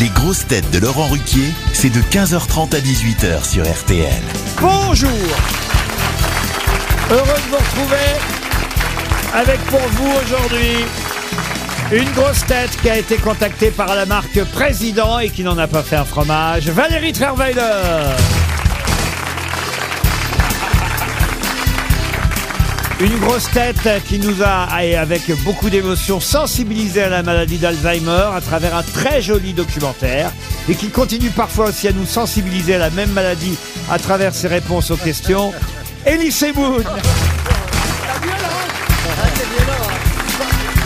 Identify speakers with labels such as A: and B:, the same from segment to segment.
A: Les grosses têtes de Laurent Ruquier, c'est de 15h30 à 18h sur RTL.
B: Bonjour Heureux de vous retrouver avec pour vous aujourd'hui une grosse tête qui a été contactée par la marque Président et qui n'en a pas fait un fromage, Valérie Trierweiler. Une grosse tête qui nous a, et avec beaucoup d'émotion, sensibilisé à la maladie d'Alzheimer à travers un très joli documentaire et qui continue parfois aussi à nous sensibiliser à la même maladie à travers ses réponses aux questions. Elie Semoun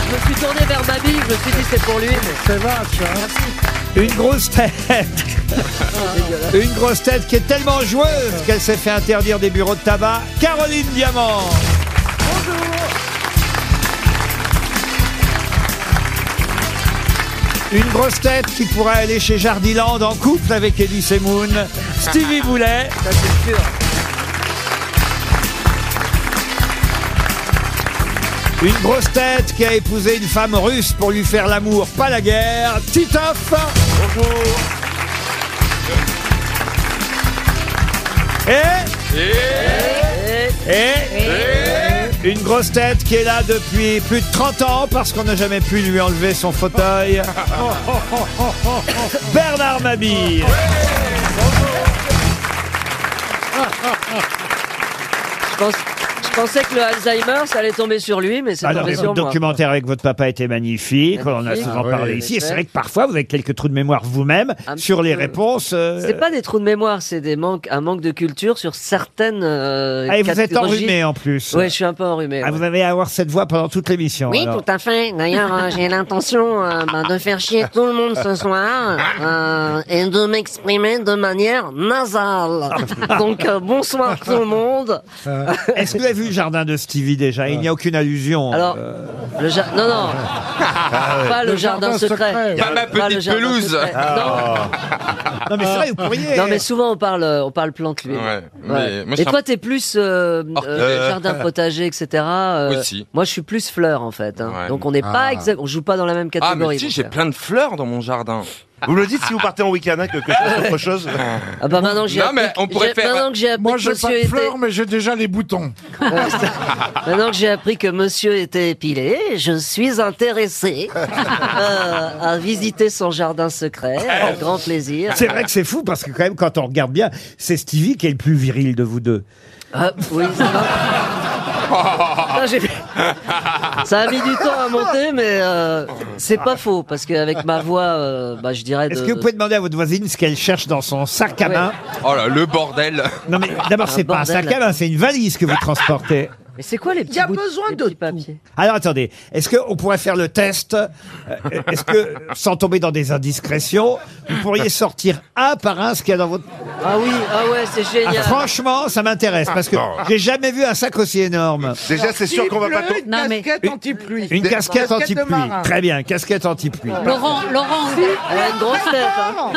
C: Je me suis tourné vers Babi, je me suis dit c'est pour lui. C'est vache,
B: Une grosse tête Une grosse tête qui est tellement joueuse qu'elle s'est fait interdire des bureaux de tabac, Caroline Diamant Une grosse tête qui pourrait aller chez Jardiland en couple avec Elie Semoun, Stevie Boulet Une grosse tête qui a épousé une femme russe pour lui faire l'amour, pas la guerre, Titoff. Bonjour. Et,
D: Eh.
B: et, une grosse tête qui est là depuis plus de 30 ans parce qu'on n'a jamais pu lui enlever son fauteuil, Bernard Mabille.
C: Ah, Je, pense- je pensais que le Alzheimer, ça allait tomber sur lui, mais c'est
B: Alors,
C: tombé sur
B: le documentaire avec votre papa était magnifique, on en a
C: Magnifique.
B: souvent
C: Ah oui.
B: parlé ici, et c'est vrai que parfois vous avez quelques trous de mémoire vous-même
C: Un petit
B: sur les
C: peu.
B: réponses. euh,
C: moi. C'est pas des trous de mémoire, c'est des manques, un manque de culture sur certaines. euh,
B: Ah, et vous êtes
C: catégories.
B: enrhumé en plus.
C: Ouais, je suis un peu enrhumé.
B: Ah,
C: ouais.
B: vous allez avoir cette voix pendant toute l'émission.
E: Oui,
B: alors.
E: tout à fait. D'ailleurs, euh, j'ai l'intention euh, bah, de faire chier tout le monde ce soir euh, et de m'exprimer de manière nasale. Donc, euh, bonsoir tout le monde.
B: Euh, Est-ce que vous avez vu le jardin de Stevie déjà Il n'y a aucune allusion.
C: Alors,
B: Euh.
C: le ja- non, non,
B: Ah
C: pas le, jardin, secret.
F: Pas ma
C: Pas le
F: petite
C: jardin
F: pelouse.
C: secret.
D: Ah.
B: Non, mais c'est vrai, vous pourriez.
C: Non, mais souvent on parle, euh, on parle plante lui.
F: Ouais, mais
C: Ouais.
F: moi, je
C: Et
F: suis un-
C: toi, t'es plus euh,
F: Orchidée.
C: euh, jardin potager, etc. euh,
F: Aussi.
C: Moi, je suis plus fleur en fait. hein.
F: Ouais.
C: Donc on n'est
G: Ah.
B: Ah.
C: pas exact, on joue pas dans la même
F: Ah,
C: catégorie. euh.
F: mais si,
C: mon
F: j'ai
C: cher.
F: plein de fleurs dans mon jardin.
G: Vous me le dites si vous partez en week-end, hein, que, que je fasse autre chose.
C: Ah bah maintenant que j'ai
F: Non,
C: appris,
F: mais on
C: que-
F: pourrait
C: j'ai-
F: faire-
C: maintenant que j'ai appris
H: Moi,
C: que
H: j'ai pas
C: Monsieur Ah
H: de
C: était,
H: fleurs, mais j'ai déjà les boutons.
C: maintenant que j'ai appris que Monsieur était épilé, je suis intéressé euh, à visiter son jardin secret. avec grand plaisir.
B: C'est vrai que c'est fou parce que quand même, quand on regarde bien, c'est Stevie qui est le plus viril de vous deux.
C: Ah, oui, ça va. Putain, j'ai- ça a mis du temps à monter, mais euh, c'est pas faux parce qu'avec ma voix, euh, bah, je dirais.
B: Est-ce
C: de-
B: que vous pouvez demander à votre voisine ce qu'elle cherche dans son sac à
C: Ouais.
B: main
F: Oh là, le bordel.
B: Non mais d'abord c'est
C: Un
B: pas un
C: bordel.
B: sac à main, c'est une valise que vous transportez.
C: Mais c'est quoi les petits
I: Y a
C: bouts-
I: besoin
C: les
I: de
C: petits
I: tout.
C: papiers
B: Alors attendez, est-ce qu'on pourrait faire le test Euh, Est-ce que, sans tomber dans des indiscrétions, vous pourriez sortir un par un ce qu'il y a dans votre...
C: Ah oui, ah ouais, c'est
B: Ah,
C: génial.
B: franchement, ça m'intéresse parce que j'ai jamais vu un sac aussi énorme.
G: Déjà, c'est sûr qu'on va pas tomber.
I: Une casquette anti-pluie.
B: Une casquette
I: casquette de
B: anti-pluie.
I: marin.
B: Très bien, casquette anti-pluie.
J: Laurent, Laurent,
C: Elle a une grosse tête. hein.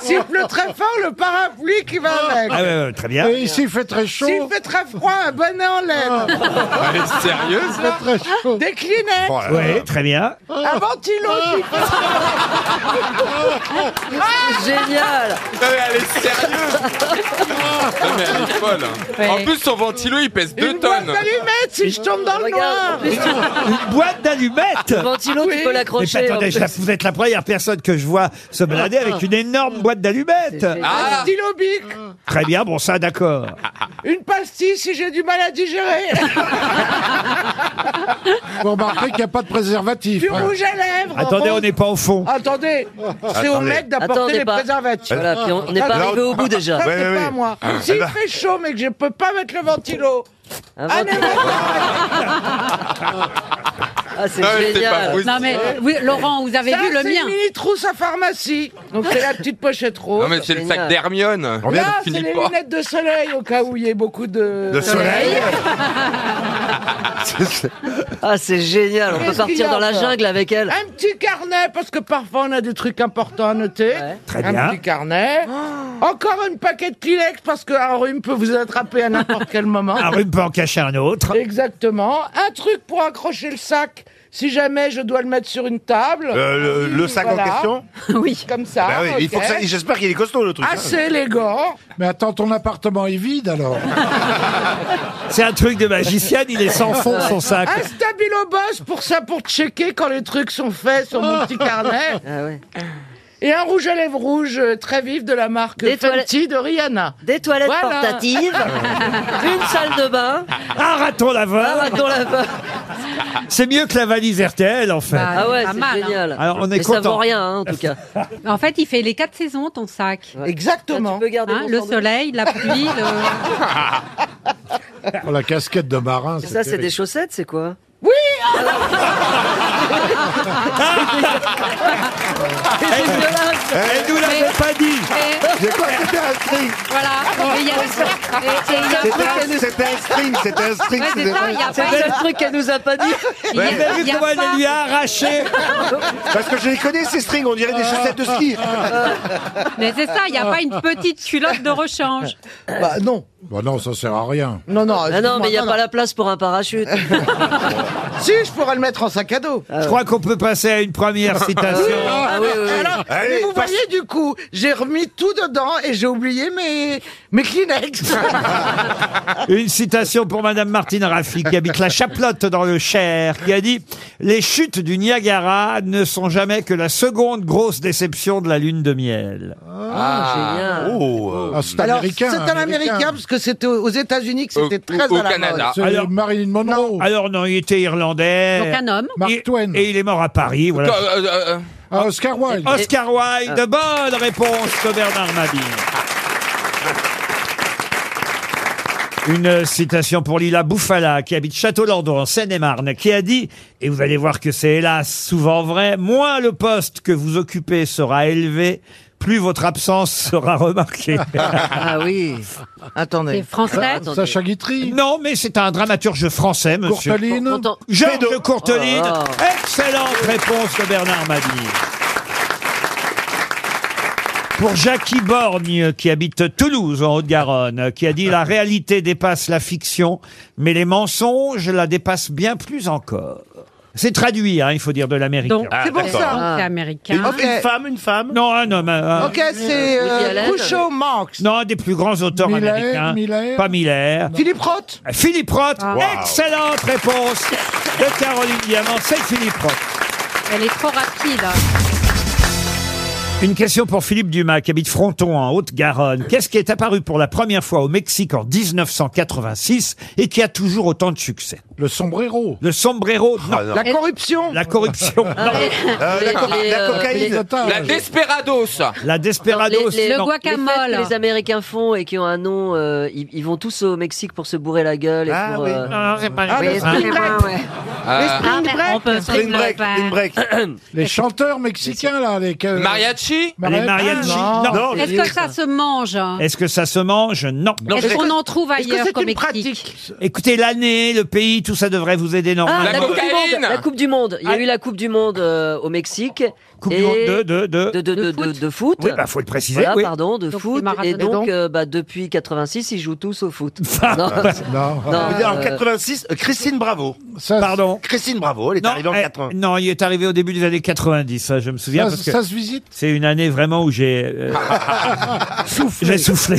I: S'il pleut très fort, le parapluie qui va avec.
B: Ah ouais, ouais, très bien.
H: Et ici, il fait très
I: S'il
H: chaud.
I: fait très froid, un bonnet en laine.
F: Elle est sérieuse, là
H: Très chaud.
I: Des Kleenex.
G: Oh là là.
B: Oui, très bien.
I: Un ventilo. qui-
C: Génial.
F: Non, mais elle est sérieuse. Non, Ah, mais elle est folle. hein. En plus, son ventilo, il pèse 2
I: Une boîte
F: tonnes.
I: d'allumettes si je tombe dans le noir.
C: Regarde, en plus,
B: Une boîte d'allumettes
C: le ventilo, tu peux
B: mais
C: l'accrocher. en
B: attendez,
C: plus.
B: je- vous êtes la première personne que je vois se balader avec une énorme boîte d'allumettes.
C: C'est génial.
I: Un
F: Ah,
I: stylo bic.
B: Très bien, bon ça, d'accord.
I: Une pastille si j'ai du mal à digérer.
H: Vous remarquez qu'il n'y a pas de préservatif.
I: Du
H: hein.
I: rouge à lèvres. Ah,
B: Attendez, on n'est pas au fond.
I: Attendez, c'est au
G: Attendez.
I: mec
C: Attendez
I: d'apporter les
C: pas.
I: préservatifs.
C: Voilà, puis on n'est pas
I: Là,
C: arrivé au bout
I: Ça,
C: déjà.
I: c'est
G: Ouais, ouais,
I: pas
G: ouais.
I: à moi. S'il
G: bah.
I: fait chaud, mais que je peux pas mettre le ventilo.
C: Un
I: Ah,
C: ventilo. Ah, c'est
F: non, mais c'est pas
C: génial. euh,
F: possible.
J: Non mais oui, Laurent, vous avez
I: Ça,
J: vu le
I: c'est
J: mien
I: mini trousse à pharmacie. Donc c'est la petite pochette rose.
F: Non, mais c'est le sac
C: Génial.
F: d'Hermione.
G: On vient
I: Là, c'est
F: Philippe
I: les
F: Port.
I: lunettes de soleil au cas où il y ait beaucoup de.
G: de soleil. C'est- c'est-
C: Ah, c'est génial. On peut
I: Qu'est-ce qu'il y
C: partir
I: a
C: dans la
I: encore
C: jungle avec elle.
I: Un petit carnet, parce que parfois on a des trucs importants à noter.
C: Ouais.
B: Très
I: un
B: bien.
I: petit carnet. Encore une paquet de Kleenex, parce qu'un rhume peut vous attraper
B: Ah,
I: à n'importe quel moment.
B: Un rhume peut en cacher un autre.
I: Exactement. Un truc pour accrocher le sac Si jamais je dois le mettre sur une table.
G: Euh, le- le sac en question
I: Oui. Comme ça.
G: Bah oui, il faut
I: ok.
G: que ça- J'espère qu'il est costaud le truc. hein.
I: Assez élégant.
H: Mais attends, ton appartement est vide alors
B: C'est un truc de magicienne, il est sans fond son sac.
I: Un stabilo boss pour ça, pour checker quand les trucs sont faits sur mon petit carnet.
C: Ah ouais.
I: Et un rouge à lèvres rouge euh, très vif de la marque
C: Des
I: Fenty de Rihanna.
C: Des toilettes
I: Voilà.
C: portatives, une salle de bain,
B: Un raton
C: un
B: laveur,
C: raton laveur.
B: c'est mieux que la valise RTL en fait.
J: Bah,
C: Ah ouais,
J: pas
C: c'est
J: mal, hein.
C: génial.
B: Alors, on est
C: Mais ça
B: content.
C: vaut rien hein, en tout cas.
J: En fait, il fait les quatre saisons, ton sac.
I: Exactement.
C: Tu peux garder
J: Hein,
C: ton
J: le
C: sandwich.
J: soleil, la pluie, le...
I: Ah,
H: Oh, La casquette de marin.
C: Ça, c'est des
H: terrible.
C: chaussettes, c'est quoi
J: ah.
C: Oui C'est dégueulasse.
B: Elle nous l'avait pas dit
J: Et
G: J'ai pas- C'était un string.
J: voilà. Et il y a et- et il y a
G: C'était
J: pas-
G: un- C'était un string. C'était un string.
J: Ouais, c'est
G: c'était-
J: ça, il y a
C: C'est
J: pas-
C: le seul truc qu'elle nous a pas dit.
J: il y a-
B: Vous avez
J: il y
B: vu
J: a
B: comment elle
J: pas-
B: lui a arraché
G: Parce que je les connais ces strings. On dirait des chaussettes Ah, de ski.
J: Mais c'est ça, il n'y a pas une petite culotte de rechange.
I: Bah non.
H: Bah non, ça sert à rien.
I: Non, non.
C: Ah non, mais il n'y a
I: non,
C: pas la place pour un parachute.
I: non. Si, je pourrais le mettre en sac à dos.
B: Je crois qu'on peut passer à une première citation.
C: Ah oui, oui, oui.
I: Alors,
G: Allez,
I: mais vous
G: passe-
I: voyez du coup, j'ai remis tout dedans et j'ai oublié mes, mes Kleenex.
B: Une citation pour Madame Martine Raffi, qui habite la Chaplotte dans le Cher, qui a dit « Les chutes du Niagara ne sont jamais que la seconde grosse déception de la lune de miel.
C: Ah, Génial.
G: Oh, euh,
H: Ah, c'est
I: Alors, c'est
H: américain.
I: un américain, parce que c'était aux aux États-Unis que
F: Au-
I: c'était très
F: au
I: à la
F: Canada.
I: mode.
H: C'est
B: Alors-
H: Marilyn Monroe. »
B: Alors non, il était irlandais.
J: Donc un homme.
H: Mark
B: Et-
H: Twain.
B: Et il est mort à Paris, voilà.
F: Euh, euh, euh,
H: Ah, Oscar Wilde.
B: Oscar Wilde,
C: Ah.
B: bonne réponse de Bernard Mabille. Une citation pour Lila Bouffala, qui habite Château-Landau, en Seine-et-Marne, qui a dit, et vous allez voir que c'est hélas souvent vrai, moins le poste que vous occupez sera élevé, plus votre absence sera remarquée.
C: Ah oui.
J: C'est
I: Attendez.
J: français.
C: Attendez.
H: Ah, Sacha Guitry.
B: non, mais c'est un dramaturge français, monsieur.
H: Courteline.
C: Content.
B: Georges de Courteline.
C: Oh là là.
B: Excellente réponse de Bernard Mabille. Pour Jackie Borgne, qui habite Toulouse, en Haute-Garonne, qui a dit La réalité dépasse la fiction, mais les mensonges la dépassent bien plus encore. C'est traduit, hein, il faut dire, de l'américain. Ah,
J: Donc, c'est pour
G: d'accord.
J: ça. C'est américain.
I: Ok,
B: Non, un homme, un- un-
I: Ok, c'est
C: Woody
I: euh,
C: Allen.
I: Cruchot Marx.
B: non, un des plus grands auteurs
H: Miller,
B: américains.
H: Miller.
B: Pas Miller.
I: Philippe Ah. Roth.
B: Philippe Roth, excellente réponse de Caroline Diamant, c'est Philippe Roth.
J: Elle est trop rapide.
B: Une question pour Philippe Dumas, qui habite Fronton, en Haute-Garonne. Qu'est-ce qui est apparu pour la première fois au Mexique en 1986 et qui a toujours autant de succès
H: Le sombrero.
B: Le sombrero, non. Ah,
G: ah, non.
I: La corruption.
B: La corruption, non.
G: Euh,
C: Les-
G: la co-
C: Ah, les,
G: la
C: euh,
G: cocaïne.
H: Les otages.
F: La Desperados.
B: La desperados,
C: Les- les-
J: Le
B: non.
C: Les fêtes
J: guacamole.
C: que les Américains font et qui ont un nom, euh, ils, ils vont tous au Mexique pour se bourrer la gueule et
G: Ah
C: pour.
G: oui.
C: euh,
B: Non, non, c'est pas
I: Ah,
E: Oui,
I: le
B: Hein.
I: spring
E: excusez-moi,
I: break.
E: ouais.
I: Les
F: Euh,
I: spring break.
J: On peut se
G: Spring break.
J: pas.
G: spring break.
H: Les chanteurs mexicains, là. Les... que-
F: Mariachi.
B: Les mariachis,
H: Ah,
B: non.
G: Non,
J: Est-ce que ça se mange
B: Est-ce que ça se mange Non.
J: Est-ce qu'on en trouve
I: Est-ce que
J: ailleurs
I: c'est
J: comme
I: une
J: Mexique
I: pratique
B: Écoutez, l'année, le pays, tout ça devrait vous aider
C: Ah,
B: normalement.
C: la,
F: La
C: coupe du
F: cocaïne.
C: monde, la Coupe du Monde. Il y a
B: Ah.
C: eu la Coupe du Monde euh, au Mexique.
B: Coupe
C: et
B: du monde de, de, de.
C: de, de, de,
J: De
C: de-
J: foot.
C: de foot.
B: Oui, bah, faut le préciser,
C: Voilà,
B: oui.
C: pardon, de
J: Donc,
C: foot.
J: le Maradona.
C: Et
J: Et
C: donc,
J: donc
C: euh, bah, depuis 86, ils jouent tous au foot. non,
B: Oh,
H: Bah,
B: bah,
H: Non.
C: non,
G: On peut dire en
C: euh,
G: 86, euh, Christine Bravo.
H: Ça,
B: Pardon.
G: Christine Bravo, elle est arrivée en
B: eh,
G: 80.
B: non, il est arrivé au début des années 90, ça, je me souviens.
H: ça,
B: parce que...
H: ça se visite. Ah,
B: C'est une année vraiment où j'ai euh, soufflé. J'ai soufflé.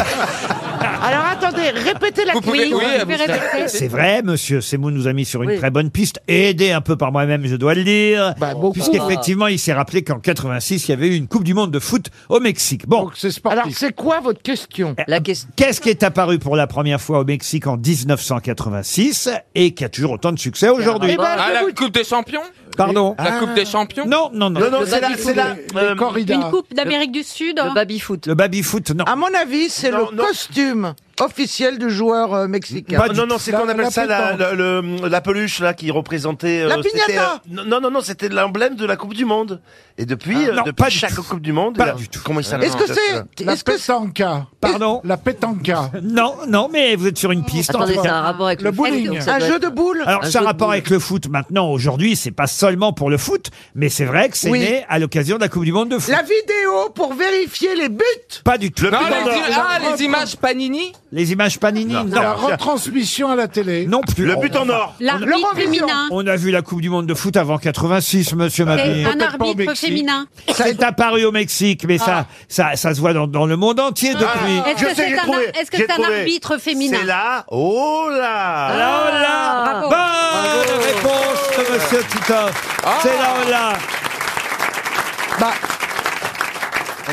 I: Alors attendez, répétez la
F: Vous pouvez. Oui,
J: Je vais répéter.
B: C'est vrai, monsieur Seymour nous a mis sur une
C: Oui.
B: très bonne piste, aidé un peu par moi-même, je dois le dire.
I: Bah, beaucoup.
B: Puisqu'effectivement, il s'est rappelé qu'en 86, il y avait eu une Coupe du Monde de foot au Mexique. Bon, Euh,
H: Donc c'est
I: Alors
H: sportif.
I: c'est quoi votre question
C: la question.
B: qu'est-ce qui est apparu pour la première fois au Mexique en 1986 et qui a toujours autant de succès aujourd'hui
I: Eh ben,
F: Ah,
I: je
F: la
I: vous-
F: Coupe des Champions.
B: Pardon
F: La Coupe des
G: Ah.
F: Champions.
B: Non, non, non.
G: Non, non, c'est la, c'est la, euh,
H: Les corridas.
J: Une coupe d'Amérique du Sud.
C: Le baby foot.
B: Le baby-foot, non.
I: À mon avis, c'est
G: Non,
I: le
G: non.
I: costume officiel du joueur euh, mexicain.
B: Pas du-
G: non, non, c'est
H: La-
G: qu'on appelle
H: la
G: ça la,
H: pétanque.
G: la, le- la peluche là qui représentait. euh,
I: La
G: c'était,
I: piñata.
G: euh, Non, non, non, c'était l'emblème de la Coupe du Monde. Et depuis,
B: Ah,
G: euh,
B: non,
G: depuis
B: pas du
G: chaque
B: tout.
G: Coupe du Monde,
B: Pas
G: il a-
B: du tout.
G: Comment il s'appelle
I: Est-ce que
G: ça
I: c'est
H: La
I: est-ce que c'est-
H: pétanca.
B: Pardon
H: La pétanca.
B: Non, non, mais vous êtes sur une piste. en
C: Oh, Attendez,
B: tout
C: c'est
B: cas.
C: un rapport avec
H: Le
C: le, foot,
H: bowling.
C: donc ça
I: un
C: doit
I: jeu
C: être-
I: de boules
B: Alors,
C: Un
B: ça
C: jeu
B: a
C: de
B: rapport
C: boules.
B: avec le foot maintenant, aujourd'hui, c'est pas seulement pour le foot, mais c'est vrai que c'est
I: Oui.
B: né à l'occasion de la Coupe du Monde de foot.
I: La vidéo pour vérifier les buts.
B: Pas du tout.
F: Non, les, i- ah, les images Panini.
B: Les images Panini Non.
H: La retransmission à la télé.
B: Non plus.
G: Le but en or.
J: L'arbitre féminin.
B: On a vu la Coupe du Monde de foot avant 86, monsieur
J: C'est
B: Mabille.
J: un
H: Peut-être pas au
J: arbitre
H: Mexique.
J: féminin.
B: C'est apparu au Mexique, mais
C: Ah.
B: ça, ça, ça se voit dans, dans le monde entier depuis.
J: Est-ce
G: Je sais,
J: que
G: j'ai
J: c'est un,
G: trouvé,
J: est-ce que
G: j'ai
J: c'est un
G: trouvé.
J: arbitre féminin
G: C'est là. Oh là
B: La
I: Ah,
B: Holla
J: Bravo.
B: Bonne réponse de Monsieur Titoff C'est la Holla
I: Bah,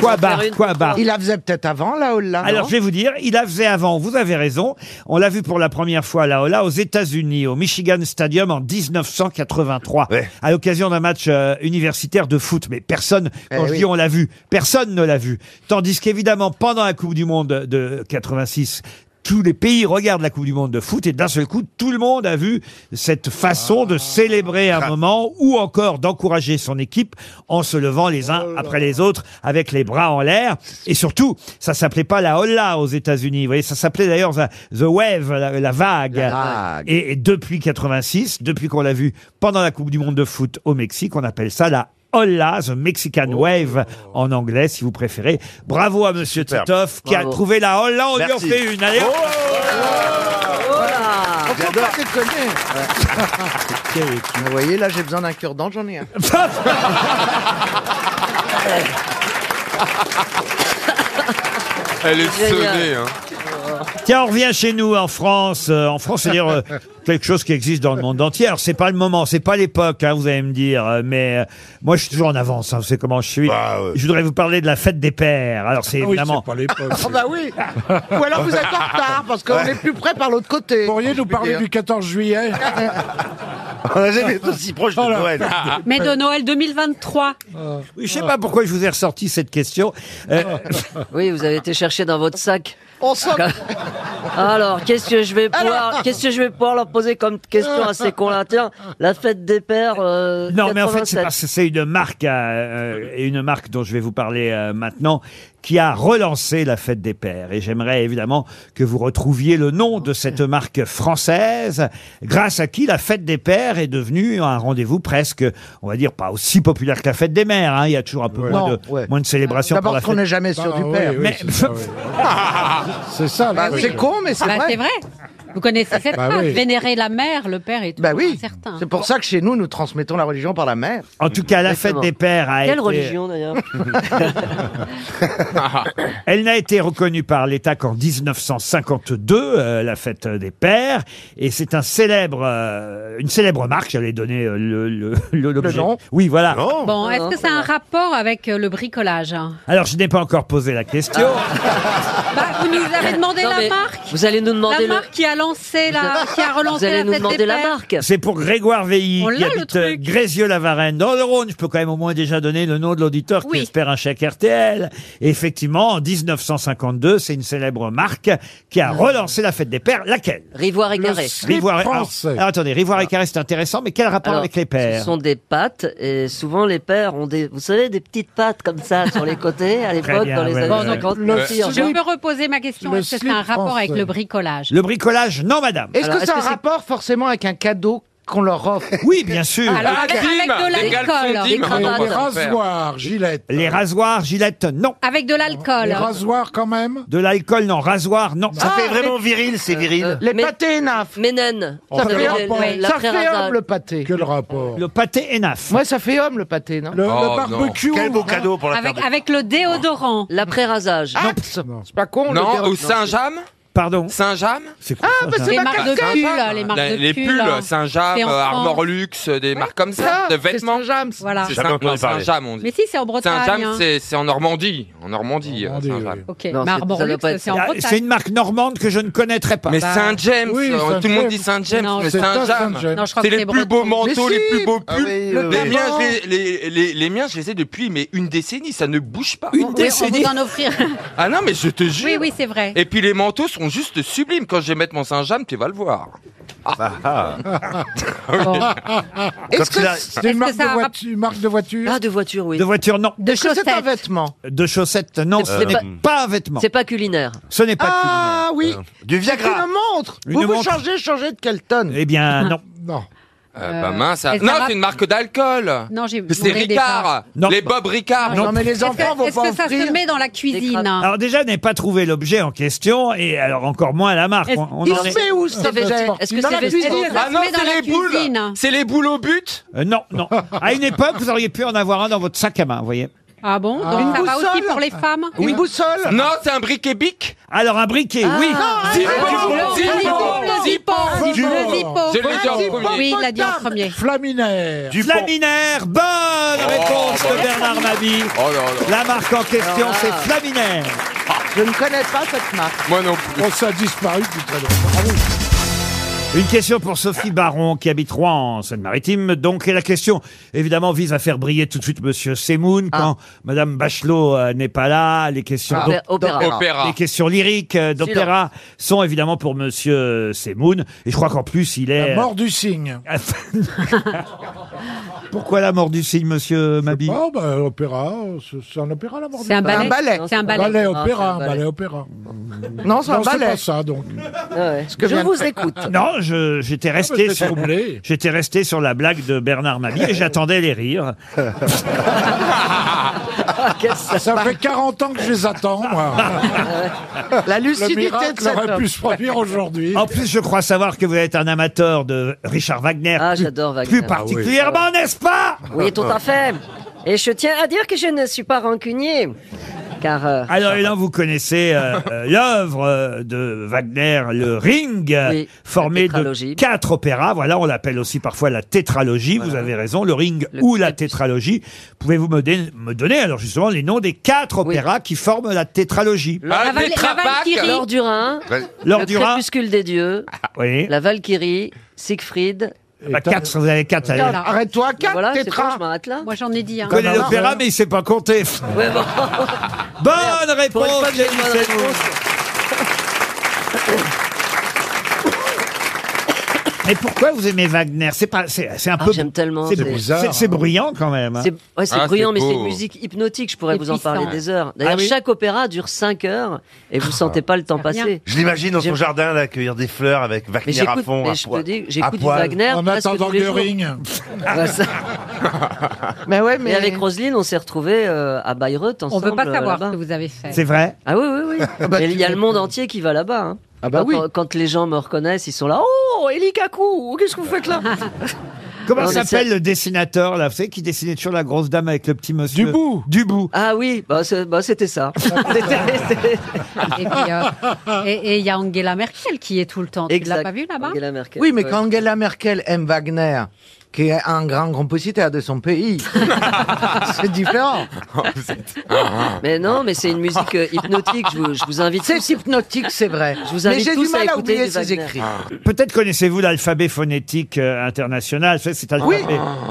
B: Quoi
C: va
B: barre
C: faire une-
B: Quoi barre
I: il la faisait peut-être avant, là, ou là
B: alors, je vais vous dire, il la faisait avant, vous avez raison. On l'a vu pour la première fois à la Holla aux États-Unis, au Michigan Stadium en 1983,
G: Ouais.
B: à l'occasion d'un match euh, universitaire de foot. Mais personne, quand
I: Eh
B: je
I: oui.
B: dis on l'a vu, personne ne l'a vu. Tandis qu'évidemment, pendant la Coupe du Monde de 86, tous les pays regardent la Coupe du Monde de foot et d'un seul coup, tout le monde a vu cette façon de célébrer un moment ou encore d'encourager son équipe en se levant les uns après les autres avec les bras en l'air. Et surtout, ça s'appelait pas la holla aux États-Unis. Vous voyez, ça s'appelait d'ailleurs the the wave, la, la vague.
I: vague.
B: Et, et depuis 86, depuis qu'on l'a vu pendant la Coupe du Monde de foot au Mexique, on appelle ça la Holla, the Mexican
H: Oh.
B: Wave en anglais, si vous préférez. Bravo à Monsieur
G: Superbe.
B: Titoff qui a
C: Bravo.
B: trouvé la Holla. On lui en
G: Merci. Oh,
B: fait une. Allez, hop.
G: J'adore.
I: Vous voyez, là, j'ai besoin d'un cure-dent, j'en ai un.
F: Elle est
C: Génial.
F: sonnée. Hein.
B: Tiens, on revient chez nous en France. Euh, en France, c'est-à-dire euh, quelque chose qui existe dans le monde entier. Alors, c'est pas le moment, c'est pas l'époque, hein, vous allez me dire. euh, Mais euh, moi, je suis toujours en avance. hein, vous savez comment je suis.
G: Bah, ouais.
B: Je voudrais vous parler de la fête des pères. Alors, c'est
H: Ah oui,
B: évidemment.
H: c'est pas l'époque.
I: Oh bah oui Ou alors vous êtes en retard, parce qu'on est plus près par l'autre côté.
H: Vous pourriez nous parler
I: Putain.
H: du 14 juillet
G: On n'a jamais été aussi proche de
H: Oh là.
G: Noël.
J: Mais de Noël 2023.
C: euh,
B: Oui, Je sais pas pourquoi je vous ai ressorti cette question. Euh,
C: Oui, vous avez été chercher dans votre sac.
I: On sent...
C: Alors, qu'est-ce que je vais pouvoir, qu'est-ce que je vais pouvoir leur poser comme question à ces cons-là Tiens, la fête des pères. euh,
B: non, mais en fait, c'est
C: 87.
B: parce que c'est une marque, euh, euh, une marque dont je vais vous parler euh, maintenant, qui a relancé la fête des pères. Et j'aimerais évidemment que vous retrouviez le nom de cette marque française, grâce à qui la fête des pères est devenue un rendez-vous presque, on va dire, pas aussi populaire que la fête des mères. hein. Il y a toujours un peu moins,
I: Non,
B: de,
I: ouais.
B: moins de célébration
I: D'abord,
B: pour la
I: parce qu'on
B: fête.
I: n'est jamais sûr
H: Bah,
I: du
H: oui,
I: père.
H: oui,
B: Mais-
H: c'est ça, oui. C'est ça,
I: Bah,
H: la
I: c'est
H: question.
I: con, mais c'est
J: Bah,
I: vrai.
J: c'est vrai. Vous connaissez cette
H: Bah
J: phrase.
H: oui.
J: Vénérer la mère, le père est
I: Bah
J: toujours
I: oui,
J: incertain.
I: c'est pour ça que chez nous, nous transmettons la religion par la mère.
B: En tout cas, la fête
C: Exactement.
B: des pères a
C: Quelle
B: été...
C: religion d'ailleurs
B: Elle n'a été reconnue par l'État qu'en 1952, euh, la fête des pères, et c'est un célèbre, euh, une célèbre marque. J'allais donner euh, le le, le, l'objet.
I: nom.
B: Oui, voilà.
G: Non.
J: Bon, est-ce
C: non,
J: que
C: c'est
J: ça a un rapport avec euh, le bricolage hein
B: Alors je n'ai pas encore posé la question.
J: Bah, vous nous avez demandé
C: Non,
J: la
C: mais
J: marque
C: Ah. Vous allez nous
J: La
C: demander le-
J: marque qui a lancé la, qui a
C: Vous
J: relancé
C: allez
J: la
C: nous
J: fête des
C: demander la
J: pères.
C: marque.
B: C'est pour Grégoire Veilly
J: On
B: qui
J: l'a, le
B: habite euh,
J: truc.
B: Grézieux-la-Varenne dans le Rhône. Je peux quand même au moins déjà donner le nom de l'auditeur
J: Oui.
B: qui espère un chèque RTL. Et effectivement, en 1952, c'est une célèbre marque qui
J: Ah.
B: a relancé la fête des pères. Laquelle
C: Rivoire et Carré.
H: slip français.
B: alors, alors, attendez, Rivoire et Carré, c'est intéressant, mais quel rapport
C: Alors,
B: avec les pères
C: Ce sont des pâtes et souvent les pères ont des, vous savez, des petites pattes comme ça sur les côtés à l'époque
B: bien,
C: dans les
B: ouais,
C: années
B: ouais.
C: 50.
H: Le
C: merci, au
H: slip-
C: revoir.
J: Je peux reposer ma question.
H: Le
J: Est-ce que c'est
H: slip
J: un rapport
H: français.
J: avec le bricolage
B: Le bricolage, non madame.
I: Est-ce
C: Alors,
I: que
C: est-ce
I: ça
C: que
I: a un
C: c'est-
I: rapport forcément avec un cadeau qu'on leur offre Ah,
B: Oui, bien sûr.
J: Alors, avec, avec de
F: Des
B: hein,
J: l'alcool. Des
F: calcetines, on
J: cravates.
F: va
H: Les
F: s'en faire.
H: rasoirs, Gillette.
B: Les rasoirs, Gillette, non.
J: Avec de l'alcool.
H: Les rasoirs, quand même
B: De l'alcool, non. Rasoir, non.
G: Ça
I: Ah,
G: fait vraiment viril, c'est viril.
C: Euh,
I: Les
C: mais-
I: pâtés naf
C: Ménène.
H: Ça
C: Vous
H: fait
C: savez,
H: un
C: les-
H: pan.
C: les-
I: Ça fait
C: l'après-rasade.
I: homme, le pâté.
H: Quel rapport
B: Le pâté ENAF.
I: Ouais, ça fait homme, le pâté, non
H: Le, le
F: Oh,
H: barbecue
G: Quel beau cadeau pour la
J: Avec,
G: fête.
J: avec le déodorant.
C: L'après-rasage.
I: Axe Ah, C'est pas con, le
F: Non,
I: déodorant.
F: ou Saint-James
B: Pardon.
F: Saint-James
B: C'est quoi
I: Ah, bah c'est
J: Les
I: ma
J: marques de
I: casquette.
J: pulls. Les marques
F: La-
J: de
F: Les
J: pulls.
F: pulls,
J: C'est
F: Saint-James,
J: en
F: euh,
J: France.
F: Armor Luxe, des marques comme ça, de
I: c'est
F: vêtements.
I: Saint-James.
J: Voilà.
F: C'est
G: J'avais
F: Saint-
G: entendu
F: non,
G: parler.
F: Saint-James, on dit.
J: Mais si, c'est en Bretagne.
F: Saint-James,
J: hein.
F: c'est c'est en Normandie. En Normandie, euh,
H: Normandie,
F: Saint-James.
H: oui.
J: Ok,
C: Non,
J: mais
C: c'est-
J: Armor
C: ça doit
J: Luxe,
C: pas être
J: c'est en
B: Ah, C'est
J: Bretagne.
B: une marque normande que je ne connaîtrais pas.
F: Mais
J: Bah,
F: Saint-James,
H: oui,
F: euh, tout le
H: Saint-James.
F: monde dit Saint-James,
J: Non,
F: mais
H: C'est ça,
F: Saint-James.
H: Saint-James.
J: Non, je crois
F: C'est
J: que
F: les
J: c'est
F: plus
J: breton.
F: beaux manteaux,
I: Mais
F: les
I: si,
F: plus beaux pulls.
I: Le
F: Les miens,
I: vêtement.
F: je les, les, les, les miens, je les ai depuis mais une décennie, ça ne bouge pas.
B: Une
J: Oui, on
B: décennie.
J: vous en offrir.
F: Ah non, mais je te jure.
J: Oui, oui, c'est vrai.
F: Et puis les manteaux sont juste sublimes. Quand je vais mettre mon Saint-James, tu vas le voir.
B: Ah.
F: Ah.
I: Est-ce que
G: il a-
I: c'est
H: C'est une
J: Est-ce
H: marque
J: que ça
H: de,
J: a-
H: voiture, une marque de voiture
C: Ah, de voiture, oui.
B: De voiture, non.
J: De
I: est-ce que c'est un
J: chaussettes.
I: vêtement
B: De chaussettes, non.
C: C'est
B: Ce n'est
C: pas-
B: pas un vêtement.
C: C'est pas culinaire.
B: Ce n'est pas Euh.
I: Ah oui,
G: Du
I: c'est
G: Viagra.
I: une montre.
B: Une
I: vous vous
B: montre.
I: changez, changez de quelle tonne
B: Eh bien, non.
H: Non.
F: Euh, bah mince. ah-
J: est-ce
F: Non,
J: que ça
F: c'est une
J: va-
F: marque d'alcool.
J: Non, j'ai
F: C'est
J: demandé des parts.
F: Ricard.
B: Non.
F: les Bob Ricard.
H: Non, mais les
J: Est-ce
H: enfants
J: que,
H: vont
J: est-ce que
H: pas
J: ça
H: offrir.
J: se met dans la
I: Ah,
J: cuisine
B: Ah, Alors déjà, je n'ai pas trouvé l'objet en question, et alors encore moins la marque.
J: Est-ce-
B: On- on
I: Il
B: en est-
I: fait Ah, où cet
C: C'est
I: objet
C: vesti- Est-ce que
I: Dans
C: c'est
I: la
C: vesti-
I: cuisine.
J: Ça
F: Ah
J: se
F: non,
J: met dans
F: c'est
J: la
F: les
J: cuisine.
I: Ah.
F: boules. C'est les boules au but.
B: Euh, non, non. À une époque, vous auriez pu en avoir un dans votre sac à main, vous voyez.
J: Ah bon Donc
I: Une
J: ça va aussi
I: boussole
J: pour les femmes
I: Une boussole Ah.
F: Non, c'est un briquet bic.
B: Alors un briquet, oui.
F: Zippo,
J: Le le
F: Zippo, Zippo.
J: zippo, le zippo.
F: Je l'ai dit en premier.
J: Oui, il l'a dit en premier.
H: Flaminaire.
B: Flaminaire, bonne réponse de Bernard Mabie.
F: Oh là là.
B: La marque en question,
C: Alors là.
B: c'est Flaminaire.
I: Ah. Je ne connais pas cette marque.
F: Moi non plus.
H: Oh, ça a disparu depuis très longtemps. Ah oui.
B: Une question pour Sophie Baron, qui habite Rouen, en Seine-Maritime. Donc, et la question, évidemment, vise à faire briller tout de suite Monsieur Semoun
I: Ah.
B: quand Madame Bachelot euh, n'est pas là. Les questions,
C: Opé-
B: d'op-
C: Opéra.
F: Opéra.
B: les questions lyriques euh, d'opéra sont évidemment pour Monsieur Semoun. Et je crois qu'en plus, il
H: La
B: est...
H: mort du cygne.
B: Pourquoi la mort du cygne, Monsieur Mabi
H: Oh, bah, opéra. c'est- C'est un opéra, la mort du
J: C'est un
H: cygne.
J: ballet.
I: ballet.
J: C'est un ballet.
H: Ballet,
C: c'est
H: opéra,
C: un
H: un
C: ballet.
H: ballet, opéra.
I: Non, c'est un
H: Non, c'est
I: balai.
H: pas ça, donc.
C: Ah
H: Ah,
C: Ouais.
I: Euh, que
C: Je
I: vient de
C: vous écoute.
B: Non, je- j'étais resté
H: c'est
B: sur...
H: troublé.
B: J'étais resté sur la blague de Bernard Mabie et j'attendais les rires.
I: Ah,
H: Ça fait 40 ans que je les attends, moi.
I: La
H: Le
I: lucidité de
H: miracle
I: cet
H: aurait
I: homme.
H: pu se produire aujourd'hui.
B: En plus, je crois savoir que vous êtes un amateur de Richard Wagner.
C: Ah,
B: plus-
C: j'adore Wagner.
B: Plus
C: Ah oui.
B: particulièrement, n'est-ce pas
C: Oui, tout à fait. Et je tiens à dire que je ne suis pas rancunier. Car. euh,
B: Alors, Hélène, vous connaissez euh, euh, l'œuvre euh, de Wagner, le Ring, euh,
C: Oui,
B: formé
C: la
B: de
C: tétralogie.
B: quatre opéras. Voilà, on l'appelle aussi parfois la tétralogie. Vous avez raison, le Ring
C: Le
B: ou la
C: crépus-
B: tétralogie. Pouvez-vous me, dé- me donner, alors justement, les noms des quatre
C: Oui.
B: opéras qui forment la tétralogie
F: Ah,
J: La Val-
F: Tetra
J: la
F: Pak.
J: Valkyrie.
F: Alors,
C: Laure du Rhin,
G: Bah,
B: Laure
C: le
B: Duras,
C: crépuscule des dieux,
B: oui.
C: la Valkyrie, Siegfried.
B: Bah, quatre, vous avez quatre. allez.
J: Voilà.
I: Arrête-toi, 4
C: Voilà, c'est bon,
I: tétra.
C: je m'arrête là.
J: Moi j'en ai dit. hein. un.
B: Il connaît l'opéra, mais il sait pas compter.
C: Ouais, bon.
B: Bonne
C: Pour une
B: réponse,
C: fois que j'ai une
B: Denis
C: bonne
B: Sedgwick.
C: réponse.
B: Mais pourquoi vous aimez Wagner C'est pas, c'est c'est un
C: Ah,
B: peu.
C: j'aime tellement,
B: C'est
C: c'est-
B: bizarre. C'est c'est bruyant quand même. hein.
C: C'est ouais, c'est
F: Ah,
C: bruyant,
F: c'est
C: mais c'est
F: beau.
C: une musique hypnotique. Je pourrais
J: Et
C: vous en
J: puissant.
C: parler des heures. D'ailleurs,
B: Ah oui
C: chaque opéra dure 5 heures et vous sentez pas le temps
J: Rien.
C: passer.
G: Je l'imagine dans son
C: J'ai-
G: jardin, là, cueillir des fleurs avec
C: Mais
G: Wagner à
C: j'écoute,
G: fond.
C: mais
G: à
C: je
G: poil-
C: peux dire,
G: à
C: que j'écoute du
G: poil.
C: Wagner
H: En
C: presque
H: attendant
C: tous les
H: le
C: jours.
H: ring.
C: Ouais, ça-
I: Mais ouais, mais.
C: Et avec Roselyne, on s'est retrouvés euh, à Bayreuth
J: On
C: ensemble.
J: veut pas
C: euh,
J: savoir ce
C: là-bas.
J: que vous avez fait.
B: C'est vrai.
C: Ah oui, oui, oui. Et il y a le monde entier qui va là-bas. hein.
I: Ah bah
C: quand,
I: oui.
C: quand les gens me reconnaissent, ils sont là. Oh, Eli Kaku, qu'est-ce que vous faites là
B: Comment
C: Non, mais
B: s'appelle
C: c'est-
B: le dessinateur là Vous savez qui dessinait toujours la grosse dame avec le petit monsieur
H: Dubout.
B: Dubout.
C: Ah oui, bah, c'est- bah, c'était ça. C'était- c'était-
J: Et puis, euh, et- et il y a Angela Merkel qui est tout le temps. Tu
C: Exact.
J: l'as pas vu là-bas
C: Angela Merkel.
I: Oui, mais
C: Ouais.
I: quand Angela Merkel aime Wagner, qui est un grand compositeur de son pays, c'est différent.
C: Mais non, mais c'est une musique euh, hypnotique. Je vous, je vous invite.
I: C'est
C: tous-
I: hypnotique, c'est vrai.
C: Je vous
I: mais
C: invite
I: j'ai
C: tous
I: du mal
C: à
I: à,
C: écouter
I: oublier
C: du
I: ses
C: Wagner. Ah.
I: écrits.
J: Ah.
B: Peut-être connaissez-vous l'alphabet phonétique euh, international. Vous savez, C'est alphabet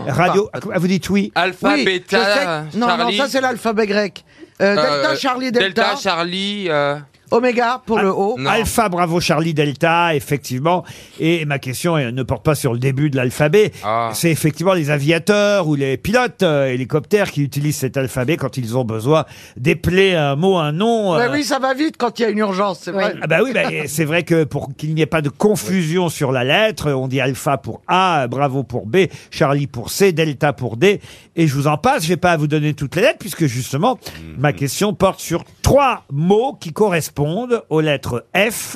B: radio. Ah, Vous dites oui.
F: Alpha,
I: Oui, je sais
F: Beta,
I: que- Non, non,
F: Charlie.
I: ça c'est l'alphabet grec. Euh, delta,
F: Euh,
I: Charlie, Delta,
F: Delta, Charlie. euh,
I: Oméga pour le haut.
F: non.
B: Alpha, bravo Charlie Delta, effectivement. Et ma question elle, ne porte pas sur le début de l'alphabet.
F: Ah.
B: C'est effectivement les aviateurs ou les pilotes euh, hélicoptères qui utilisent cet alphabet quand ils ont besoin d'épeler un mot, un nom.
I: Ouais,
B: euh,
I: Ben oui, ça va vite quand il y a une urgence, c'est vrai.
B: Ah bah oui, bah, et c'est vrai que pour qu'il n'y ait pas de confusion sur la lettre, on dit alpha pour A, bravo pour B, Charlie pour C, Delta pour D. Et je vous en passe, je vais pas à vous donner toutes les lettres puisque justement,
G: Mhm.
B: ma question porte sur trois mots qui correspondent aux lettres F,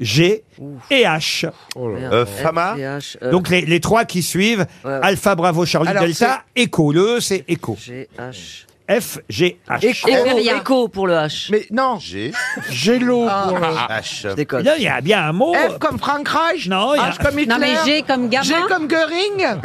B: G et H.
G: Euh, Fama
C: FDH, euh,
B: Donc les, les trois qui suivent,
C: Ouais, ouais.
B: alpha, bravo, Charlie,
I: Alors,
B: Delta, écho. Le E, c'est écho.
C: GH.
B: F, G, H.
I: Écho.
C: Écho, écho pour le H.
I: Mais non,
G: G,
H: Gélo pour le...
G: H.
C: Je déconne.
B: Là, il y a bien un mot.
I: F comme Frank Reich,
B: Non, il y a-
I: H comme Hitler,
J: Non, mais j'ai comme
I: G
J: gamin.
I: comme Göring.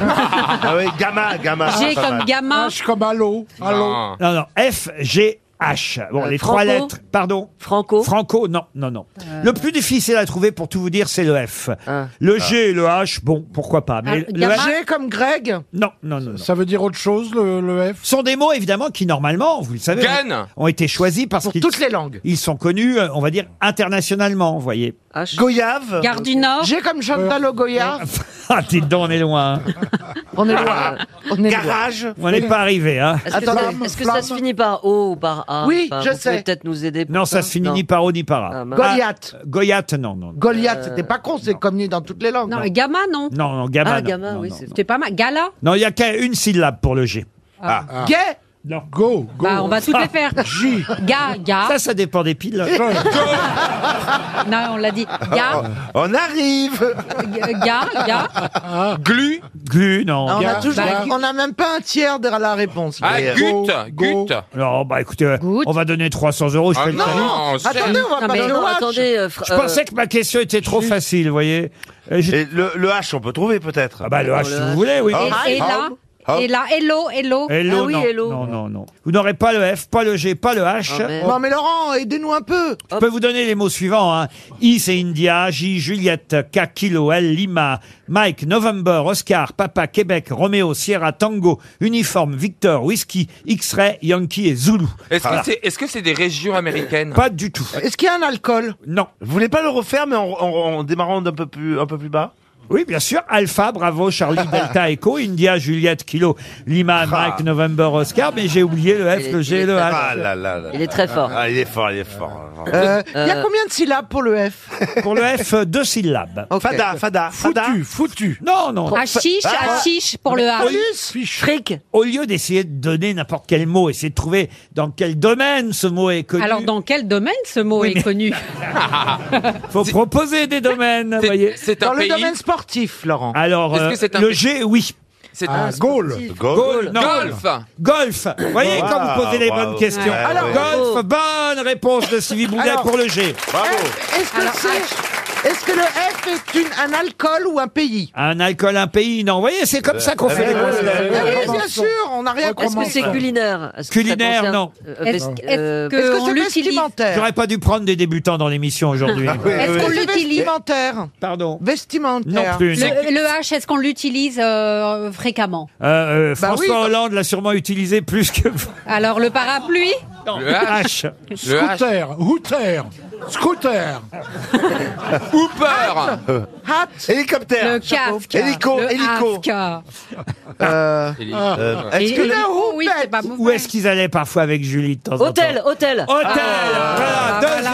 G: Ah oui, Gamma, Gamma.
J: J'ai
G: pas
J: comme
G: mal.
J: gamin.
H: H comme allô. Allô.
F: Non.
B: Non, non, F, G, H. Bon,
C: Euh,
B: les
C: Franco
B: trois lettres. Pardon
C: Franco. Euh.
B: Franco, non, non, non. Le plus difficile à trouver, pour tout vous dire, c'est le F.
C: Ah.
B: Le G et le H, bon, pourquoi pas. Mais
J: Ah,
B: le
J: gamin.
B: H,
I: G comme Greg.
B: non, non, non, non.
H: Ça veut dire autre chose, le, le F
B: sont des mots, évidemment, qui, normalement, vous le savez,
F: Gun.
B: ont été choisis parce
I: Pour
B: qu'ils
I: toutes les langues.
B: ils sont connus, euh, on va dire, internationalement, vous voyez.
G: Goyave.
J: Gare du Nord.
I: J'ai comme Chantal au Goya.
B: Ah, dites donc, on est loin. hein.
I: On est loin. On est loin.
G: Garage.
B: On n'est pas arrivé. Hein.
C: Est-ce que,
I: Attendez,
C: ça- est-ce que ça se finit par O ou par A
I: Oui,
C: Enfin,
I: je
C: vous pouvez
I: sais.
C: peut-être nous aider. pour
B: Non, ça se finit
C: Non.
B: ni par O ni par A.
C: Ah, mince.
I: Goliath.
B: Ah, Goliath, non, non. Non,
C: Euh,
I: Goliath, c'était pas con, c'est connu dans toutes les langues.
J: Non, Gamma, non.
B: non, non, Gamma.
C: Ah,
B: non,
C: Gamma,
B: non,
C: oui,
B: non,
C: c'est-
B: non.
J: C'était pas mal. Gala
B: Non, il n'y a qu'une syllabe pour le G.
C: Ah.
B: Ah.
I: Gay
B: Non.
H: Go, go.
J: Bah, on va toutes les faire.
H: J.
J: Ga, ga.
B: Ah, Ça, ça dépend des piles.
J: Non, on l'a dit. Ga,
G: Oh, On arrive.
J: ga, ga.
F: Glu.
B: Ah. Glu, non.
I: Ah, On a
H: Gars,
I: toujours,
H: gars.
I: on a même pas un tiers de la réponse. euh,
F: Ah,
I: d'ailleurs.
H: Go,
F: Gut.
H: go.
F: Gut.
B: Non, bah écoutez, euh,
J: Good.
B: on va donner 300 euros. Je,
F: Ah
B: fais le
F: non,
B: pari.
F: non, c'est-
I: Attendez, on va
J: Non,
I: pas
J: mais
I: le
C: Non,
I: voir.
C: attendez. euh, fr-
B: Je
C: euh,
B: pensais que ma question était trop facile, vous voyez. Et j'ai-
G: Et le, le H, on peut trouver peut-être.
B: Ah bah le H,
C: le
B: si
C: H.
B: vous voulez, oui.
G: Ah.
J: Et, et là, et là, hello, hello.
B: Hello,
C: Ah oui,
B: non.
C: hello.
B: non, non, non. Vous n'aurez pas le F, pas le G, pas le H.
C: Ah, merde.
I: Non mais Laurent, aidez-nous un peu.
B: Je peux vous donner les mots suivants. hein. I, c'est India. J, e Juliette. K, Kilo. L, Lima. Mike, November. Oscar, Papa, Québec. Roméo, Sierra, Tango. Uniforme, Victor, Whisky. X-Ray, Yankee et Zulu.
F: Est-ce que
B: Voilà.
F: c'est est-ce que c'est des régions américaines
B: Ah. Pas du tout.
I: Est-ce qu'il y a un alcool
B: Non.
G: Vous voulez pas le refaire, mais en, en- en démarrant d'un peu plus, un peu plus bas
B: Oui, bien sûr. Alpha, Bravo, Charlie, Delta, Echo, India, Juliette, Kilo, Lima, Mike, November, Oscar, mais j'ai oublié le F,
C: Il est-
B: le G et
C: il est
B: le
C: pas
B: H.
G: Ah là là là.
C: Il est très fort.
G: Ah, il est fort, il est fort.
B: Ah,
I: Euh, Il y a combien de syllabes pour le F
B: Pour le F, deux syllabes.
I: Ok.
G: Fada, fada, fada.
H: Foutu, foutu.
B: Non, non.
J: Achiche, achiche pour le A.
H: Fiche.
C: Fric.
B: Bah, Au lieu d'essayer de donner n'importe quel mot, essayez de trouver dans quel domaine ce mot est connu.
J: Alors, dans quel domaine ce mot
B: Oui,
J: est
B: mais-
J: connu
B: Faut proposer des domaines, vous
F: C'est-
B: voyez.
F: C'est
I: Dans
F: un
I: le
F: pays.
I: domaine sportif, Laurent.
B: Alors,
F: Est-ce que
B: euh,
F: c'est un
B: le
F: pays
B: G, oui.
F: C'est un
H: Ah, Gaulle.
B: Golf. non.
F: golf.
B: Golf. Vous voyez,
G: Wow,
B: quand vous posez les
G: bravo. Eh
B: bonnes questions.
G: Ouais,
B: Alors,
G: ouais.
B: golf, bonne réponse de Sylvie Boulet
I: Alors-
B: pour le G.
G: Bravo.
I: Est-ce que c'est Est-ce que le F est une- un alcool ou un pays
B: Un alcool, un pays, non. Vous voyez, c'est comme ça qu'on fait les grosses têtes.
I: Ah Oui, bien sûr, on n'a rien
C: Est-ce que
I: compris.
C: c'est culinaire Est-ce que ça
B: Culinaire,
C: concerne-
B: non.
C: Euh,
J: Est-ce
C: parce-
J: est-ce
C: euh,
I: Est-ce que
J: qu'on
I: c'est
J: l'utilise
I: vestimentaire
B: J'aurais pas dû prendre des débutants dans l'émission aujourd'hui.
G: Ah
J: Est-ce qu'on
I: C'est
J: l'utilise
I: vestimentaire.
B: Pardon.
I: Vestimentaire.
B: Non plus. non.
J: le, le H, est-ce qu'on l'utilise euh, fréquemment
B: Euh, euh,
I: Bah oui,
B: François
I: bah-
B: Hollande l'a sûrement utilisé plus que vous.
J: Alors, le parapluie
F: Le H.
B: H.
F: Le H.
H: Scooter, hooter, scooter.
F: Hooper.
I: Hat.
G: Hélicoptère.
J: Le casque.
G: Hélico,
J: le
G: hélico.
J: casque.
I: Euh,
F: Il est-
G: Euh, Est-ce que
J: Et-
I: le
J: oh, oui,
I: houppette,
J: c'est pas
B: Où
J: mauvais.
B: est-ce qu'ils allaient parfois avec Julie de temps en temps
C: Hôtel, hôtel.
B: Hôtel Voilà, deuxième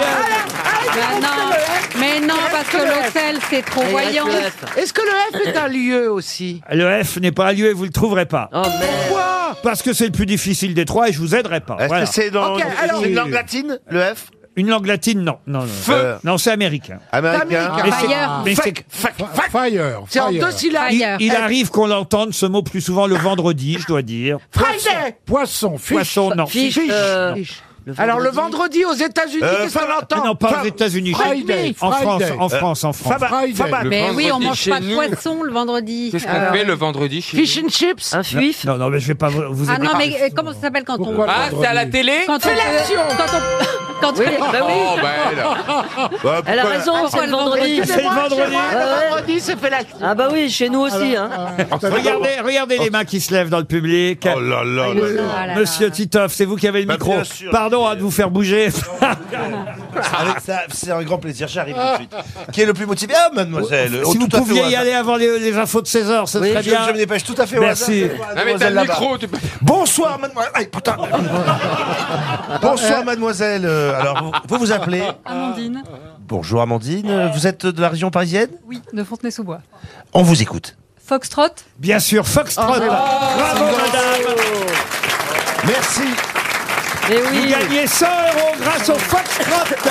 J: Ben non, mais non, parce que l'hôtel, c'est trop
C: Et il reste
J: voyant.
C: le F.
I: Est-ce que le F est un lieu aussi
B: Le F n'est pas un lieu et vous le trouverez pas.
C: Oh merde.
I: Quoi
B: Parce que c'est le plus difficile des trois et je vous aiderai pas.
G: Est-ce
B: Voilà.
G: que c'est dans
I: Ok,
G: c'est
I: alors-
G: une langue latine, le F
B: Une langue latine, non. Non, non.
G: Feu.
B: Non, c'est américain.
G: Américain.
I: Américain.
B: Mais c'est-
J: Fire.
B: mais c'est-
G: Fac, fac,
H: Fa-
G: fac.
H: Fire.
I: C'est en deux
H: fire.
I: syllabes.
J: Fire.
B: il arrive qu'on l'entende ce mot plus souvent le vendredi, je dois dire.
H: Ah,
I: Friday.
H: Poisson, fiche.
B: Poisson, non.
C: Fiche, euh,
I: Alors le vendredi aux États-Unis,
G: Euh,
I: qu'est-ce qu'on
G: Fab-
B: Mais
I: entend
B: Ah, non, pas aux
G: Fab-
B: États-Unis.
H: Friday,
B: En France,
H: Friday. Euh,
B: en France, en France.
G: Faba-
H: Friday.
G: Faba-
F: Le
J: Mais oui, on
F: vendredi
J: mange
F: chez
J: pas de
F: nous.
J: poisson le vendredi. Euh,
F: Qu'est-ce qu'on
J: Alors-
F: fait le vendredi chez
I: Fish
F: nous
I: and chips.
C: un fuif.
B: Non, non, mais je vais pas vous vous
J: Ah
B: aider.
J: non, mais euh, comment ça s'appelle quand on...
H: Pourquoi
F: Ah, c'est à la télé
J: Quand on... Quand on... Quand
C: Oui,
J: on...
B: Ah
C: bah
F: Oh,
C: oui.
F: bah
G: Bah,
F: elle.
C: Elle a
G: pourquoi-
D: Ah,
C: raison,
J: pourquoi
C: c'est le
J: le
C: vendredi. Ah,
B: C'est le vendredi.
C: Ouais,
I: Le
C: ouais.
I: vendredi, c'est fait la.
C: Ah bah oui, chez nous aussi. Hein.
I: ah.
B: Regardez, regardez les mains qui se lèvent dans le public.
G: Oh là là là là.
J: Ah là là.
B: Monsieur Titoff, c'est vous qui avez le
G: Bah,
B: micro.
G: bien sûr.
B: Pardon hein, de vous faire bouger.
K: Avec ça, c'est un grand plaisir, j'arrive tout de suite. Qui est le plus motivé Ah, mademoiselle oh,
B: si vous
K: tout à fait au
B: pouviez y
K: hasard.
B: aller avant les, les infos de 16 heures, ce
C: Oui,
B: serait
K: Je,
B: bien.
K: je me dépêche tout à fait au
B: Merci.
K: hasard.
F: Non, mais t'as
K: Mademoiselle
F: le
K: là-bas.
F: micro. tu peux-
K: Bonsoir, mademoiselle. Aïe, putain.
B: Ah.
K: Bonsoir, mademoiselle. Euh, Alors, vous- vous vous appelez
J: Amandine,
K: Bonjour, Amandine. Euh, Vous êtes de la région parisienne
J: oui, de Fontenay-sous-Bois.
K: On vous écoute.
J: Foxtrot
B: Bien sûr, Foxtrot.
J: Oh,
B: Bravo, madame.
K: Merci.
C: Mais
B: Vous
C: oui.
B: gagnez 100 euros grâce au Foxtrot.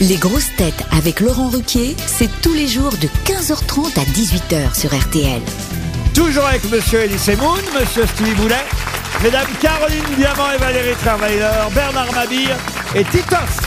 L: Les grosses têtes avec Laurent Ruquier, c'est tous les jours de 15h30 à 18h sur RTL.
B: Toujours avec monsieur Elie Moon, monsieur Stevie Boulet, mesdames Caroline Diamant et Valérie Trierweiler, Bernard Mabille et Titoff.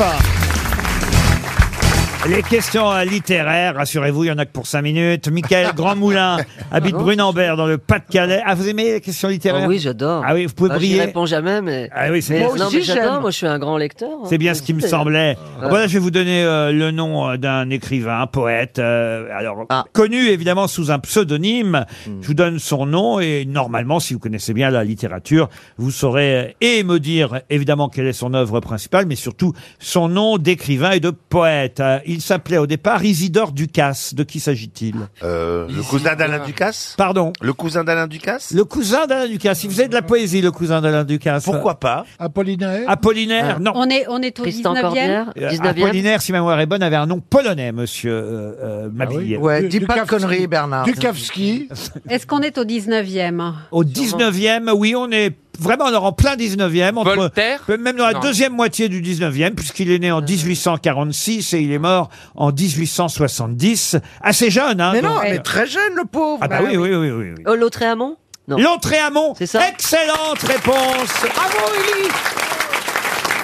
B: Les questions euh, littéraires, rassurez-vous, il y en a que pour 5 minutes. Michael Grandmoulin habite Brunambert dans le Pas-de-Calais. Ah, vous aimez les questions littéraires
C: Ah oui, j'adore.
B: Ah oui, vous pouvez
C: Ah, j'y
B: briller.
C: réponds jamais, mais.
B: Ah oui, c'est
C: mais-
B: bien.
C: Non, mais j'adore, moi je suis un grand lecteur. hein.
B: C'est bien ce qui me
C: Ouais.
B: semblait. Voilà, je vais vous donner euh, le nom euh, d'un écrivain, un poète, euh, alors connu évidemment sous un pseudonyme. Je vous donne son nom et normalement, si vous connaissez bien la littérature, vous saurez euh, et me dire évidemment quelle est son œuvre principale, mais surtout son nom d'écrivain et de poète. Euh, Il s'appelait au départ Isidore Ducasse. De qui s'agit-il
G: Euh, le cousin d'Alain Ducasse
B: Pardon
G: Le cousin d'Alain Ducasse
B: Le cousin d'Alain Ducasse. Il faisait de la poésie, le cousin d'Alain Ducasse. Pourquoi
K: pas
H: Apollinaire
B: Apollinaire, non.
J: On est, on est au 19e.
B: Euh, Apollinaire, si ma mémoire est bonne, avait un nom polonais, monsieur euh, euh, Mabille.
I: Ouais, dis pas de conneries, Bernard.
H: Dukavski.
J: Est-ce qu'on est au 19e
B: Au 19e, oui, on est vraiment alors en plein 19e. Entre,
F: Voltaire
B: Même dans la
F: Non.
B: deuxième moitié du 19e, puisqu'il est né
I: Euh.
B: en 1846 et il est mort en 1870. Assez jeune, hein
I: Mais non,
B: donc.
I: mais très jeune, le pauvre.
B: Ah bah oui, oui, oui, oui. oui.
C: Oh, L'autre et Hamon Non.
B: L'autre et Hamon
C: C'est ça
B: Excellente réponse
C: Bravo, Élie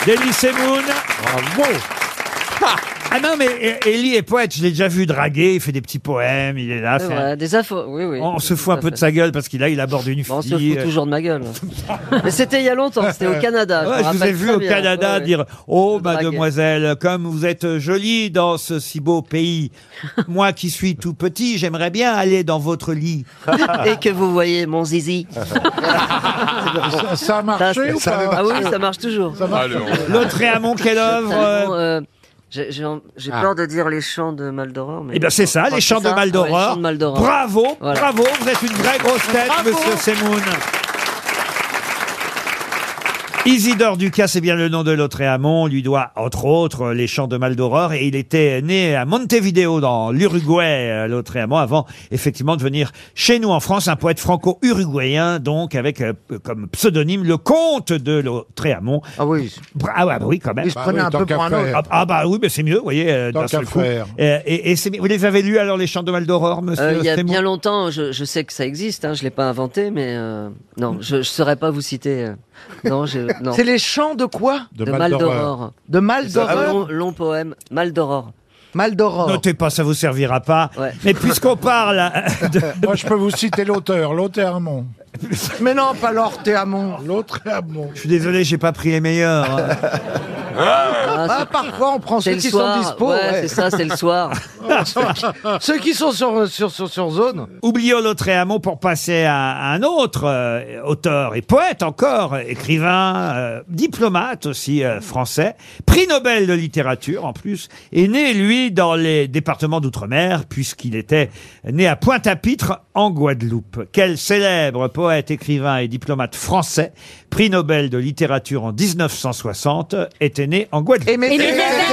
B: d'Elie Semoun. Bravo Ah non, mais Elie est poète, je l'ai déjà vu draguer, il fait des petits poèmes, il est là.
C: C'est
B: c'est un-
C: vrai, des infos, oui, oui.
B: On se fout un peu de sa gueule parce qu'il a, il aborde une fille. euh,
C: On se fout toujours de ma gueule. Mais c'était il y a longtemps, c'était au Canada. me
B: Ouais, je vous ai
C: rappelle
B: vu
C: très
B: au
C: bien.
B: Canada
C: Ouais, ouais.
B: dire Oh,
C: draguer.
B: mademoiselle, comme vous êtes jolie dans ce si beau pays, moi qui suis tout petit, j'aimerais bien aller dans votre lit.
C: Et que vous voyez mon zizi.
H: Ça, ça a marché ou
C: ça-
H: pas
C: Ah oui, ça marche toujours.
B: L'autre est à mon quelle œuvre euh,
C: Bon, euh, j'ai- J'ai en- j'ai
B: Ah.
C: peur de dire les chants de Maldoror. mais-
B: Eh bien, c'est ça,
C: Ah,
B: les
C: c'est
B: chants de
C: ça Ouais, les
B: Maldoror.
C: chants de Maldoror.
B: Bravo,
C: Voilà. Euh,
B: bravo, vous êtes une vraie grosse tête,
C: Bravo.
B: monsieur Semoun. Isidore Ducas, c'est bien le nom de l'Autréamont. On lui doit, entre autres, les chants de Maldoror. Et il était né à Montevideo, dans l'Uruguay, euh, l'Autréamont, avant, effectivement, de venir chez nous en France, un poète franco-uruguayen, donc, avec euh, comme pseudonyme le comte de l'Autréamont.
I: Ah oui.
B: Ah ouais, bah oui, quand même.
I: Il se Bah prenait oui, un tant peu qu'à pour un autre. faire.
B: Ah, ah bah oui, mais c'est mieux, vous voyez, euh,
I: Tant
B: d'un seul
I: qu'à
B: coup.
I: faire.
B: Euh, et, et c'est bien. vous les avez lus, alors, les chants de Maldoror, monsieur
C: Euh, il y a
B: Semoun
C: bien longtemps, je, je sais que ça existe, hein, je ne l'ai pas inventé, mais euh, non, je ne saurais pas vous citer. euh, non, je, non. Ah
I: C'est les chants de quoi
C: De Mal d'Aurore.
I: De Mal
C: long,
I: d'Aurore
C: long poème, Mal d'Aurore.
I: Mal d'Aurore.
B: Notez pas, ça vous servira pas. Mais puisqu'on parle euh, de...
H: Moi, je peux vous citer l'auteur, l'Autermont.
I: Mais non, pas l'Ortéamon.
H: L'autre est à mon.
B: Je suis désolé, j'ai pas pris les meilleurs. hein.
I: Ah, parfois on prend
C: C'est
I: ceux
C: le
I: qui
C: soir,
I: sont dispo.
C: ouais, c'est ça, c'est le soir.
I: ceux qui sont sur, sur, sur, sur zone.
B: Oublions l'Autréamont pour passer à, à un autre euh, auteur et poète encore, euh, écrivain, euh, diplomate aussi euh, français, prix Nobel de littérature en plus, est né lui dans les départements d'outre-mer puisqu'il était né à Pointe-à-Pitre en Guadeloupe. Quel célèbre poète, écrivain et diplomate français, prix Nobel de littérature en 1960, était né en Guadeloupe.
I: Aimé
J: Aimé Césaire,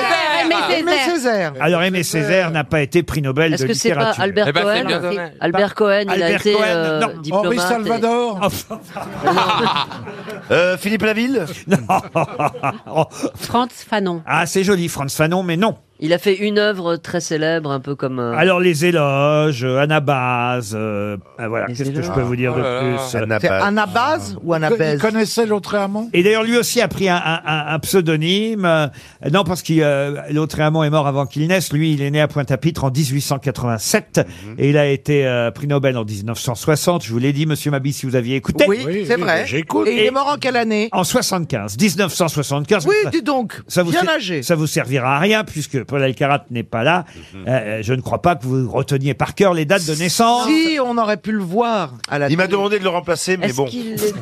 J: Aimé
I: Ah, Aimé
J: Césaire.
C: Ah
I: Césaire.
B: Alors Aimé Césaire n'a pas été prix Nobel
C: Est-ce
B: de
C: que c'est pas
B: littérature.
C: Albert
F: Eh ben, c'est
C: Cohen
F: bien
C: Albert Albert Cohen, il a
B: Albert
C: été
B: Cohen,
C: euh,
B: non. Oh,
C: diplomate.
H: Henri
C: et-
H: Salvador.
G: Euh, Philippe Laville
B: Oh.
J: Franz Fanon.
B: Ah, c'est joli, Franz Fanon, mais non.
C: Il a fait une œuvre très célèbre, un peu comme. euh,
B: Alors, les éloges, euh, Anabase, euh, ah, voilà,
C: Les
B: qu'est-ce que je
C: éloges.
B: peux vous dire de
F: Oh là là.
B: plus euh,
I: C'est Anabase ou
H: Il
I: Anabèse
H: connaissait l'autre amont
B: Et d'ailleurs, lui aussi a pris un, un- un- un pseudonyme. euh, non, parce que l'autre amant est mort avant qu'il naisse. Lui, il est né à Pointe-à-Pitre en 1887
G: Mhm.
B: et il a été euh, prix Nobel en 1960. Je vous l'ai dit, monsieur Mabi, si vous aviez écouté.
I: Oui,
H: Oui,
I: c'est
H: oui,
I: vrai. ben,
H: mais j'écoute.
I: Et il est mort en quelle année
B: En 75, 1975.
I: Oui,
B: Ça-
I: dis donc.
B: Ça vous,
I: bien
B: ser-
I: âgé.
B: ça vous servira à rien puisque Paul Alcarat n'est pas là.
G: Mhm.
B: Euh, je ne crois pas que vous reteniez par cœur les dates de naissance.
I: Si on aurait pu le voir à la
G: Il m'a
I: télé.
G: demandé de le remplacer, mais
C: Est-ce
G: bon.
C: qu'il est-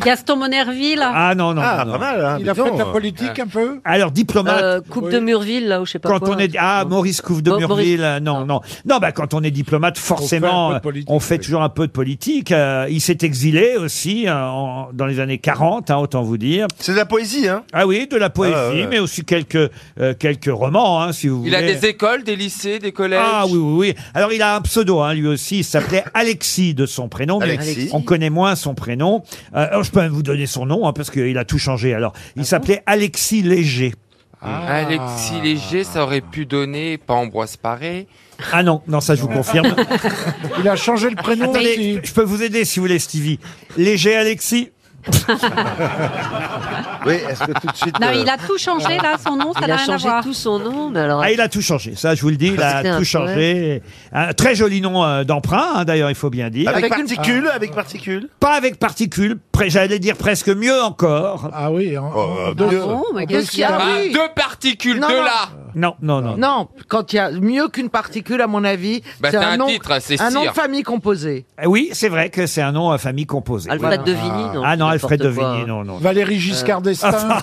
J: Gaston Monerville.
B: Ah non, non.
G: Ah,
B: non.
G: pas mal, hein.
H: Il a
G: dis
H: fait de
G: donc.
H: la politique un peu
B: Alors, diplomate.
C: Euh, coupe de Murville, là, ou je sais pas
B: quand
C: quoi.
B: on est ah
C: Non.
B: Maurice Couve de
C: Bon,
B: Murville euh, non non non bah quand on est diplomate forcément
H: On fait un peu
B: euh,
H: de politique,
B: on fait
H: oui.
B: toujours un peu de politique Euh, il s'est exilé aussi euh, en- dans les années 40 hein, autant vous dire
G: C'est de la poésie, hein
B: ah oui de la poésie
G: Ah, ouais, ouais.
B: mais aussi quelques euh, quelques romans hein, si vous
F: Il a
B: voulez.
F: des écoles, des lycées, des collèges.
B: Ah oui, oui, oui. Alors il a un pseudo, hein, lui aussi. Il s'appelait Alexis de son prénom. mais
G: Alexis.
B: On connaît moins son prénom. Euh, alors, je peux même vous donner son nom, hein, parce qu'il a tout changé. Alors,
G: Ah
B: il s'appelait Alexis Léger.
F: Ah, Alexis Léger, ça aurait pu donner, pas Ambroise Paré.
B: Ah non, non, ça je vous confirme.
H: Il a changé le prénom
B: Attendez,
H: aussi.
B: je peux vous aider si vous voulez, Stevie. Léger Alexis
I: Oui, est-ce que tout de suite.
J: Non,
B: euh,
J: il a tout changé là, son nom, ça
C: Il
J: n'a
C: a
J: rien à
C: changé
J: voir.
C: tout son nom, mais alors.
B: Ah, il a tout changé, ça je vous le dis, il
C: C'était
B: a
C: un
B: tout changé. Un très joli nom euh, d'emprunt, hein, d'ailleurs, il faut bien dire.
K: Avec,
B: une
K: particules,
G: Ah.
K: avec particules.
B: Pas avec particules, pré- j'allais dire presque mieux encore. Ah oui,
J: Ah
F: Deux particules,
I: Non,
F: de
I: non.
F: là
B: Non, non, non.
I: Non, quand il y a mieux qu'une particule, à mon avis,
B: Bah,
I: c'est
B: t'as
I: un,
B: un
I: nom,
B: titre, c'est
I: un
B: Cyr.
I: nom de famille composé.
B: Eh Oui, c'est vrai que c'est un nom à famille composée.
I: Alfred
B: Oui.
I: Devigny, non,
B: Ah non,
I: n'importe
B: Alfred
I: quoi.
B: Devigny, non, non.
H: Valérie Giscard d'Estaing.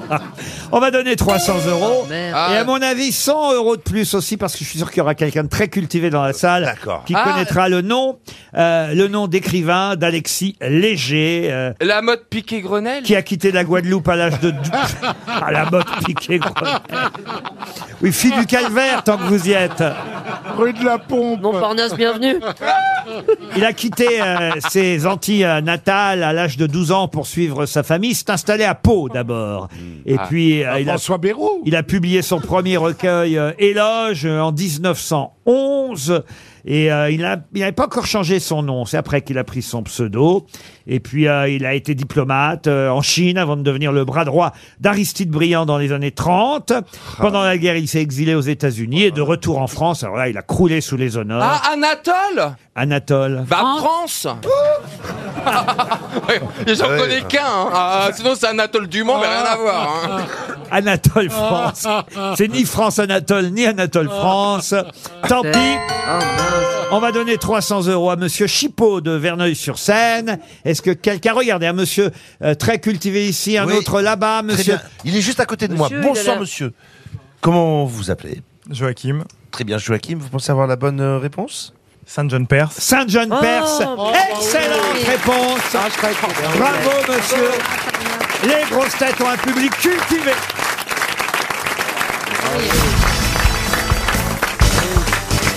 B: On va donner 300 euros.
H: merde.
I: Ah.
B: Et à mon avis, 100 euros de plus aussi, parce que je suis sûr qu'il y aura quelqu'un de très cultivé dans la salle qui
F: Ah.
B: connaîtra le nom, euh, le nom d'écrivain d'Alexis Léger. euh,
F: La mode piqué-grenelle
B: qui a quitté la Guadeloupe à l'âge de... dou- à la mode piquée. grenelle. Oui, fille du calvaire, tant que vous y êtes.
H: Rue de la Pompe.
C: Montparnasse, bienvenue.
B: Il a quitté euh, ses Antilles euh, natales à l'âge de 12 ans pour suivre sa famille. Il s'est installé à Pau d'abord. Et
H: Ah.
B: puis euh,
H: Ah,
B: il, a,
H: François Bayrou.
B: il a publié son premier recueil euh, Éloge euh, en 1911. Et euh, il n'avait il n'avait pas encore changé son nom. C'est après qu'il a pris son pseudo. Et puis euh, il a été diplomate euh, en Chine avant de devenir le bras droit d'Aristide Briand dans les années 30.
H: Ah.
B: Pendant la guerre, il s'est exilé aux États-Unis et de retour en France. Alors là, il a croulé sous les honneurs.
F: Ah, Anatole
B: Anatole.
F: Bah, France Et J'en
B: Ouais.
F: connais qu'un, hein. Ah, sinon c'est Anatole Dumont, mais rien à voir. hein.
B: Anatole France. C'est ni France Anatole, ni Anatole France. Tant pis. On va donner 300 euros à monsieur Chipot de Verneuil-sur-Seine. Est-ce que quelqu'un, regardez, un monsieur euh, très cultivé ici, un
K: Oui.
B: autre là-bas,
K: Très
B: monsieur.
K: bien. Il est juste à côté de moi.
B: Monsieur, il a
K: Bonsoir,
B: l'air-
K: monsieur. Comment vous vous appelez Joachim. Très bien, Joachim. Vous pensez avoir la bonne euh, réponse Saint-John Perse.
B: Saint-John Perse. Excellente réponse. Bravo, monsieur. Les grosses têtes ont un public cultivé.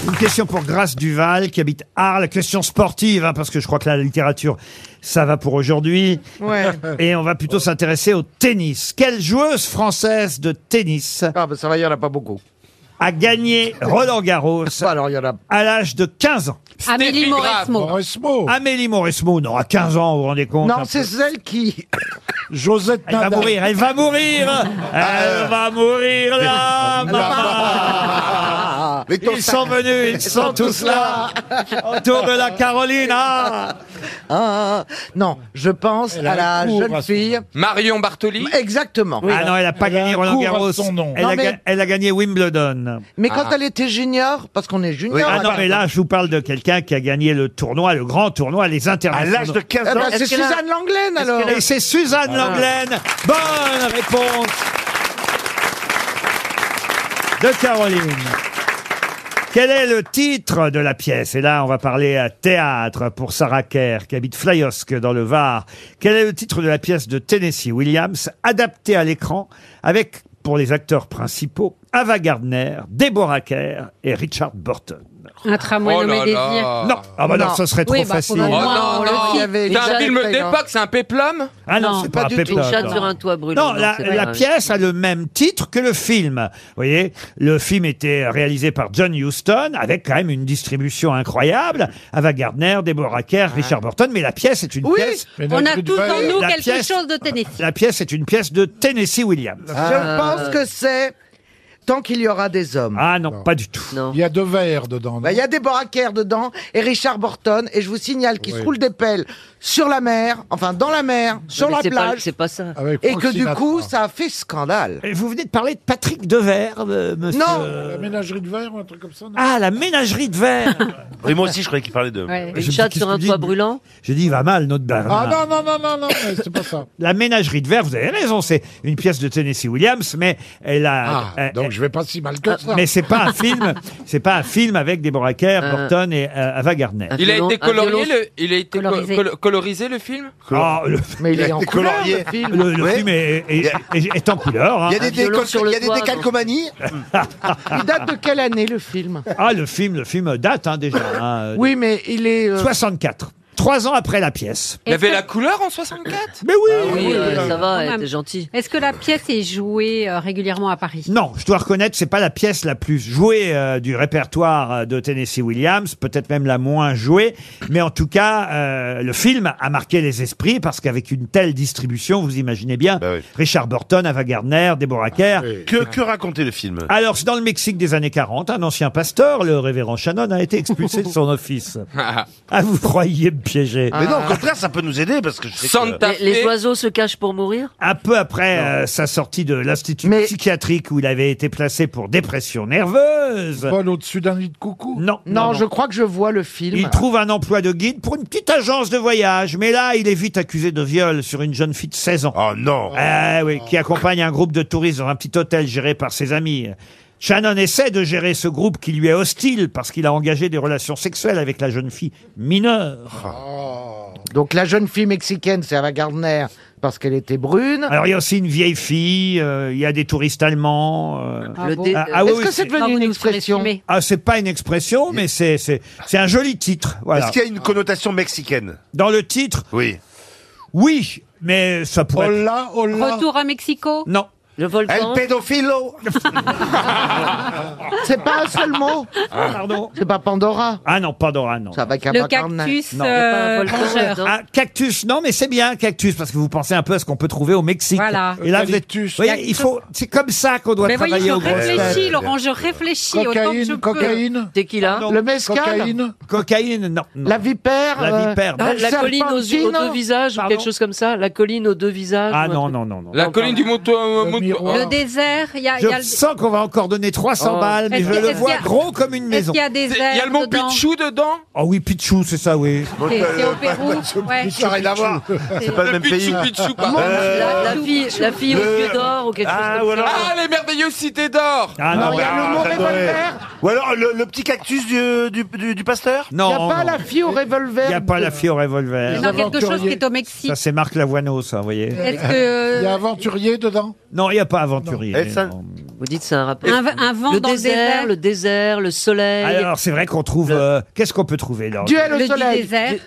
B: Une question pour Grâce Duval qui habite Arles. Question sportive, hein, parce que je crois que la littérature, ça va pour aujourd'hui.
I: Ouais.
B: Et on va plutôt s'intéresser au tennis. Quelle joueuse française de tennis
I: Ah, bah, ça va, il n'y en a pas beaucoup.
B: A gagné Roland Garros à l'âge de 15 ans.
J: Amélie Mauresmo.
B: Amélie Mauresmo, non, à 15 ans, vous vous rendez compte
I: Non,
B: un
I: c'est
B: peu.
I: celle qui.
H: Josette
B: Elle va
I: Nadal. Ah.
B: mourir, elle va mourir Elle va mourir là maman. Ils sont venus, ils sont tous là Autour de la Caroline ah.
I: Ah, non, je pense à
F: a
I: la
F: une cour
I: jeune
F: à son
I: fille.
F: Marion Bartoli
I: Exactement.
B: Ah non, elle n'a pas gagné Roland Garros. Elle,
I: Non,
B: a, ga-
I: mais,
B: elle a gagné Wimbledon.
I: mais quand
B: Ah.
I: elle était junior, parce qu'on est junior.
B: ah non, mais là, je vous parle de quelqu'un qui a gagné le tournoi, le grand tournoi, les internationaux.
I: Eh ben, c'est Suzanne Langlaine alors.
B: Et c'est Suzanne
I: Ah.
B: Langlaine. Bonne réponse de Caroline. Quel est le titre de la pièce Et là, on va parler à théâtre pour Sarah Kerr, qui habite Flyosque dans le Var. Quel est le titre de la pièce de Tennessee Williams, adaptée à l'écran, avec, pour les acteurs principaux, Ava Gardner, Deborah Kerr et Richard Burton
J: Un tramway
B: Oh
J: nommé Désir.
B: Non, ah bah non, ce serait trop
J: Oui, bah,
B: facile.
J: probablement,
F: Oh
J: on le
F: non,
J: fit.
F: non, c'est un film d'époque, c'est un péplum
B: Ah non, c'est pas, un péplum,
C: Une chatte
B: non.
C: sur un toit brûlant.
B: Non, la,
C: c'est pas
B: la
C: grave.
B: pièce a le même titre que le film. Vous voyez, le film était réalisé par John Huston, avec quand même une distribution incroyable. Ava Gardner, Deborah Kerr, Richard Burton, mais la pièce est une pièce...
J: On a tous en nous
B: La
J: quelque
B: pièce-
J: chose de Tennessee.
B: La pièce est une pièce de Tennessee Williams.
I: Je
C: Ah.
I: pense que c'est tant qu'il y aura des hommes.
B: Ah non, pas du tout.
H: Il y a deux verres dedans.
I: Bah, Il y a des Kerr dedans et Richard Burton. Et je vous signale qu'ils se roulent des pelles sur la mer, enfin dans la mer, sur
C: Mais
I: la
C: c'est pas-
I: plage.
C: C'est pas ça.
B: Ah
I: et que du coup, ça a fait scandale.
B: Et vous venez de parler de Patrick Devers, euh, monsieur...
I: Non.
H: La ménagerie de verre ou un truc comme ça non
B: Ah, la ménagerie de verre
K: Oui, moi aussi, je croyais qu'il parlait de.
B: Je me dis, qu'est-ce qu'il dit J'ai dit, il va mal, notre
H: Ah
B: Bernard.
H: non, non, non, non, non, mais c'est pas ça.
B: La ménagerie de verre, vous avez raison, c'est une pièce de Tennessee Williams, mais elle a. donc je
H: vais pas si mal que ça.
B: Mais c'est pas un film, c'est pas un film avec Deborah Kerr,
F: Euh,
B: Burton et euh, Ava Gardner.
F: Il a été colorié, le, il a été co-
B: Colorisé.
F: colo- colorisé, le film
B: Ah, le... Ah,
I: Mais
F: il est en couleur,
K: colorié.
F: le film.
B: Le, le
F: Ouais.
B: film est, est- est- est en couleur. hein.
K: Il y a
C: Ah,
K: des, décal- il y a des décalcomanies.
I: Il date de quelle année le film
B: Ah, le film, le film date hein, déjà. hein.
I: Oui, mais il est. euh,
B: 64. trois ans après la pièce.
F: Il y avait la couleur en 64
B: Mais oui,
C: oui,
B: oui,
C: euh,
B: oui.
C: ça va,
J: Quand
C: elle
J: même.
C: était gentille.
J: Est-ce que la pièce est jouée euh, régulièrement à Paris
B: Non, je dois reconnaître, c'est pas la pièce la plus jouée euh, du répertoire euh, de Tennessee Williams, peut-être même la moins jouée, mais en tout cas, euh, le film a marqué les esprits parce qu'avec une telle distribution, vous imaginez bien,
G: Bah
B: Richard Burton, Ava Gardner, Deborah Kerr.
M: Que, que racontait le film
B: Alors, c'est dans le Mexique des années 40, un ancien pasteur, le révérend Shannon, a été expulsé de son office. Ah, vous croyez me piéger
G: Mais
M: Ah.
G: non, au contraire, ça peut nous aider parce que je sais que-
C: Les, les oiseaux se cachent pour mourir
B: Un peu après euh, sa sortie de l'institut psychiatrique où il avait été placé pour dépression nerveuse. Paul au-dessus d'un lit de coucou Non.
I: Non, je crois que je vois le film.
B: Il trouve un emploi de guide pour une petite agence de voyage, mais là, il est vite accusé de viol sur une jeune fille de 16 ans. Oh non oui, qui accompagne un groupe de touristes dans un petit hôtel géré par ses amis. Shannon essaie de gérer ce groupe qui lui est hostile parce qu'il a engagé des relations sexuelles avec la jeune fille mineure.
I: Oh. Donc la jeune fille mexicaine, c'est Ava Gardner, parce qu'elle était brune.
B: Alors il y a aussi une vieille fille, euh, il y a des touristes allemands. euh,
I: Le dé- Est-ce que c'est devenu Ah une expression
B: Ah, c'est pas une expression, mais c'est c'est c'est un joli titre. Voilà.
G: Est-ce qu'il y a une connotation mexicaine
B: Dans le titre.
G: Oui.
B: Oui, mais ça pourrait. être-
J: Retour à Mexico
B: Non.
C: Le volcan.
G: pédophilo
I: C'est pas un seul mot.
B: Ah, Pardon.
I: C'est pas Pandora.
B: Ah non, Pandora, non.
I: Ça va qu'à
J: Le
I: Ava Gardner.
J: cactus, euh, rongeur.
B: Ah, cactus, non, mais c'est bien cactus parce que vous pensez un peu à ce qu'on peut trouver au Mexique.
J: Voilà.
B: Et là, vous êtes- vous voyez, il faut. C'est comme ça qu'on doit
J: Mais voyez,
B: travailler
J: je
B: au gros
J: réfléchis,
B: stade.
J: Laurent, je réfléchis autant que je
C: Tequila.
B: Pardon.
I: Le mescal.
B: Cocaïne. Cocaïne, non. La
I: vipère.
B: La vipère. euh, non.
C: Ah, la colline aux, yeux- aux deux visages ou quelque chose comme ça La colline aux deux visages
B: Ah
C: ou un
B: non,
C: truc-
B: non, non, non.
F: La colline du Monto. euh, Monto-
J: Le désert, il y a, il
B: Je
J: y a le-
B: sens qu'on va encore donner 300
J: Oh.
B: balles, mais
J: Est-ce
B: je
J: qu'il-
B: le
J: est-ce
B: vois
J: qu'il y a-
B: gros comme une
J: Est-ce
B: maison.
J: qu'il y a des airs dedans
F: dedans
B: Ah oui, Pichou, c'est ça, oui.
J: C'est c'est au Pérou ouais.
G: Ça n'a rien à voir. C'est pas le même pays.
C: La, la fille, la fille aux
G: le-
C: yeux d'or ou quelque
G: Ah, ou
C: chose comme ça.
G: alors-
F: Euh, Ah, les merveilleuses cités d'or
B: Ah non, mais-
G: bah, Ou alors le, le petit cactus du, du, du- du pasteur
B: Non, Il y a pas non. la
I: Ah, fille au revolver.
B: Il n'y a pas la fille au revolver.
J: Non, quelque chose qui est au Mexique.
B: Ça, c'est Marc Lavoineau, ça, vous voyez.
J: Est-ce que- euh, Il y a
B: aventurier dedans Non, il n'y a pas aventurier. non.
C: Vous dites c'est un rappel.
J: Un, un vent
C: le
J: dans
C: désert,
J: le désert
C: le désert, le soleil.
B: euh, Ah, Alors, c'est vrai qu'on trouve. euh, Qu'est-ce qu'on peut trouver là
J: le dit désert,
C: Du-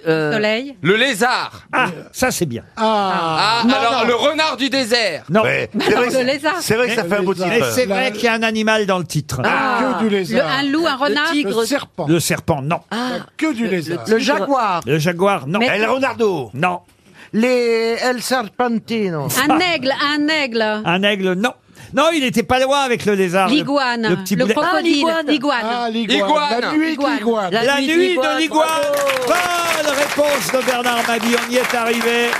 C: euh,
J: soleil.
F: Le lézard
B: Ah, ça, c'est bien.
F: Ah, alors le renard du désert
B: Non.
J: c'est vrai que- Le lézard. c'est vrai que ça fait un beau titre.
B: Mais c'est
J: La-
B: vrai qu'il y a un animal dans le titre.
J: Ah, le- un loup, un renard.
B: serpent. Le serpent, non.
H: Que du lézard.
I: Le jaguar.
B: Le jaguar, non.
J: Mais- El
B: renardo. Non. Ah,
I: Les El Serpentino.
J: Un aigle, un aigle.
B: Un aigle, non. Non, il n'était pas loin avec le lézard. le-
J: L'iguane,
B: Le petit
J: le
B: boulet.
J: crocodile,
C: Ah, l'iguane.
J: l'iguane.
F: Iguane. La nuit
J: L'iguane.
B: La, nuit, de l'iguane. Bonne réponse de Bernard Mabille. On y est arrivé.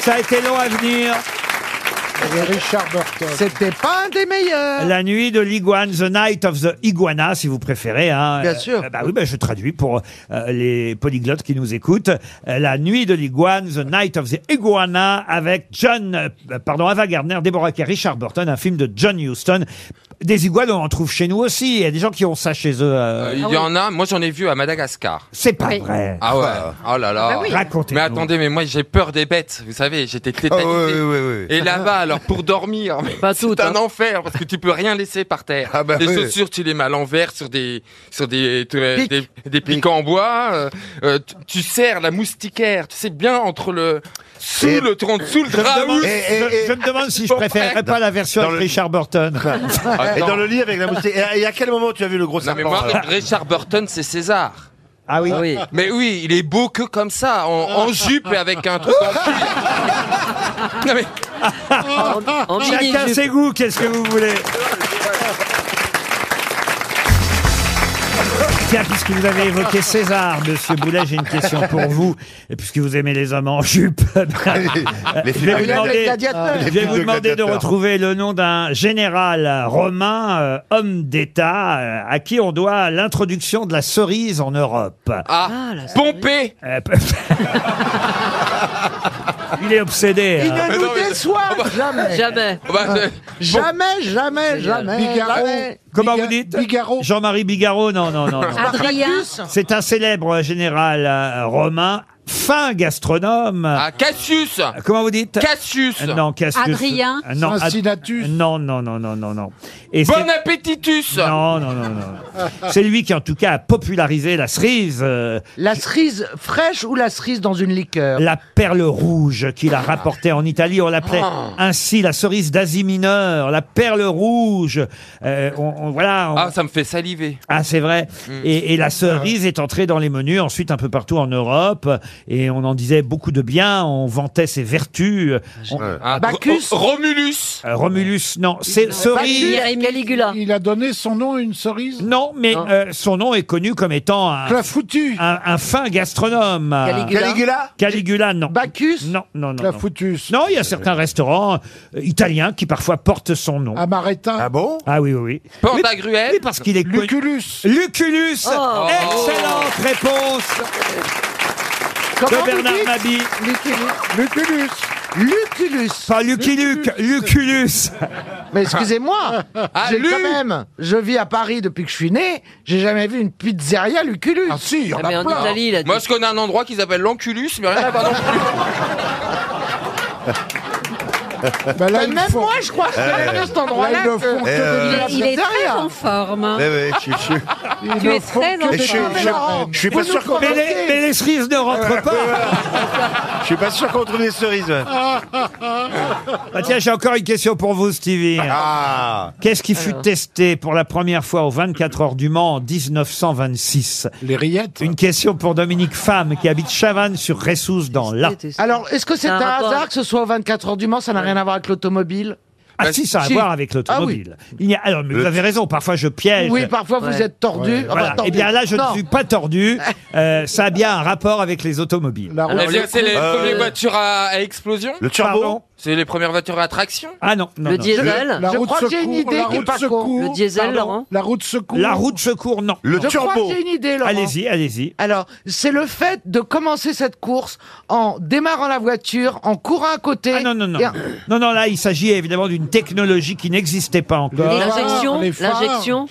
B: Ça a été long à venir. Richard Burton.
I: C'était pas un des meilleurs.
B: La nuit de l'iguane, The Night of the Iguana, si vous préférez. hein.
I: Bien
B: Euh,
I: sûr.
B: euh, bah oui, bah je traduis pour euh, les polyglottes qui nous écoutent. Euh, la nuit de l'iguane, The Night of the Iguana, avec John, euh, pardon, Ava Gardner, Deborah Kerr, Richard Burton, un film de John Huston. Des iguanes, on en trouve chez nous aussi. Il y a des gens qui ont ça chez eux. euh.
F: Euh, Il y en a, moi j'en ai vu à Madagascar.
B: C'est pas vrai.
F: Ah ouais, oh là là.
B: Bah oui. Racontez-nous.
F: Mais attendez, mais moi j'ai peur des bêtes, vous savez, j'étais tétanisé. Et là-bas,
N: Ah.
F: alors pour dormir, mais c'est
H: hein.
F: un enfer parce que tu peux rien laisser par terre.
M: Ah bah
F: les
M: oui.
F: chaussures, tu les mets à l'envers sur des sur des des,
M: Pics.
F: des- des pics en bois. euh, euh, tu- tu serres la moustiquaire, tu sais bien entre le sous
B: Et-
F: le tronc, sous le
B: Je me,
F: drap.
B: demande, je- je me demande si je préférerais pas la version
F: Dans
B: avec
F: le-
B: Richard Burton.
F: Ah,
G: Et
F: non.
G: dans le lit avec la moustique. Et à quel moment tu as vu le gros
F: Non mais
G: serpent
F: moi,
G: alors
F: Richard Burton, c'est César.
B: Ah oui.
F: Mais oui, il est beau que comme ça, en, en jupe et avec un truc en cuir. Non mais,
C: en
B: Chacun
C: mini-jupe.
B: ses goûts, qu'est-ce que vous voulez Tiens, puisque vous avez évoqué César, Monsieur Boulet, j'ai une question pour vous. Et puisque vous aimez les hommes en jupe, ben,
M: Les
B: je vais
M: films
B: vous
M: de
B: demander,
M: gladiateurs.
B: je
M: Les
B: vais
M: films
B: vous
M: de
B: demander de
M: gladiateurs.
B: retrouver le nom d'un général romain, euh, homme d'État, euh, à qui on doit l'introduction de la cerise en Europe.
F: ah, Pompée
B: Euh, Il est obsédé.
I: Il
B: hein.
I: ne nous déçoit jamais.
C: Jamais.
I: Jamais, jamais, jamais. jamais.
B: Comment vous dites Bigaro. Jean-Marie Bigaro, non, non, non. non.
J: Adrien.
B: C'est un célèbre général euh, romain fin gastronome. Ah,
F: Cassius
B: Comment vous dites Euh,
F: Cassius
B: Non, Cassius.
J: Adrien
B: Ah, Non, Ad- Non, non, non, non, non, non. Et
F: Bon
B: c'est-
F: appétitus
B: Non, non, non, non. C'est lui qui, en tout cas, a popularisé la cerise, euh,
I: La cerise fraîche ou la cerise dans une liqueur
B: la perle rouge qu'il a rapportée en Italie. On l'appelait
I: Ah.
B: ainsi la cerise d'Asie mineure, la perle rouge. Euh, on, on- voilà. on-
F: Ah, ça me fait saliver.
B: Ah, c'est vrai.
F: Mm.
B: Et, et la cerise est entrée dans les menus ensuite un peu partout en Europe. Et on en disait beaucoup de bien. On vantait ses vertus. On-
F: Ah, Ro- Ro- Romulus
B: Euh, Romulus, non, c'est cerise.
H: Caligula. Il a donné son nom à une cerise
B: Non, mais euh, son nom est connu comme étant un, un, un fin gastronome.
H: Caligula Caligula
B: Caligula, non. Bacchus Non, non, non. Clafoutus Non, il y a certains restaurants euh, italiens qui parfois portent son nom. Amaretin Ah bon Ah oui, oui, oui.
F: Pantagruel
B: Oui, parce qu'il est connu. Lucullus Lucullus
F: Oh.
B: Excellente réponse
I: Comment
B: de
I: vous
B: Bernard
I: dites
B: Mabie.
I: Lucullus. Lucullus.
B: Pas Luciluc, Lucullus.
I: Mais excusez-moi,
B: Ah,
I: j'ai
B: Lu-
I: quand même, je vis à Paris depuis que je suis né, j'ai jamais vu une pizzeria Lucullus. Ah si,
F: Moi, je connais un endroit qu'ils appellent l'Anculus, mais rien là-bas non plus.
H: Ben
I: Mais même moi, je crois que c'est
B: Eh.
I: à cet endroit-là que-
J: Il, est- il est très
I: Derrière.
J: en forme. hein.
I: Ils
J: Tu
I: ne
J: es
I: font
J: très
I: que
J: en
I: des
J: forme.
I: choses.
J: Laurent.
M: Je suis pas
I: Vous
M: sûr
I: nous
M: qu'on- Mais les-
I: convoquez.
M: mais les
B: cerises ne rentrent
M: Je suis pas sûr qu'on trouve des cerises. ouais.
B: Ah, Bah tiens, j'ai encore une question pour vous, Stevie. Qu'est-ce qui fut
M: Alors.
B: testé pour la première fois aux 24 heures du Mans en 1926 Les rillettes. Une question pour Dominique Femme qui habite Chavannes sur Ressousse dans l'A.
I: Alors, est-ce que c'est
B: C'est
I: un,
B: un rapport.
I: hasard que ce soit aux 24 heures du Mans, ça n'a rien à voir avec l'automobile
B: Ah si, ça a à voir avec l'automobile. Il y a- Alors, mais vous avez raison, parfois je piège.
I: Oui, parfois, vous êtes tordu. Enfin,
B: Voilà.
I: tordu.
B: Eh bien là, je
I: Non.
B: ne suis pas tordu. Euh, ça a bien un rapport avec les automobiles.
F: Eh bien, c'est les
B: Euh,
F: premières voitures à, à explosion
B: Le turbo Pardon
F: C'est les premières voitures à traction
B: Ah non, non, non.
I: je crois que j'ai une idée qui est pas con. Pardon
B: La route secours. La route secours, non.
I: je crois que j'ai une idée, Laurent.
B: Allez-y, allez-y.
I: Alors, c'est le fait de commencer cette course en démarrant la voiture, en courant à côté. Ah non,
B: non, non. Non, non, là, il s'agit évidemment d'une technologie qui n'existait pas encore.
I: Les L'injection, phares, les phares.
J: l'injection.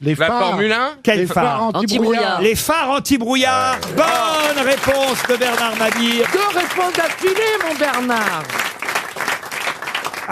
B: Les
F: La phares. Formule 1?
B: Quels
F: Les
B: phares
F: phares anti-brouillard.
B: Les phares anti-brouillard. Bonne réponse de Bernard Mabille.
I: Deux réponses d'affilée, mon Bernard.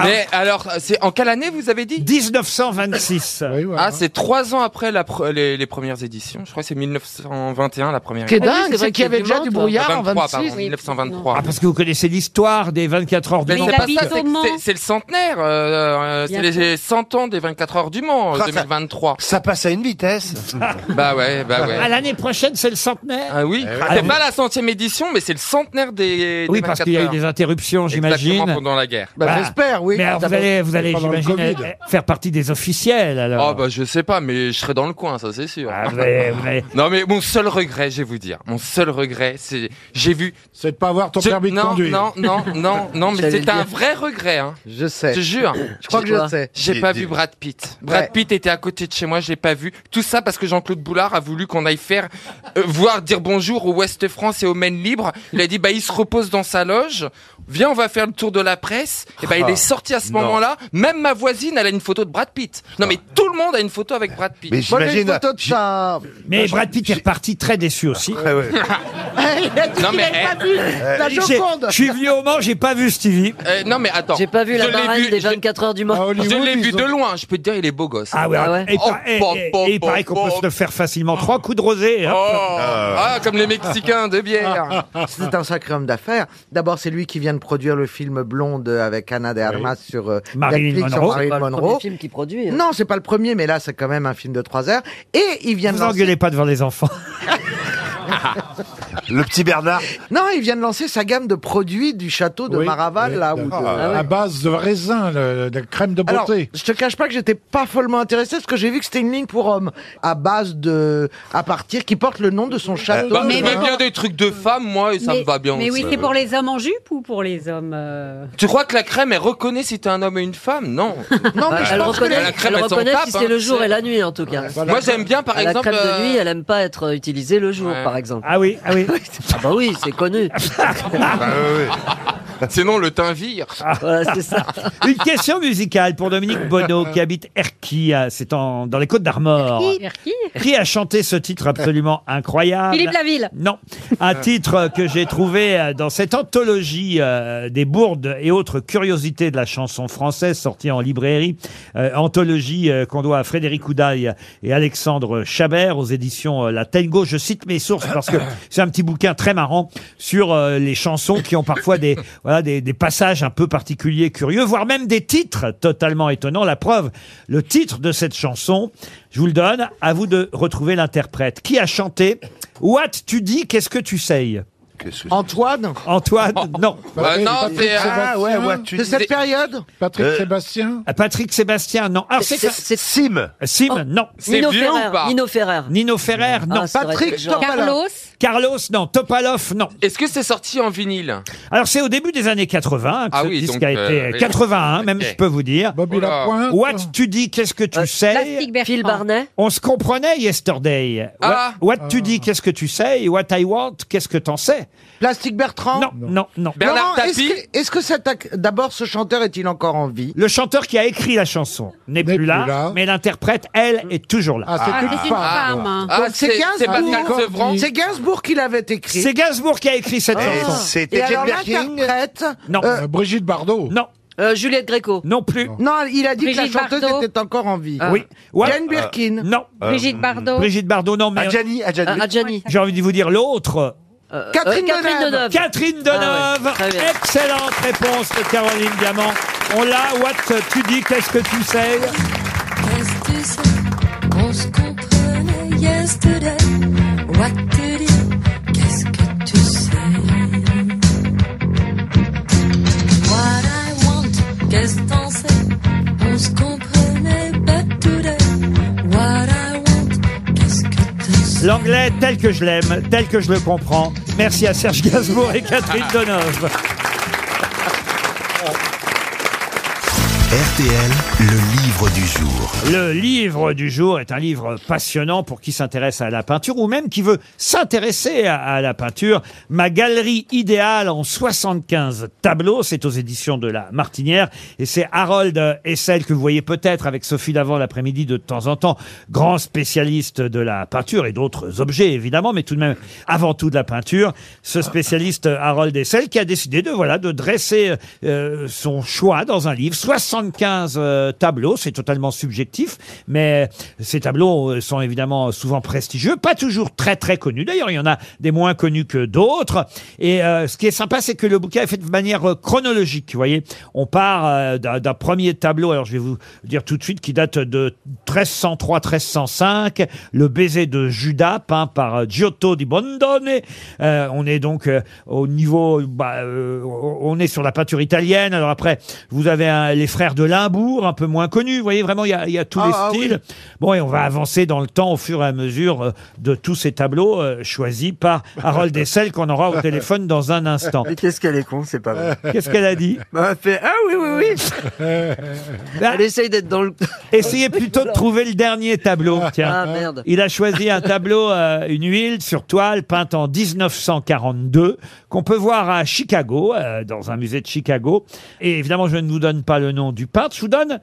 F: Mais alors, c'est en quelle année vous avez dit
B: 1926.
F: Ah, c'est trois ans après la pre- les, les premières éditions. Je crois que c'est 1921 la première.
B: Ce qui est
F: édition.
B: dingue, Ah oui, c'est c'est vrai qu'il y qu'il y avait avait déjà du du vent, brouillard en
F: 23,
B: 26.
F: pardon,
B: Oui.
F: 1923.
B: Ah, parce que vous connaissez l'histoire des 24 heures du
F: Mais
B: Mans.
F: c'est pas ça, c'est que c'est- c'est le centenaire. euh, euh, c'est les 100 ans des 24 heures du Mans, euh,
M: Ah, ça-
F: 2023.
M: Ça passe à une vitesse.
F: bah ouais, bah ouais.
B: À l'année prochaine, c'est le centenaire.
F: Ah oui,
B: Eh
F: c'est
B: oui.
F: pas la centième édition, mais c'est le centenaire des. des
B: Oui, parce
F: 24
B: qu'il y a eu
F: heures.
B: des interruptions, j'imagine.
F: Exactement, pendant la guerre.
I: Bah,
B: Voilà. Mais alors, vous allez, vous allez,
F: Pendant le
B: j'imagine,
F: Covid.
B: euh, faire partie des officiels, alors.
F: Oh bah je sais pas, mais je serai dans le coin, ça c'est sûr.
B: mais- mais-
F: Non mais mon seul regret, je vais vous dire, mon seul regret, c'est j'ai vu.
H: C'est de pas avoir ton
F: Ce-
H: permis de
F: non,
H: conduire.
F: Non, non, non, non, mais
H: J'allais
F: c'est
H: le
F: un
H: dire.
F: vrai regret. Hein.
I: Je sais.
F: Je te jure.
I: Je crois que je sais.
F: J'ai
I: Dis-
F: pas
I: dis-
F: vu Brad Pitt. Brad
I: Ouais.
F: Pitt était à côté de chez moi, je l'ai pas vu. Tout ça parce que Jean-Claude Boulard a voulu qu'on aille faire euh, voir dire bonjour au Ouest France et au Maine Libre. Il a dit bah il se repose dans sa loge. Viens, on va faire le tour de la presse. Et bah il
M: Ah.
F: est sorti à ce
M: Non.
F: moment-là. Même ma voisine, elle a une photo de Brad Pitt. Non mais tout le monde a une photo avec Brad Pitt.
M: Mais j'imagine. j'ai-
B: hein.
M: Ah
B: Mais Brad Pitt est reparti très déçu aussi.
F: Non, mais, eh, euh,
B: Il dit, j'ai- Je suis venu au Mans, j'ai pas vu Stevie.
F: Euh, non mais attends.
C: J'ai pas vu la
F: Je l'ai
C: marraine
F: vu-
C: des 24 heures du Mans.
F: Je l'ai vu de loin, je peux te dire, il est beau gosse. Oh,
B: Ah ouais, Et, il par- et- et- et il paraît qu'on peut se le faire facilement trois coups de rosé. Eh, hop. Ah.
F: Ah, comme les Mexicains de bière.
I: Ah, C'est un sacré homme d'affaires. D'abord, c'est lui qui vient de produire le film Blonde avec Anna de Armas sur euh,
B: Marilyn
I: Netflix, sur
B: Monroe.
I: Marilyn
B: C'est pas le
I: Monroe.
B: premier
C: film qu'il produit.
I: Non, c'est pas le premier, mais là, c'est quand même un film de 3 heures. Et il vient de
B: Vous
I: lancer-
B: engueulez pas devant les enfants.
M: Le petit Bernard.
I: Non, il vient de lancer sa gamme de produits du château de
H: Oui,
I: Maraval,
H: oui,
I: là.
H: d'accord.
I: Où de-
H: Ah, À base de raisin, le- Euh, de crème de
I: Alors,
H: beauté.
I: je te cache pas que j'étais pas follement intéressé parce que j'ai vu que c'était une ligne pour hommes à base de à partir qui porte le nom de
B: Euh,
I: son château.
F: Bah,
I: de
F: je mets
I: Maraval.
F: bien des trucs de femmes, moi, et ça
J: mais,
F: me va bien
J: Mais
F: aussi.
J: oui, c'est pour les hommes en jupe ou pour les hommes. euh,
F: Tu crois que la crème, elle reconnaît si t'es un homme et une femme Non.
I: Non,
C: mais je
F: elle
C: pense que
F: reconnaît,
C: les-
F: la crème,
C: elle
F: elle s'en
C: reconnaît
F: tape,
C: si c'est le
F: hein.
C: jour et la nuit en tout cas.
F: Moi, j'aime bien, par
C: la
F: exemple,
C: crème de
F: euh,
C: nuit, elle aime pas être utilisée le jour, par exemple.
B: Ah oui, ah oui.
C: ah bah oui, c'est connu.
F: Sinon, le teint vire.
C: Ah.
B: Une question musicale pour Dominique Bonneau qui habite Erquy, à- c'est en- dans les Côtes d'Armor.
J: Qui
B: Qui a chanté ce titre absolument incroyable
J: Philippe Laville.
B: Non, un titre que j'ai trouvé euh, dans cette anthologie euh, des bourdes et autres curiosités de la chanson française sortie en librairie, Euh, anthologie euh, qu'on doit à Frédéric Houdaille et Alexandre Chabert aux éditions euh, La Tengo. Je cite mes sources parce que c'est un petit bouquin très marrant sur euh, les chansons qui ont parfois des voilà des, des passages un peu particuliers, curieux, voire même des titres totalement étonnants. La preuve, le titre de cette chanson, je vous le donne, à vous de retrouver l'interprète qui a chanté What tu dis, qu'est-ce que tu sais
I: Antoine
B: Antoine, non.
I: Bah non, Patrick c'est, euh, Sébastien.
G: Ah ouais, What tu
I: De
G: dis.
I: cette période
G: Patrick Euh,
I: Sébastien
B: Ah, Patrick Sébastien, non. Alors, c'est
I: C'est
B: Sim. Sim, non.
C: C'est Nino vieux Ferrer, ou pas Nino Ferrer.
B: Nino Ferrer, non.
C: Ah, ça aurait Patrick été genre- Topalov. Carlos
B: Carlos, non. Topalov, non.
F: Est-ce que c'est sorti en vinyle
B: Alors, c'est au début des années 80 que
F: Ah
B: ce
F: oui,
B: disque
F: donc,
B: a été.
F: euh, oui.
B: 81, même,
F: Ok.
B: je peux vous dire.
F: Oh là. Lapointe.
B: What tu dis, qu'est-ce que tu sais
C: Phil Barnet.
B: On se comprenait yesterday. What,
C: Ah.
B: what tu dis, qu'est-ce que tu sais What I want, qu'est-ce que t'en sais
I: Plastique Bertrand
B: Non, non, non.
I: Laurent, est-ce que, est-ce que cet ac- d'abord ce chanteur est-il encore en vie
B: Le chanteur qui a écrit la chanson n'est plus, là, mais l'interprète, elle, est toujours là.
I: Ah, Donc c'est Gainsbourg. C'est
B: C'est
I: Gainsbourg qui l'avait écrit.
B: c'est Gainsbourg qui a écrit cette
I: Ah.
B: chanson.
I: Et alors l'interprète euh,
B: Non. Brigitte Bardot. Non.
C: Juliette Gréco.
B: Non plus.
I: Non, il a dit que
B: Brigitte
I: la chanteuse
B: Bardot.
I: était encore en vie.
B: Oui. Ouais.
I: Jane Birkin.
B: Non.
I: Brigitte Bardot.
B: Euh, Brigitte Bardot, non, mais.
I: Adjani, Adjani. Ah, Adjani.
B: J'ai envie de vous dire l'autre.
I: Catherine euh, Catherine Deneuve. Deneuve.
B: Catherine
I: Ah
B: Deneuve.
I: ouais, très bien.
B: Excellente réponse de Caroline Diamant. On l'a, what tu dis, qu'est-ce que tu sais
D: Qu'est-ce que tu sais qu'on se comprenait yesterday? What to do? Qu'est-ce que tu sais? What I want? Qu'est-ce que t'en sais? On se comprenait but today. What I want? Qu'est-ce que tu sais?
B: L'anglais tel que je l'aime, tel que je le comprends. Merci à Serge Gainsbourg et Catherine Deneuve.
A: RTL, le livre du jour.
B: Le livre du jour est un livre passionnant pour qui s'intéresse à la peinture ou même qui veut s'intéresser à, à la peinture. Ma galerie idéale en 75 tableaux, c'est aux éditions de la Martinière et c'est Harold Essel que vous voyez peut-être avec Sophie Davant l'après-midi de temps en temps, grand spécialiste de la peinture et d'autres objets évidemment, mais tout de même avant tout de la peinture. Ce spécialiste euh, Harold Essel qui a décidé de voilà de dresser euh, son choix dans un livre, 75 euh, tableaux, c'est totalement subjectif, mais ces tableaux euh, sont évidemment souvent prestigieux, pas toujours très très connus. D'ailleurs, il y en a des moins connus que d'autres. Et euh, ce qui est sympa, c'est que le bouquin est fait de manière euh, chronologique. Vous voyez, on part euh, d'un d'un premier tableau. Alors, je vais vous dire tout de suite qui date de 1303-1305, le baiser de Judas, peint par euh, Giotto di Bondone. Euh, on est donc euh, au niveau, bah, euh, on est sur la peinture italienne. Alors après, vous avez un- les frères de Limbourg, un peu moins connus. Vous voyez vraiment, il y a, il y a tous
I: Ah,
B: les
I: ah oui.
B: styles. Bon, et on va avancer dans le temps au fur et à mesure euh, de tous ces tableaux euh, choisis par Harold Essel qu'on aura au téléphone dans un instant.
I: Mais qu'est-ce qu'elle est con, c'est pas vrai.
B: Qu'est-ce qu'elle a dit
I: Bah, elle fait Ah oui, oui, oui
B: Euh, Elle
C: essaye d'être dans le.
B: Essayez plutôt de trouver le dernier tableau. Tiens.
C: Ah, merde.
B: Il a choisi un tableau, euh, une huile sur toile peinte en 1942 qu'on peut voir à Chicago, euh, dans un musée de Chicago. Et évidemment, je ne vous donne pas le nom du peintre, je vous donne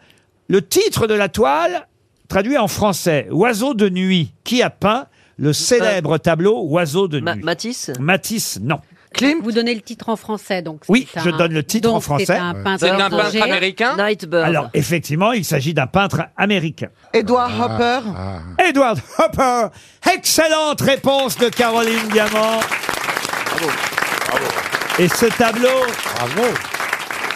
B: le titre de la toile traduit en français. Oiseau de nuit. Qui a peint le célèbre tableau Oiseau de nuit
C: Matisse
B: Matisse, non.
J: Vous donnez le titre en français, donc.
B: Oui,
J: c'est
B: je
J: un-
B: donne le titre
J: donc
B: en français.
J: C'est un peintre, étranger.
C: Nightbird.
B: Alors, effectivement, il s'agit d'un peintre américain.
I: Edward Hopper
B: Edward Hopper. Excellente réponse de Caroline Diamant. Et ce tableau.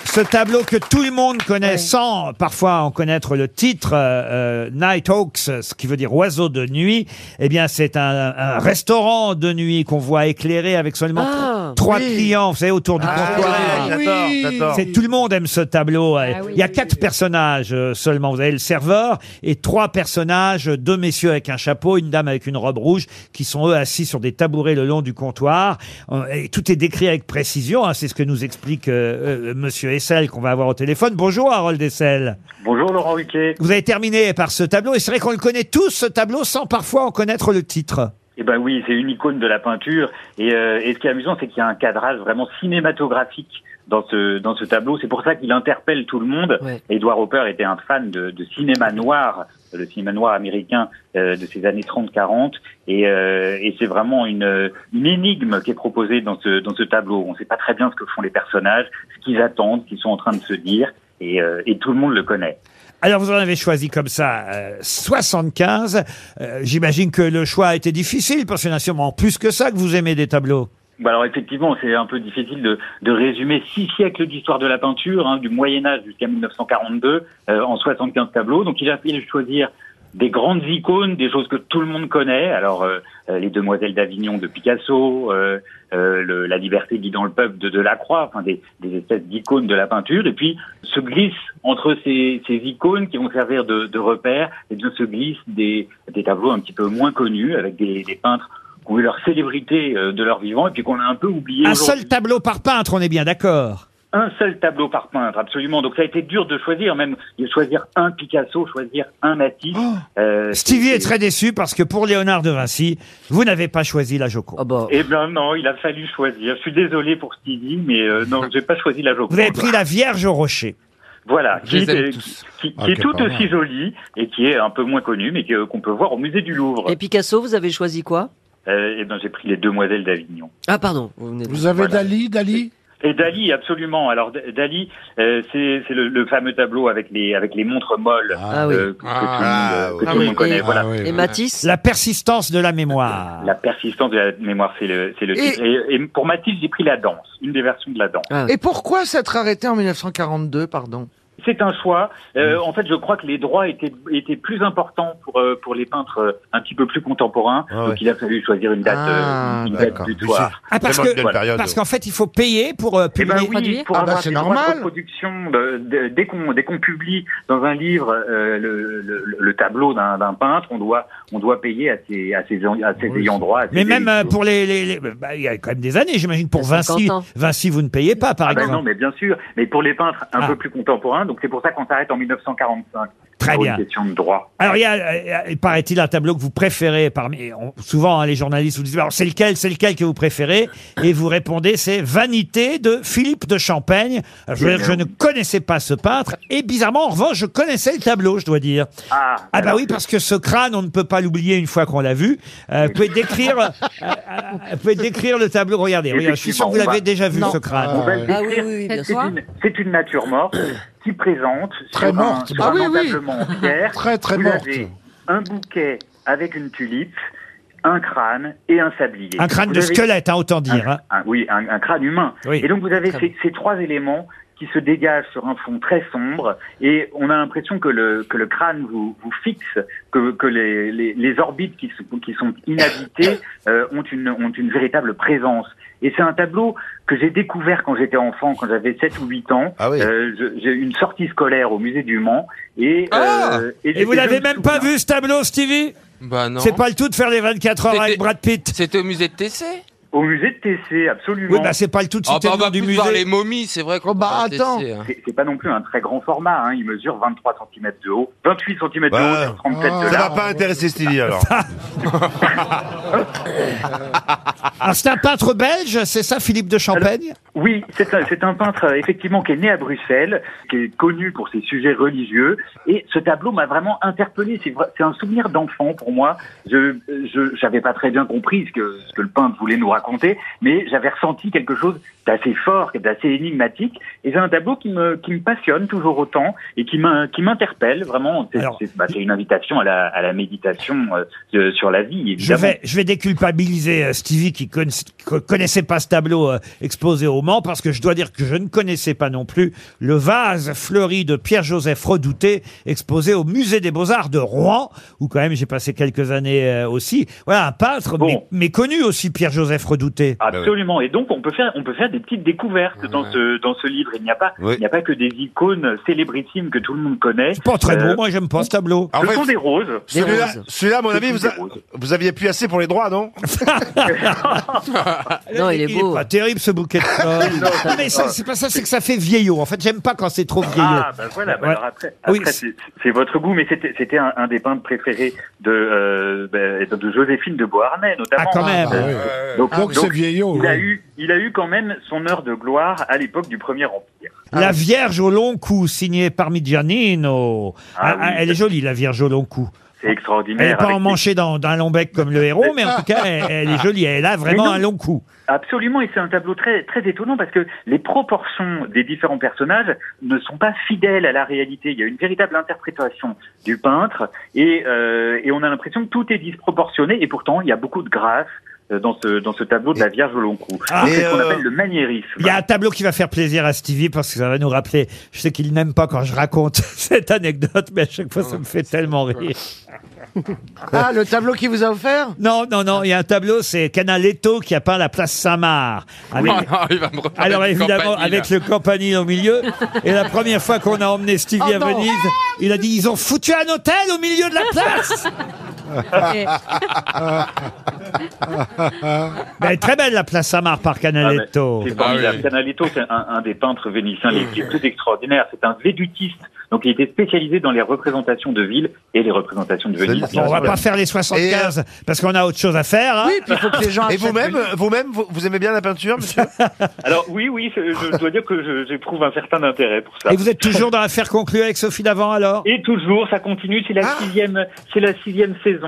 B: Ce tableau que tout le monde connaît sans parfois en connaître le titre, euh, euh, Night Hawks, ce qui veut dire oiseau de nuit, eh bien c'est un, un restaurant de nuit qu'on voit éclairé avec seulement
I: Ah,
B: trois
I: oui.
B: clients, vous savez, autour du
I: Ah,
B: comptoir.
I: oui, j'adore, Oui. j'adore.
B: C'est tout le monde aime ce tableau. Il y a quatre personnages euh, seulement. Vous avez le serveur et trois personnages, euh, deux messieurs avec un chapeau, une dame avec une robe rouge, qui sont eux assis sur des tabourets le long du comptoir. Euh, Et tout est décrit avec précision. hein. C'est ce que nous explique euh, euh, Monsieur Essel qu'on va avoir au téléphone. Bonjour Harold Essel.
O: Bonjour Laurent Ruquier.
B: Vous avez terminé par ce tableau et c'est vrai qu'on le connaît tous ce tableau sans parfois en connaître le titre.
O: Eh ben oui, c'est une icône de la peinture. Et, euh, et ce qui est amusant, c'est qu'il y a un cadrage vraiment cinématographique dans ce, dans ce tableau. C'est pour ça qu'il interpelle tout le monde. Edward Hopper était un fan de, de cinéma noir, le cinéma noir américain euh, de ces années 30-40. Et, euh, et c'est vraiment une, euh, une énigme qui est proposée dans ce, dans ce tableau. On ne sait pas très bien ce que font les personnages, ce qu'ils attendent, ce qu'ils sont en train de se dire. Et, euh, et tout le monde le connaît.
B: Alors, vous en avez choisi comme ça euh, 75. Euh, J'imagine que le choix a été difficile, parce qu'il y en a sûrement plus que ça que vous aimez des tableaux.
O: Bah alors effectivement, c'est un peu difficile de, de résumer six siècles d'histoire de la peinture, hein, du Moyen Âge jusqu'à 1942, euh, en 75 tableaux. Donc il a fallu choisir des grandes icônes, des choses que tout le monde connaît. Alors euh, euh, les Demoiselles d'Avignon de Picasso, euh, euh, le- la Liberté guidant le peuple de Delacroix, enfin des, des espèces d'icônes de la peinture. Et puis se glissent entre ces, ces icônes qui vont servir de, de repères, et bien se glissent des, des tableaux un petit peu moins connus avec des, des peintres qui ont eu leur célébrité euh, de leur vivant et puis qu'on a un peu oublié.
B: Un
O: aujourd'hui.
B: seul tableau par peintre, on est bien d'accord.
O: Un seul tableau par peintre, absolument. Donc ça a été dur de choisir, même de choisir un Picasso, choisir un Matisse. Euh,
B: Oh. Stevie
O: c'est-
B: est très déçu parce que pour Léonard de Vinci, vous n'avez pas choisi la
C: Ah
B: Joconde.
C: bah.
O: Eh bien non, il a fallu choisir. Je suis désolé pour Stevie, mais euh, non, j'ai pas choisi la Joconde.
B: Vous avez pris la Vierge au rocher.
O: Voilà,
B: Je
O: qui,
B: les aime
O: est-
B: tous.
O: qui- qui
B: Ah,
O: est
B: ok,
O: tout
B: pardon.
O: aussi jolie et qui est un peu moins connue, mais que- qu'on peut voir au musée du Louvre.
C: Et Picasso, vous avez choisi quoi
O: Euh, eh bien, j'ai pris les Demoiselles d'Avignon.
C: Ah, pardon.
H: Vous avez
O: Voilà.
H: Dali, Dali
O: Et Dali, absolument. Alors D- Dali, euh, c'est c'est le, le fameux tableau avec les avec les montres molles
C: Ah,
O: euh,
C: oui.
O: que, que
C: Ah,
O: tout le monde, que
C: oui.
O: tout le monde
C: Et-
O: connaît.
C: et-
O: voilà.
C: ah, oui, oui. Et Matisse
B: La persistance de la mémoire.
O: La persistance de la mémoire, c'est le c'est le
I: Et-
O: titre. Et, et pour Matisse, j'ai pris la danse, une des versions de la danse.
C: Ah
I: Et pourquoi s'être arrêté en 1942, pardon
O: C'est un choix. Euh, En fait, je crois que les droits étaient, étaient plus importants pour, euh, pour les peintres euh, un petit peu plus contemporains. donc, il a fallu choisir une date,
I: Ah,
O: euh, une date
I: d'accord.
O: butoir.
B: Ah, parce que- parce qu'en fait, il faut payer pour euh,
O: Eh ben
B: publier.
O: oui,
C: Ah
I: Ah bah,
O: pour
C: bah,
O: avoir des droits de reproduction, de- de- dès qu'on dès qu'on publie dans un livre euh, le, le- le tableau d'un d'un peintre, on doit on doit payer à ses à ses, en- à ses ayants droit. à ses
B: Mais même euh,
O: héritiers.
B: pour les, les- les- bah, il y a quand même des années, j'imagine. Pour
O: Ça fait 50
B: Vinci,
O: ans.
B: Vinci, vous ne payez pas, Ah. par
O: Ah ben
B: exemple.
O: non, mais bien sûr. Mais pour les peintres un peu plus contemporains, donc c'est pour ça qu'on s'arrête en 1945.
B: Très
O: pour
B: bien.
O: Une question de droit.
B: Alors, il y a, euh, euh, paraît-il, un tableau que vous préférez parmi. on- souvent, hein, les journalistes vous disent alors, c'est lequel, c'est lequel que vous préférez Et vous répondez c'est Vanité de Philippe de Champaigne. Alors, Je, veux dire que je ne connaissais pas ce peintre. Et bizarrement, en revanche, je connaissais le tableau, je dois dire.
O: Ah,
B: Ah, bah oui, parce que ce crâne, on ne peut pas l'oublier une fois qu'on l'a vu. Euh, vous, pouvez décrire, euh, euh, vous pouvez décrire le tableau. Regardez, regardez, je suis sûr que vous
O: Effectivement, on va-
B: l'avez déjà vu,
O: Non.
B: ce crâne.
O: On va le
C: Ah oui,
O: décrire.
C: oui, oui, bien
O: C'est
C: sûr.
O: une- C'est une nature morte qui présente
H: Très
O: sur
H: morte.
O: un, sur
H: Ah
O: un
H: oui, oui.
O: entablement en pierre.
H: Très, très
O: vous
H: morte.
O: avez un bouquet avec une tulipe, un crâne et un sablier.
B: Un crâne
O: Vous
B: de
O: avez-
B: squelette, hein, autant dire. hein.
O: un- oui, un, un crâne humain. Et donc vous avez
B: Crâne.
O: ces, ces trois éléments qui se dégagent sur un fond très sombre et on a l'impression que le, que le crâne vous, vous fixe, que, que les, les, les orbites qui sont, qui sont inhabitées euh, ont, une, ont une véritable présence. Et c'est un tableau que j'ai découvert quand j'étais enfant, quand j'avais 7 ou 8 ans. Euh, je- j'ai eu une sortie scolaire au musée du Mans. Et, euh,
B: Et,
O: j'étais
B: vous l'avez
O: jeune
B: Ah même pas vu, ce tableau, Stevie
F: Bah non.
B: C'est pas le tout de faire les 24 heures avec Brad Pitt.
F: C'était au musée de TC
O: Au musée de TC, absolument.
B: Oui, bah c'est pas le tout de
F: Ah
B: citer
F: bah, on
B: le nom
F: va
B: du
F: plus voir
B: musée.
F: les momies, c'est vrai qu'on
O: bah
F: va
O: attends,
F: tester, hein.
O: c'est c'est pas non plus un très grand format, hein. il mesure 23 cm de haut, 28 cm de haut sur 37 Bah, de
M: Ah, Ça va
O: large.
M: pas intéresser Stevie alors.
B: Alors, c'est un peintre belge, c'est ça, Philippe de Champaigne
O: Oui, c'est un, c'est un peintre euh, effectivement qui est né à Bruxelles, qui est connu pour ses sujets religieux, et ce tableau m'a vraiment interpellé, c'est, vrai- c'est un souvenir d'enfant pour moi, je je j'avais pas très bien compris ce que, ce que le peintre voulait nous raconter, mais j'avais ressenti quelque chose d'assez fort, d'assez énigmatique, et c'est un tableau qui me, qui me passionne toujours autant, et qui, m'in- qui m'interpelle vraiment, c'est, c'est- bah, c'est une invitation à la, à la méditation euh, de- sur la vie,
B: Je
O: évidemment.
B: vais, je vais déculpabiliser euh, Stevie qui conna- co- connaissait pas ce tableau euh, exposé au Mans parce que je dois dire que je ne connaissais pas non plus le vase fleuri de Pierre-Joseph Redouté exposé au musée des Beaux-Arts de Rouen où quand même j'ai passé quelques années euh, aussi. Voilà un peintre mais, mais connu aussi Pierre-Joseph Redouté.
O: Absolument. Et donc on peut faire on peut faire des petites découvertes dans ce dans ce livre. Il n'y a pas il n'y a pas que des icônes célébrissimes que tout le monde connaît.
B: Pas très
O: Euh,
B: beau, moi j'aime pas ce tableau.
O: Ce sont des roses.
M: Celui-là, celui-là, à mon
O: Ce
M: avis,
O: sont
M: vous, a-
O: des roses.
M: vous aviez pu assez pour les droits, non
B: Non, il est beau. pas terrible ce bouquet de fleurs. Non, mais ça, c'est pas ça, c'est que ça fait vieillot. En fait, j'aime pas quand c'est trop vieillot.
O: Ah, bah voilà, bah
B: Ouais.
O: alors après,
B: Oui,
O: après, c'est c'est votre goût, mais c'était c'était un, un des peintres préférés de, euh, ben, de Joséphine de Beauharnais, notamment.
B: Ah, quand même.
O: Euh,
B: Ah, ouais.
O: euh,
B: Ah, oui, c'est vieillot,
O: Il, a
B: oui.
O: eu, il a eu quand même son heure de gloire à l'époque du Premier Empire. Ah,
B: La Vierge au long cou, signée par Migianino.
O: Ah
B: Ah,
O: oui.
B: Elle est jolie, la Vierge au long cou.
O: C'est
B: Elle
O: extraordinaire.
B: n'est pas
O: avec
B: en manchée dans, dans un bec comme le héros, mais en tout cas, elle, elle est jolie. Elle a
O: Ah. Mais
B: vraiment
O: non.
B: un long cou.
O: Absolument, et c'est un tableau très, très étonnant parce que les proportions des différents personnages ne sont pas fidèles à la réalité. Il y a une véritable interprétation du peintre et, euh, et on a l'impression que tout est disproportionné et pourtant il y a beaucoup de grâce euh, dans ce, dans ce tableau de la Vierge au long cou.
B: Ah,
O: c'est
B: et
O: ce qu'on
B: euh,
O: appelle le maniérisme.
B: Il y a un tableau qui va faire plaisir à Stevie parce que ça va nous rappeler. Je sais qu'il n'aime pas quand je raconte cette anecdote, mais à chaque fois, ça me fait tellement rire.
I: Ah, le tableau qui vous a offert
B: Non, non, non, il y a un tableau, c'est Canaletto qui a peint la place Samar. Avec-
F: Oh non, il va me reparler
B: Alors
F: du
B: évidemment,
F: Campanile.
B: avec le Campanile au milieu. Et la première fois qu'on a emmené Stevie à
F: Entends.
B: Venise, il a dit ils ont foutu un hôtel au milieu de la place. Mais elle est très belle la place Samar par Canaletto.
O: Ah, C'est formidable. Canaletto, c'est un, un des peintres vénitiens les, les plus extraordinaires. C'est un védutiste. Donc il était spécialisé dans les représentations de villes et les représentations de Venise.
B: Bon, on va pas faire les 75 parce qu'on a autre chose à faire. hein.
M: Et vous-même, vous-même, vous, vous aimez bien la peinture, monsieur
O: Alors oui, oui, je, je dois dire que je- j'éprouve un certain intérêt pour ça.
B: Et vous êtes toujours dans l'affaire conclue avec Sophie d'avant alors Ah.
O: Et toujours, ça continue, c'est la sixième, c'est la sixième saison.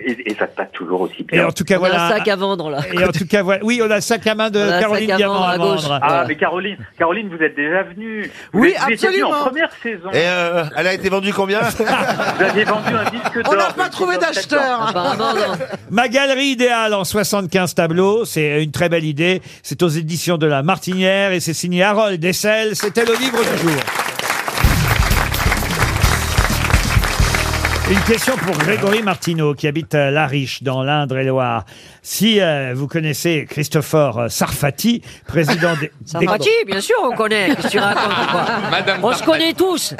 O: Et, et ça passe toujours aussi bien.
B: Et en tout cas,
O: On a
B: voilà.
O: un sac
C: à vendre, là.
B: Et en tout cas, voilà. Oui, on a le sac à main de
O: On a un
B: Caroline
O: sac à
B: Diamant
O: main
B: à,
O: à gauche.
B: vendre.
O: Ah, mais Caroline, Caroline, vous êtes déjà venue. Vous
M: Oui,
O: êtes- vous étiez venue
M: absolument.
O: en première saison.
M: Et euh, elle a été vendue combien
O: Vous aviez vendu un disque d'or.
M: On n'a pas
O: de
M: trouvé
O: 19
M: d'acheteur.
O: septembre.
M: Apparemment, non.
B: Ma galerie idéale en 75 tableaux, c'est une très belle idée. C'est aux éditions de La Martinière et c'est signé Harold Dessel. C'était le livre du jour. Une question pour Grégory Martineau qui habite à La Riche dans l'Indre-et-Loire. Si euh, vous connaissez Christopher euh, Sarfati, président des...
C: Sarfati,
B: des-
C: bien sûr, on connaît. Qu'est-ce que tu racontes ou quoi
F: Madame
C: On se connaît tous.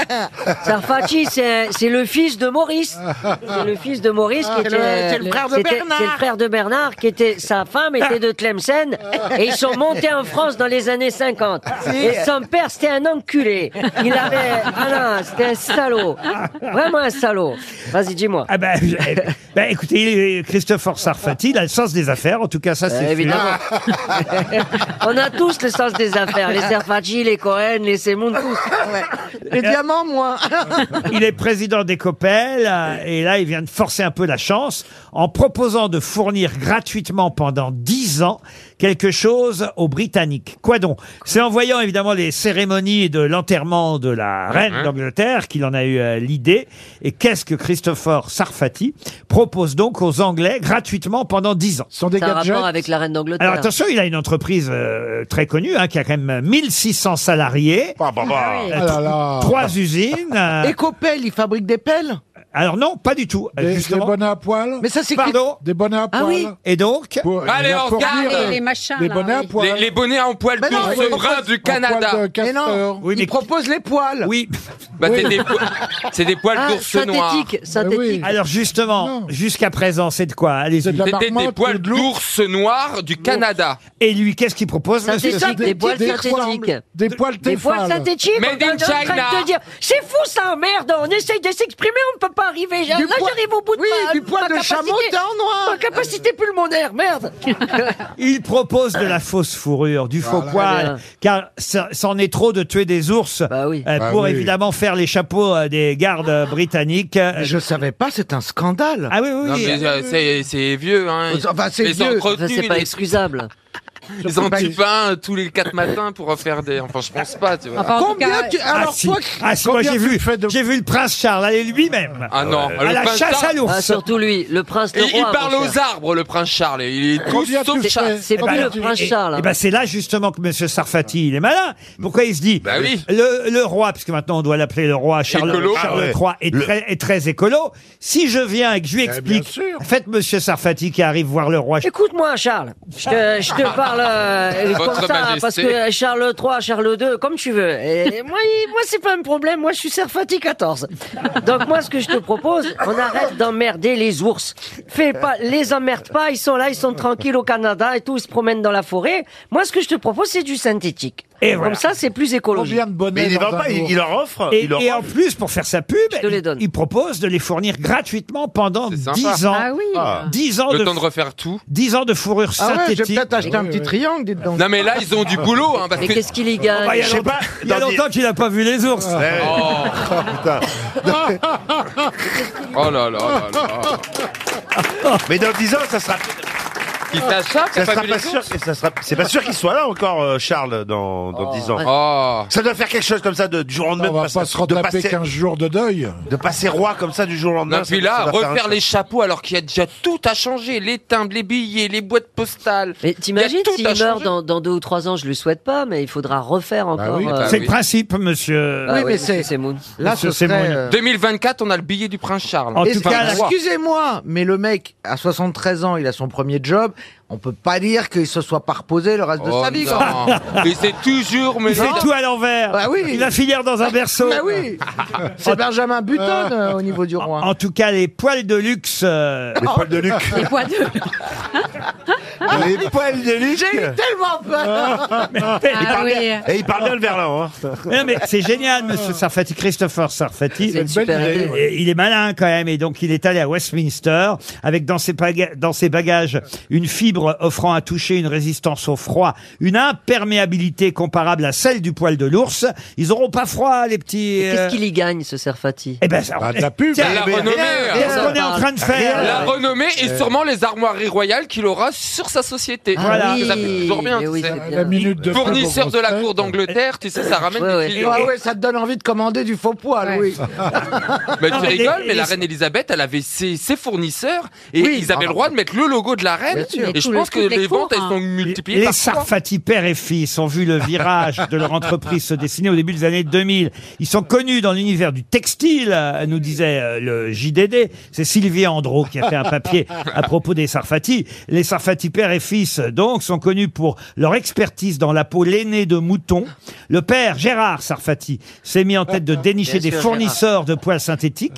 C: Sarfati, c'est c'est le fils de Maurice. C'est le fils de Maurice qui
D: Ah, C'est
C: était.
D: le- c'est le frère de
C: c'était-
D: Bernard.
C: C'est le frère de Bernard qui était. Sa femme était de Tlemcen et ils sont montés en France dans les années 50.
D: Si.
C: Et son père, c'était un enculé. Il avait. Ah non, c'était un salaud. Vraiment un salaud. Vas-y, dis-moi.
B: Ah ben, ben, écoutez, il est- Christopher Sarfati, il a le sens des affaires, en tout cas ça c'est
O: Bah,
B: sûr.
C: évidemment. On a tous le sens des affaires. Les Sarfati, les Cohen, les Semoun, tous.
I: Les diamants, moins.
B: Il est président des Copel euh, et là, il vient de forcer un peu la chance en proposant de fournir gratuitement pendant 10 ans quelque chose aux Britanniques. Quoi donc C'est en voyant évidemment les cérémonies de l'enterrement de la reine
N: Mhm.
B: d'Angleterre qu'il en a eu euh, l'idée. Et qu'est-ce que Christopher Sarfati propose donc aux Anglais gratuitement pendant 10 ans sont
C: Ça a rapport avec la reine d'Angleterre.
B: alors attention, il a une entreprise euh, très connue hein, qui a quand même 1600 salariés,
I: bah.
B: Euh,
I: Ah là là.
B: trois usines. euh,
I: Et qu'Opel, il fabrique des pelles
B: alors non, pas du tout. Euh,
I: Des-
B: justement. Bah,
I: des bonnets
B: à poil. Mais ça c'est pardon.
H: Des bonnets à poil.
B: Ah oui. Et donc
F: Allez, on regarde
J: les- les machins,
H: Les
J: là,
H: bonnets à
J: oui.
H: poil.
F: Les, les bonnets en poil
H: Mais non,
F: d'ours
H: mais-
F: brun
H: en
F: du
H: poil de
F: Canada.
I: Mais non,
B: Oui, mais-
I: il propose les poils.
B: Oui.
F: Bah, c'est des, po- c'est des poils
I: Ah,
F: d'ours noir.
I: synthétique, synthétique. Eh oui.
B: Alors justement, jusqu'à présent, c'est de quoi Allez,
F: C'était des poils d'ours noirs du Canada.
B: Et lui, qu'est-ce qu'il propose
C: Synthétique,
B: monsieur
C: des poils Des- des synthétiques. poils-
H: Des poils
C: Des fois, synthétique, on
F: Made in
C: est en train
F: China.
C: de te dire, c'est fou ça, merde, on essaye de s'exprimer, on ne peut pas arriver. Là,
D: Du poil-
C: j'arrive au bout de
D: Oui,
C: ma,
D: du poil
C: ma
D: de
C: capacité-
D: chameau, t'es en noir.
C: Ma capacité pulmonaire, merde.
B: Il propose de la fausse fourrure, du faux
C: Voilà.
B: poil,
C: Bien.
B: car ça- c'en est trop de tuer des ours euh,
I: Bah
B: pour
I: oui.
B: évidemment faire les chapeaux euh, des gardes euh, britanniques. Euh,
I: Je savais pas, c'est un scandale.
B: Ah oui, oui.
F: Non,
B: oui.
F: mais, euh, c'est- c'est vieux, hein.
B: Oh,
F: Ils-
I: Enfin, c'est
F: ils ont
I: vieux.
F: entretenu
I: Enfin, c'est pas
F: les-
C: excusable.
F: Ils ont du pain euh, tous les quatre matins pour refaire des. Enfin, je pense pas, tu vois.
I: Combien
C: euh,
I: tu... Alors,
B: ah, si,
I: toi,
B: Ah, si, moi
I: combien
B: j'ai
I: tu
B: vu,
I: fais de-
B: j'ai vu le prince Charles, allez lui-même.
F: Ah non,
B: à
F: le
B: la
F: prince
B: chasse à
F: Charles-
B: l'ours.
C: Ah, surtout lui, le prince de
F: Il, il
C: roi.
F: parle
C: mon
F: aux
C: cher.
F: arbres, le prince Charles. et Il est tout
C: Combien
F: sauf
C: tu
F: chasse.
C: fais
B: Eh ben,
C: C'est plus le prince Charles. hein.
B: Et ben c'est là justement que Monsieur Sarfati, il est malin. Pourquoi il se dit
F: Bah oui.
B: le, le roi, puisque maintenant on doit l'appeler le roi Charles,
F: Écolo.
B: Charles
F: Ah ouais.
B: III, est,
F: Le-
B: très, est très écolo. Si je viens et que je lui
I: bien
B: explique, faites Monsieur Sarfati qui arrive voir le roi.
C: Écoute-moi, Charles. Je te, je te parle Charles, euh,
D: Votre
C: comme ça,
D: Majesté.
C: parce que Charles III, Charles II, comme tu veux. Et moi, il- moi c'est pas un problème, moi je suis Serfati 14. Donc moi, ce que je te propose, on arrête d'emmerder les ours. Fais pas, les emmerde pas, ils sont là, ils sont tranquilles au Canada et tout, ils se promènent dans la forêt. Moi, ce que je te propose, c'est du synthétique.
B: Et
C: Comme
B: voilà.
C: ça, c'est plus écologique.
G: Mais il les vend pas, il, il leur offre.
B: Et,
G: il leur
B: et en
G: offre.
B: plus, pour faire sa pub, il, il propose de les fournir gratuitement pendant 10 ans.
C: Ah
B: 10 ans
F: Ah. Le
B: de
F: temps de refaire tout.
B: 10 ans de fourrure
F: Ah ouais, j'ai
B: synthétique.
F: peut-être acheté un Oui, petit oui. triangle, dites donc. Non, mais là, ils ont du boulot, hein, parce Mais que- qu'est-ce qu'il y gagne
B: Oh, bah, il y a
F: Je sais
B: longtemps-
F: pas,
B: il y a
F: dans
B: longtemps qu'il n'a pas vu les ours. Euh,
F: Oh là là là là.
G: Mais dans 10 ans, ça sera.
F: Il t'a ça, t'as pas
G: sera
F: vu
G: pas
F: les
G: sûr,
F: ours
G: et ça sera, c'est pas sûr qu'il soit là encore, euh, Charles, dans, dans 10 ans.
F: ouais. Oh.
G: Ça doit faire quelque chose comme ça de, du jour au lendemain.
H: On va pas se retaper 15 jours de deuil.
G: De passer roi comme ça du jour au lendemain.
F: Non, puis là, refaire les chapeaux alors qu'il y a déjà tout à changer. Les timbres, les billets, les boîtes postales.
C: Mais t'imagines
F: Il y a tout
C: s'il
F: à
C: meurt
F: changer.
C: dans, dans deux ou trois ans, je le souhaite pas, mais il faudra refaire encore.
F: oui, bah
C: euh,
B: C'est le principe, monsieur. euh,
C: Bah oui, mais c'est-
I: Là, ce
B: Monsieur
I: serait,
B: Semoun.
I: euh,
F: 2024, on a le billet du prince Charles.
I: Est-ce que- Excusez-moi, mais le mec, à 73 ans, il a son premier job. On peut pas dire qu'il se soit pas reposé le reste de
F: Oh
I: sa vie.
F: non. Mais c'est toujours. Mais
I: Il fait
F: non.
I: tout
B: à l'envers. Il a filière dans un berceau.
I: Bah oui. C'est Benjamin Button euh, au niveau du roi.
B: En tout cas, les poils de luxe. euh, Les
G: poils de
D: Oh,
G: luxe.
I: Les
J: poils de
D: Ah,
G: Les poils de luxe.
I: J'ai eu tellement peur.
C: Ah
G: il parle bien, et il parle bien le verlan. Hein.
B: Non, mais c'est génial, monsieur Sarfati, Christopher Sarfati.
G: C'est une super idée,
B: Et-
G: ouais.
B: Il est malin quand même, et donc il est allé à Westminster avec dans ses, baga- dans ses bagages une fibre offrant à toucher une résistance au froid, une imperméabilité comparable à celle du poil de l'ours. Ils auront pas froid, les petits. euh,
C: Qu'est-ce qu'il y gagne, ce Serfati
B: Eh ben, ça- Bah, de la pub.
G: hein.
F: la renommée.
B: Qu'est-ce qu'on est en train de faire
F: hein. La renommée et
B: Euh.
F: sûrement les armoiries royales qu'il aura sur sa société.
B: Ah Voilà.
F: Parce que ça fait
B: oui.
F: toujours bien.
B: Mais
F: tu
B: oui,
F: sais.
B: c'est bien. La minute de
F: Fournisseur
B: Pauvre
F: de la
B: Grosse
F: cour d'Angleterre, tu sais, ça ramène des clients.
I: Ah ouais, ça te donne envie de commander du faux poil, oui.
F: Mais
I: Non,
F: tu
I: mais les-
F: rigoles, mais la
I: les-
F: reine Elisabeth, elle avait ses, ses fournisseurs et
I: Oui.
F: ils avaient le droit de mettre le logo de la reine.
B: Ah, Bien sûr.
F: Et je
B: Tout le-
F: pense que
B: toutes les
F: les ventes, elles
B: cours,
F: sont
B: hein.
F: multipliées
B: Les
F: par trois.
B: Sarfati père et fils ont vu le virage de leur entreprise se dessiner au début des années 2000. Ils sont connus dans l'univers du textile, euh, nous disait euh, le JDD. C'est Sylvie Andro qui a fait un papier à propos des Sarfati. Les Sarfati père et fils, donc, sont connus pour leur expertise dans la peau l'aîné de moutons. Le père, Gérard Sarfati, s'est mis en tête de dénicher
N: Bien
B: des
N: sûr,
B: fournisseurs de poils synthétiques.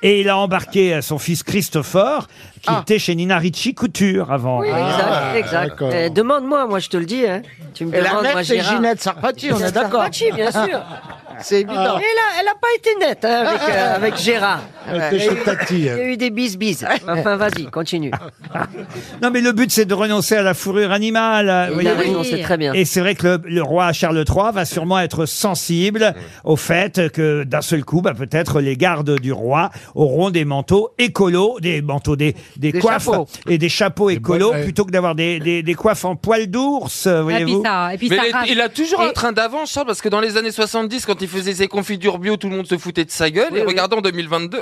B: Et il a embarqué euh, son fils Christopher, qui était chez Nina Ricci Couture avant.
C: Ah. Oui,
B: Ah,
C: exact, exact.
B: d'accord.
C: Eh, Demande-moi, moi je te le dis. Hein. Tu me
I: Et la
C: demandes,
I: nette,
C: moi
I: c'est
C: j'irai.
I: Ginette Sarfati, on est
C: Ginette
I: d'accord.
C: Sarfati, bien sûr.
D: Ah.
I: C'est
C: Et là,
I: évident. Ah,
C: elle n'a pas été nette hein, avec, euh, avec Gérard.
I: Elle était
C: Il y a
I: chez
C: eu-
I: Tati, hein.
C: Il y a
I: elle.
C: eu des bises-bises. Enfin, vas-y, continue. Ah,
B: Non, mais le but, c'est de renoncer à la fourrure animale. euh,
C: Il
B: voyez.
C: a renoncé, très bien.
B: Et c'est vrai que le, le roi Charles III va sûrement être sensible au fait que, d'un seul coup, bah, peut-être les gardes du roi auront des manteaux écolos, des manteaux, des, des,
I: Des
B: coiffes
I: chapeaux.
B: et des chapeaux écolos,
I: bonnets.
B: plutôt que d'avoir des, des, des coiffes en poils d'ours,
J: Ah,
B: euh, voyez-vous.
F: Mais il est- il a toujours un train d'avance, Charles, parce que dans les années 70, quand il faisait ses confitures bio, tout le monde se foutait de sa gueule. et regardez en 2022.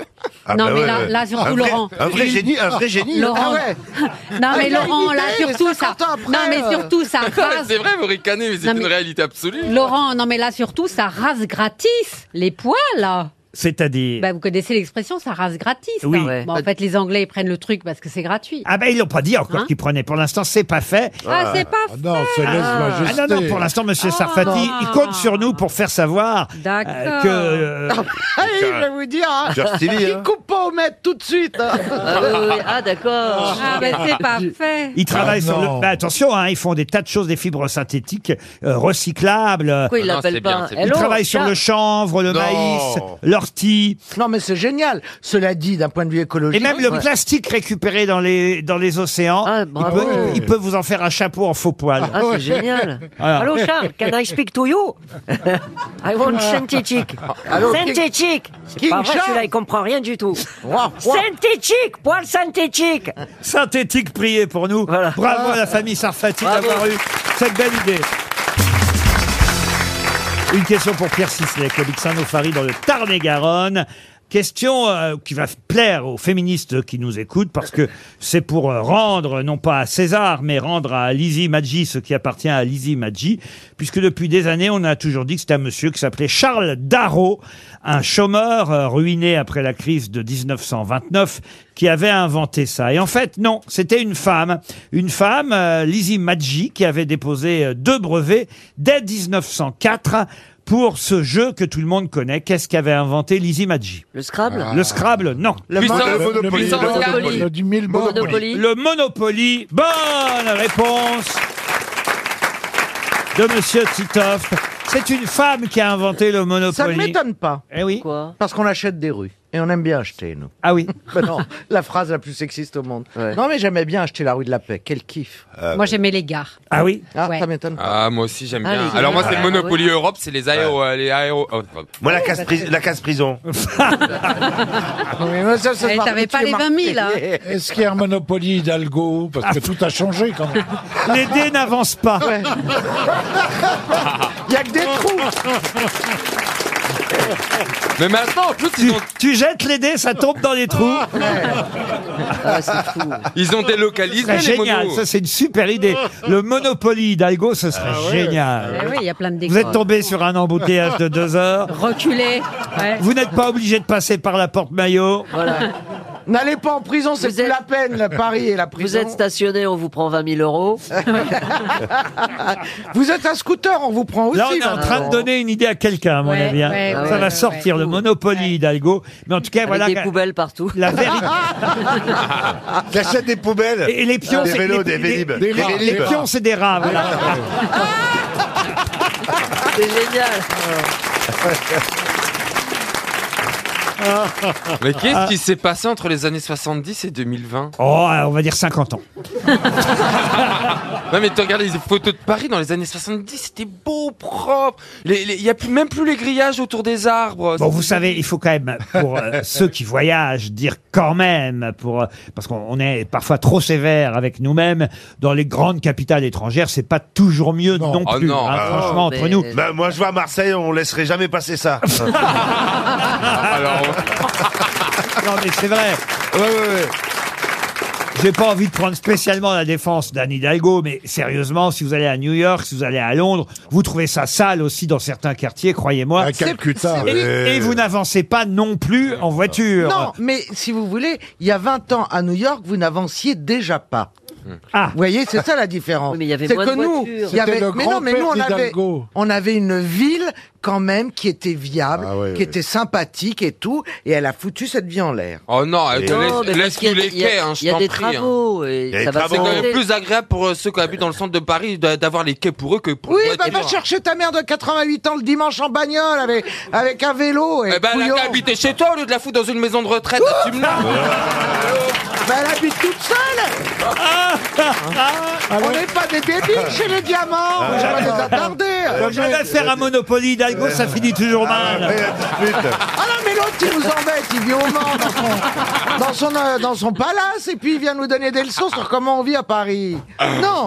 J: Non, mais là, là, surtout,
F: Un vrai-
J: Laurent.
F: un vrai génie, un vrai génie.
J: Laurent.
F: Ah ouais.
J: Non, mais
F: Il a
J: Laurent,
F: une
J: là,
F: idée,
J: surtout, ça. non, mais
F: euh.
J: surtout, ça rase.
F: C'est vrai, vous ricanez, mais c'est
J: Non, mais-
F: une réalité absolue.
J: Laurent, non, mais là, surtout, ça rase gratis les poils. là.
B: C'est-à-dire.
J: Bah, vous connaissez l'expression, ça rase gratis.
B: Oui.
J: hein.
B: Ouais.
J: Bon, en fait, les Anglais, ils prennent le truc parce que c'est gratuit.
B: Ah ben ils l'ont pas dit encore
J: Hein
B: qu'ils prenaient. Pour l'instant, c'est pas fait.
J: Ah, c'est pas Ah non, fait. c'est laisse
B: Ah.
J: majesté.
B: Ah non, non, pour l'instant, Monsieur Sarfati, il compte sur nous pour faire savoir euh,
I: D'accord.
B: que. euh,
I: Ah oui, je vais vous dire, hein,
B: Genre Stevie,
I: il
B: hein.
I: coupe pas au mètre tout de suite. hein.
C: Ah, oui, oui, oui. Ah, d'accord.
I: Ah, mais c'est parfait.
B: Ils travaillent
I: Ah,
B: sur
I: non.
B: le. Bah, attention, hein, ils font des tas de choses, des fibres synthétiques euh, recyclables.
I: Pourquoi ils
B: ils
I: Ah non, l'appellent c'est pas bien, un- c'est bien.
B: Ils
I: Hello,
B: travaillent sur
I: Charles.
B: le chanvre, le
I: Non.
B: maïs, l'ortie.
I: Non, mais c'est génial. Cela dit, d'un point de vue écologique.
B: Et même le
I: Ouais.
B: plastique récupéré dans les, dans les océans,
I: bravo.
B: il, peut, il peut vous en faire un chapeau en faux poil.
C: Ah, c'est génial.
I: Ah.
B: Alors.
C: Allô, Charles, can I speak to you? I
I: Ah.
C: want synthétique.
D: Allô, King-
C: synthétique. C'est
D: King
C: pas vrai,
D: Charles
C: celui-là, il comprend rien du tout. synthétique, poil synthétique.
B: Synthétique, priez pour nous. Bravo à la famille Sarfati d'avoir eu cette belle idée. Une question pour Pierre Sisley, qui habite Saint-Nofari dans le Tarn-et-Garonne. Question euh, qui va plaire aux féministes qui nous écoutent parce que c'est pour euh, rendre, non pas à César, mais rendre à Lizzie Maggi ce qui appartient à Lizzie Maggi, puisque depuis des années, on a toujours dit que c'était un monsieur qui s'appelait Charles Darrow, un chômeur euh, ruiné après la crise de 1929, qui avait inventé ça. Et en fait, non, c'était une femme. Une femme, euh, Lizzie Maggi, qui avait déposé euh, deux brevets dès 1904 pour ce jeu que tout le monde connaît. Qu'est-ce qu'avait inventé Lizzie Maggi Le Scrabble Le Scrabble, non.
H: Le Puissance- mon- le Monopoly. Puissance- Le Monopoly. Le- du mille Monopoly. Monopoly.
B: Le Monopoly. Bonne réponse de Monsieur Titoff. C'est une femme qui a inventé le Monopoly.
I: Ça ne m'étonne pas.
B: Eh oui.
I: Parce qu'on achète des rues. Et on aime bien acheter, nous.
B: Ah oui
I: Ben non, la phrase la plus sexiste au monde. Non, mais j'aimais bien acheter la rue de la paix. Quel kiff.
F: Euh,
J: Moi, j'aimais les gares.
B: Ah oui
I: Ah,
J: Ouais.
I: ça m'étonne pas.
F: Ah, moi aussi, j'aime
I: Ah,
F: bien.
I: les
F: Alors, moi,
I: gars.
F: c'est
I: Ouais.
F: Monopoly Europe, c'est les aéros. euh, les aéros...
M: Moi, la casse, pris- la casse prison.
H: Ah,
I: Mais moi, ça, ça
J: Eh,
I: m'a
J: t'avais pas
I: tué
J: les 20 000, hein.
I: marqué.
H: Est-ce qu'il y a un Monopoly Hidalgo Parce que tout a changé quand même.
B: Les dés n'avancent pas.
H: Il n'y a que des trous.
F: Mais maintenant, en plus, ils ont, Ah,
B: Tu jettes les dés, ça tombe dans les trous. Ah,
F: ils ont
B: Ce
F: délocalisé
B: serait
F: les
B: génial,
F: monos.
B: ça c'est une super idée. Le Monopoly Hidalgo, ce serait
F: Ah
B: génial.
J: Eh oui, il y a plein de
B: Vous êtes tombé sur un embouteillage de deux heures.
J: Reculé. Ouais.
B: Vous n'êtes pas obligé de passer par la porte maillot.
I: N'allez pas en prison, c'est plus la peine, la Paris et la prison.
E: Vous êtes stationné, on vous prend 20 000 euros.
I: Vous êtes un scooter, on vous prend aussi. hein.
B: Là, on est en train de donner une idée à quelqu'un, à mon
I: Ouais,
B: avis. hein.
I: ouais,
B: ça
I: ouais,
B: va
I: ouais,
B: sortir le Monopoly Hidalgo. Mais en tout cas,
E: Avec
B: voilà.
E: des
B: que-
E: poubelles partout.
B: La vérité.
M: T'achètes des poubelles.
B: Et les pions,
M: Des
B: c'est-
M: vélos, des
B: les-
M: Vélib.
B: les- les- les pions, c'est des rats, voilà.
E: C'est génial.
F: Mais qu'est-ce qui s'est passé entre les années 70 et 2020
B: Ah. Oh, bah. on va dire 50 ans.
F: Non mais tu regardes les photos de Paris dans les années 70, c'était beau, propre. Il y a plus, même plus les grillages autour des arbres.
B: Bon, vous savez, il faut quand même, pour euh, ceux qui voyagent, dire quand même, pour, euh, parce qu'on on est parfois trop sévère avec nous-mêmes, dans les grandes capitales étrangères, c'est pas toujours mieux non,
M: Oh
B: plus. hein,
M: Ah,
B: franchement,
M: mais-
B: entre nous.
M: Bah, moi, je vais à Marseille, on laisserait jamais passer ça.
B: Ah,
F: Alors,
B: Non, mais c'est vrai. J'ai pas envie de prendre spécialement la défense d'Anne Hidalgo, mais sérieusement, si vous allez à New York, si vous allez à Londres, vous trouvez ça sale aussi dans certains quartiers, croyez-moi.
H: À Calcutta,
B: Et,
H: ouais.
B: et vous n'avancez pas non plus en voiture.
I: Non, mais si vous voulez, il y a 20 ans à New York, vous n'avanciez déjà pas.
B: Ah.
I: Vous voyez, c'est ça la différence.
E: Oui, mais il y avait
I: c'est
E: moins
I: que
E: de
I: nous,
E: voitures.
I: il y avait,
E: C'était le
I: mais non, mais nous on
E: grand-père
I: avait,
E: d'Hidalgo.
I: on avait une ville quand même qui était viable, qui
F: ouais.
I: était sympathique et tout, et elle a foutu cette vie en l'air.
F: oh non,
I: Et-
F: te
I: Non, mais
F: laisse,
I: parce
F: laisse
I: qu'il y a
F: tous les
I: des- il y a-
F: quais, hein, je
I: il y a
F: t'en
I: des
F: prie. hein.
I: travaux et Il y a ça des va
F: C'est
I: travaux.
F: quand même plus agréable pour euh, ceux qui habitent dans le centre de Paris d'a- d'avoir les quais pour eux que pour
I: Oui,
F: les
I: bah
F: voitures.
I: va chercher ta mère de 88 ans le dimanche en bagnole avec, avec un vélo. Et
F: Eh ben, elle a
I: couillon.
F: qu'à habiter chez toi au lieu de la foutre dans une maison de retraite. Assume-la.
I: Ah. Bah, elle habite toute seule
B: Ah,
I: On n'est pas des débiles chez les diamants
B: Ah,
I: On n'est pas des attardés
B: Faut jamais faire un Euh, Monopoly Hidalgo, ça finit toujours mal.
I: Ah non, mais l'autre, il nous embête, il vit au Mans dans son, dans, son, euh, dans son palace et puis il vient nous donner des leçons sur comment on vit à Paris. Non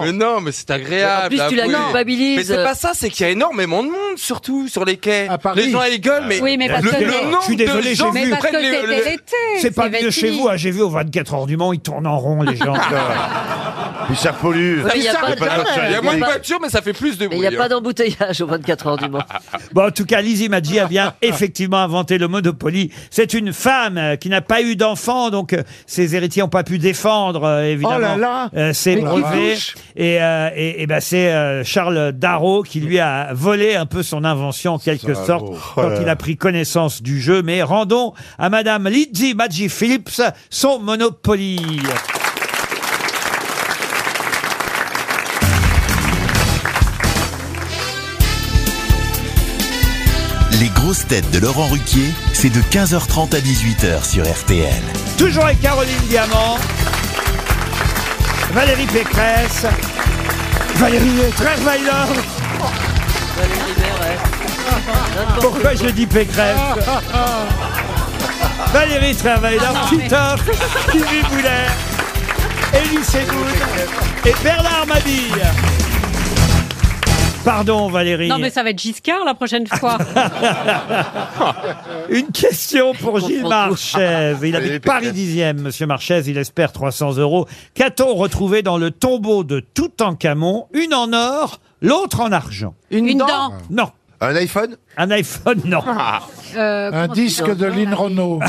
F: Mais non, mais c'est agréable.
I: En plus, tu la
F: avouez.
I: culpabilises.
F: Mais c'est pas ça, c'est qu'il y a énormément de monde, surtout sur les quais.
B: Paris.
F: Les gens ils gueulent, mais,
J: Oui, mais parce
F: le,
J: que-
F: le
J: Je suis
F: nombre
B: désolé,
F: de gens
B: j'ai
F: qui
B: vu.
J: Parce que
F: prennent les-
J: c'était
F: le-
J: l'été.
B: C'est pas mieux chez
J: vêtu.
B: vous, hein, j'ai vu aux 24 heures du Mans, ils tournent en rond les gens.
F: Ah.
M: Puis ça pollue.
E: Ouais, il y a
M: Ça
E: pas de
M: fait
E: jamais.
M: voiture.
F: Il y a moins de
E: Mais-
F: voitures, mais ça fait plus de
E: Mais
F: bruit.
E: il n'y a
F: hein.
E: pas d'embouteillage aux 24 heures du Mans.
B: Bon, en tout cas, Lizzie Maggi a bien effectivement inventé le Monopoly. C'est une femme euh, qui n'a pas eu d'enfant, donc euh, ses héritiers n'ont pas pu défendre, euh, évidemment,
I: Oh là là
B: euh, ses
I: Mais qui
B: brevets.
I: touche
B: Et, euh, et, et ben, c'est euh, Charles Darrow qui lui a volé un peu son invention, en quelque
H: Salaud.
B: sorte,
H: Oh là
B: quand
H: là.
B: il a pris connaissance du jeu. Mais rendons à Madame Lizzie Maggi Phillips son Monopoly.
A: Les grosses têtes de Laurent Ruquier, c'est de 15h30 à 18h sur RTL.
B: Toujours avec Caroline Diamant, Valérie Pécresse, Valérie Trierweiler. Pourquoi je dis Pécresse
J: Ah.
B: Valérie Trierweiler, Titoff, Thierry Boulet, Élie Semoun et Bernard Mabille. Pardon Valérie.
J: Non, mais ça va être Giscard la prochaine fois.
B: Une question pour Gilles Marchèze. Il habite Paris 10e, monsieur Marchèze. Il espère 300 euros. Qu'a-t-on retrouvé dans le tombeau de Toutankhamon Une en or, l'autre en argent.
J: Une Une dent dent.
B: Non. Un iPhone Ah. Un iPhone, non.
J: Euh,
H: Un
J: comment tu
H: disque
J: dis
H: de
J: encore,
H: Lynn Renault.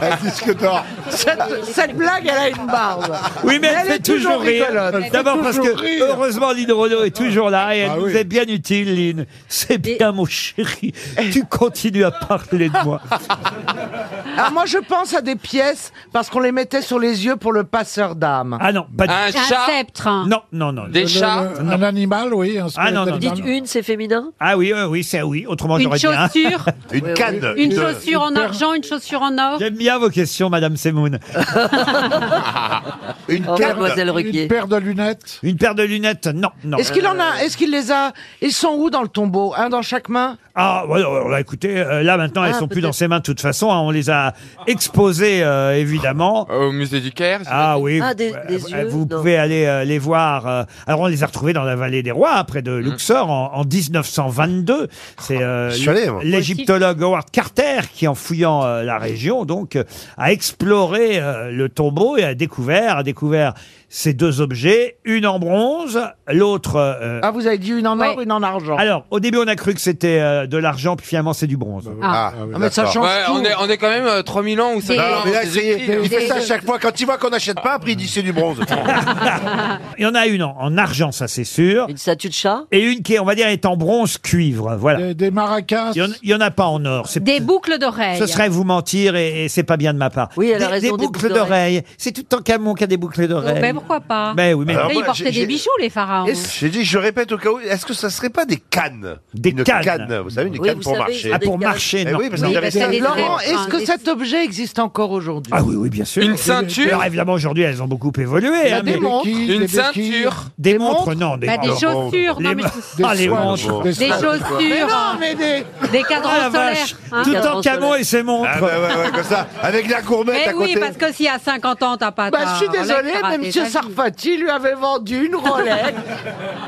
I: Un disque d'or. Cette, cette blague, elle a une barbe.
B: Oui, mais elle,
I: est
B: fait toujours rire.
I: rigolote.
B: D'abord parce que, heureusement, Lynn Renaud est toujours là et elle
I: Ah
B: nous
I: oui.
B: est bien utile, Lynn. C'est bien, mon chéri. Tu continues à parler de moi.
I: Alors Ah, moi, je pense à des pièces parce qu'on les mettait sur les yeux pour le passeur d'âme.
B: Ah non, pas
J: du- Un chat. sceptre. hein.
B: Non, non, non.
H: Le- le- Un animal, oui. Un
B: Ah non, non,
H: squelette
B: non,
H: d'animal.
B: non.
J: Une, c'est féminin.
B: Ah oui, euh, oui, c'est oui. Autrement,
J: Une
B: j'aurais dit hein. un.
J: chaussure.
B: Une canne.
J: Une chaussure en argent, une chaussure en or.
B: J'aime bien vos questions, Madame Semoun. une,
J: Oh, paire- mademoiselle Ruquier. une paire
B: de lunettes. Une paire de lunettes, non, non. Euh,
I: Est-ce qu'il en a Est-ce qu'il les a Ils sont où dans le tombeau Un dans chaque main
B: Ah, ouais, ouais, ouais, écoutez, euh, là maintenant, elles
I: Ah,
B: sont plus
I: peut-être.
B: dans ses mains de toute façon. hein, on les a exposées, euh, évidemment.
F: Au musée du Caire.
B: Ah oui,
F: Ah,
B: vous-
F: des-
B: euh,
F: des
B: euh,
F: yeux,
B: vous
F: non.
B: pouvez aller euh, les voir. euh, alors on les a retrouvés dans la vallée des rois, près de Luxor, en, en 1922. C'est euh,
M: Je suis allé, moi.
B: l'égyptologue Howard Carter qui, en fouillant euh, la région, donc, euh, a exploré euh, le tombeau et a découvert, a découvert ces deux objets, une en bronze, l'autre. euh,
I: Ah, vous avez dit une en or, une en argent.
B: alors, au début, on a cru que c'était euh, de l'argent, puis finalement, c'est du bronze.
I: Ah. Ah, mais ça change
F: Ouais,
I: tout.
F: on, est, on est quand même euh, 3000 ans ou ça.
G: Non, mais là, c'est- il fait ça à chaque fois. Quand il voit qu'on n'achète pas, après, il dit c'est du bronze.
B: Il y en a une en, en argent, ça c'est sûr. Une statue de chat Et une qui, est, on va dire, est en bronze cuivre, voilà. Des, maracas Il n'y en, a pas en or. c'est-
J: Des boucles d'oreilles.
B: Ce serait vous mentir et, et c'est pas bien de ma part. Oui,
J: elle a
B: des,
J: raison,
B: des boucles d'oreilles. C'est tout en Camon qui a des boucles
J: Oh,
B: d'oreilles.
J: ben pourquoi pas
B: Ben oui, mais- Alors
J: Là,
B: moi,
J: ils portaient
B: j'ai-
J: des
B: j'ai-
J: bijoux, les pharaons.
G: J'ai dit, je répète au cas où, est-ce que ça serait pas des cannes
B: Des
G: une
B: cannes.
G: canne, Vous savez, une
B: Oui,
G: canne
B: vous
G: pour
B: savez, ils
G: marcher.
B: ont Ah, des pour cannes. marcher,
G: Eh
B: non.
G: oui, parce
B: Oui,
G: que
B: bah,
G: j'avais
B: c'est
G: ça.
B: des
I: Laurent,
B: Enfin,
I: est-ce que
B: des-
I: cet objet existe encore aujourd'hui
B: Ah oui, oui, bien sûr.
F: Une ceinture
B: Alors évidemment, aujourd'hui, elles ont beaucoup évolué. hein,
I: Bah, des montres.
F: Une ceinture
B: Des montres, non.
J: Bah, des chaussures, non,
B: Les
J: mais-
B: mo- Ah, les
J: Des
B: montres.
J: Des chaussures.
I: Mais non, mais des...
J: Ah. Des cadrans
B: Ah, la
J: solaires.
B: vache.
J: hein.
B: Tout en Camon et ses montres.
G: Ah bah ouais, ouais, comme ça, avec la
D: Eh
G: courbette à
J: Mais oui,
G: côté.
J: parce que si à 50 ans, t'as pas
I: Bah, je suis
J: ta
I: désolé,
J: Rolex, t'as
I: mais
J: raté
I: Monsieur
J: ta vie.
I: Sarfati lui avait vendu une Rolex.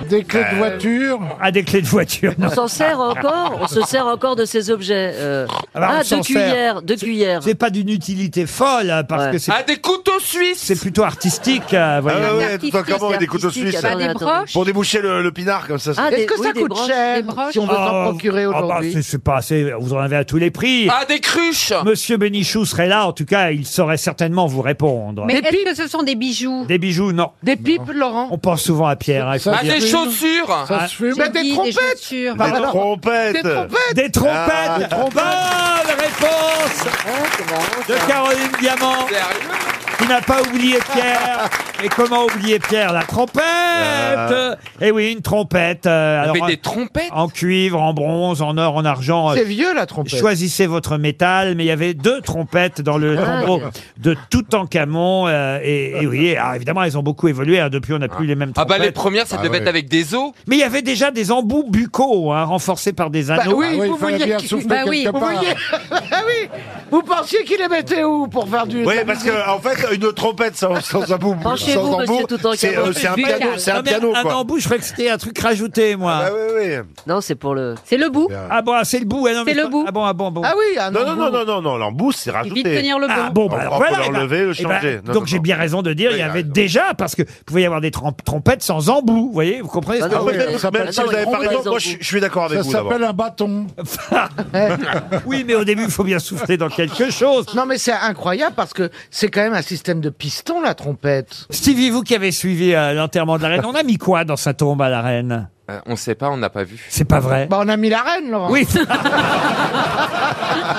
H: Des clés de voiture.
B: Ah, des clés de voiture.
D: On s'en sert encore On se sert encore de ces objets. euh.
C: bah,
B: Alors, on
D: ah,
B: s'en
D: de cuillères,
B: sert.
D: de cuillères.
B: C'est pas d'une utilité folle, hein, parce
D: Ouais.
B: que c'est.
F: Ah, des couteaux suisses
B: C'est plutôt artistique, euh, voyez.
G: Ah ouais,
D: Artistique,
G: tout en comment
D: c'est
G: et des couteaux
D: artistique,
G: suisses.
D: attendez, Bah, des attendez. broches.
G: Pour déboucher le, le pinard comme ça.
D: Ah,
I: Est-ce
D: des-
I: que
D: oui,
I: ça
D: des
I: coûte
D: broches,
I: cher
D: des broches.
I: si on veut
B: Ah,
I: s'en procurer
B: ah bah,
I: aujourd'hui
B: c'est- c'est pas assez, vous en avez à tous les prix.
F: Ah, des cruches
B: Monsieur Bénichou serait là, en tout cas, il saurait certainement vous répondre.
J: Mais est-ce que ce sont des bijoux
B: Des bijoux, non.
I: Des pipes, Laurent
B: On pense souvent à Pierre. hein, il faut
F: Ah,
B: dire.
F: des chaussures
B: Ah, Bah,
I: Mais
J: J'ai
I: Bah, des
J: dit
I: trompettes
J: chaussures.
G: Des trompettes.
I: Des trompettes
B: Des trompettes
G: Ah, des trompettes.
B: Bonne réponse
M: Ah,
B: de Caroline Diamant, qui n'a pas oublié Pierre. Et comment oublier Pierre La trompette
F: Ah.
B: Eh oui, une trompette. euh,
F: Mais
B: alors,
F: des
B: en-
F: trompettes
B: En cuivre, en bronze, en or, en argent. euh,
I: C'est vieux, la trompette.
B: Choisissez votre métal, mais il y avait deux trompettes dans le
I: Ah.
B: tombeau de Toutankhamon. euh, et, et oui, ah, évidemment, elles ont beaucoup évolué. hein, depuis, on n'a plus les mêmes
F: Ah
B: trompettes.
F: bah les premières, ça
G: Ah
F: devait
G: ouais.
F: être avec des os.
B: Mais il y avait déjà des embouts buccaux, hein, renforcés par des
I: Bah
B: anneaux.
I: oui,
H: Ah oui,
I: vous
H: il fallait
I: voyez
H: bien
I: qu'il-
H: souffler
I: Bah oui,
H: quelque
I: vous
H: part.
I: voyez- Ah oui, vous pensiez qu'il les mettait où pour faire du...
G: Oui, parce que en fait, une trompette sans, sans embout,
D: Penchez-vous,
G: sans
D: monsieur
G: embout,
D: Toutankhamon.
G: c'est euh, c'est un
D: Buccal.
G: piano, c'est
B: Non,
G: un
B: mais
G: piano
B: un
G: quoi.
B: embout, je croyais que c'était un truc rajouté, moi.
G: Ah oui, oui. Eh
D: Non, c'est pour le.
J: C'est le bout.
B: Ah bon, ah, c'est le bout. ah non, mais
J: C'est le
B: pas-
J: bout.
B: Ah bon, ah bon, bon.
I: Ah oui, un
G: Non, non, non,
I: embout.
G: non, non, non, l'embout, c'est
J: Il vit
G: rajouté.
J: de tenir le bout.
B: Ah bon, bah,
G: On-
B: alors
G: on peut
B: voilà. eh ben,
G: l'enlever, le
B: eh ben,
G: changer. Non, non,
B: donc j'ai
G: non.
B: bien raison de dire, il
G: Oui,
B: y avait
G: non.
B: déjà, parce que pouvait y avoir des trom- trompettes sans embout, vous voyez, vous comprenez
D: Ah
B: ce que
D: non,
B: je veux
D: oui,
B: dire
D: oui.
G: Peut-être Même si vous avez pas raison, moi je, je suis d'accord avec
H: Ça
G: vous d'abord.
H: s'appelle un bâton.
B: Oui, mais au début, il faut bien souffler dans quelque chose.
I: Non, mais c'est incroyable parce que c'est quand même un système de piston, la trompette.
B: Stevie, vous qui avez suivi euh, l'enterrement de la reine, on a mis quoi dans sa tombe à la reine
F: Euh, On sait pas, on n'a pas vu.
B: C'est pas vrai
I: Bah, on a mis la reine, Laurent.
B: Oui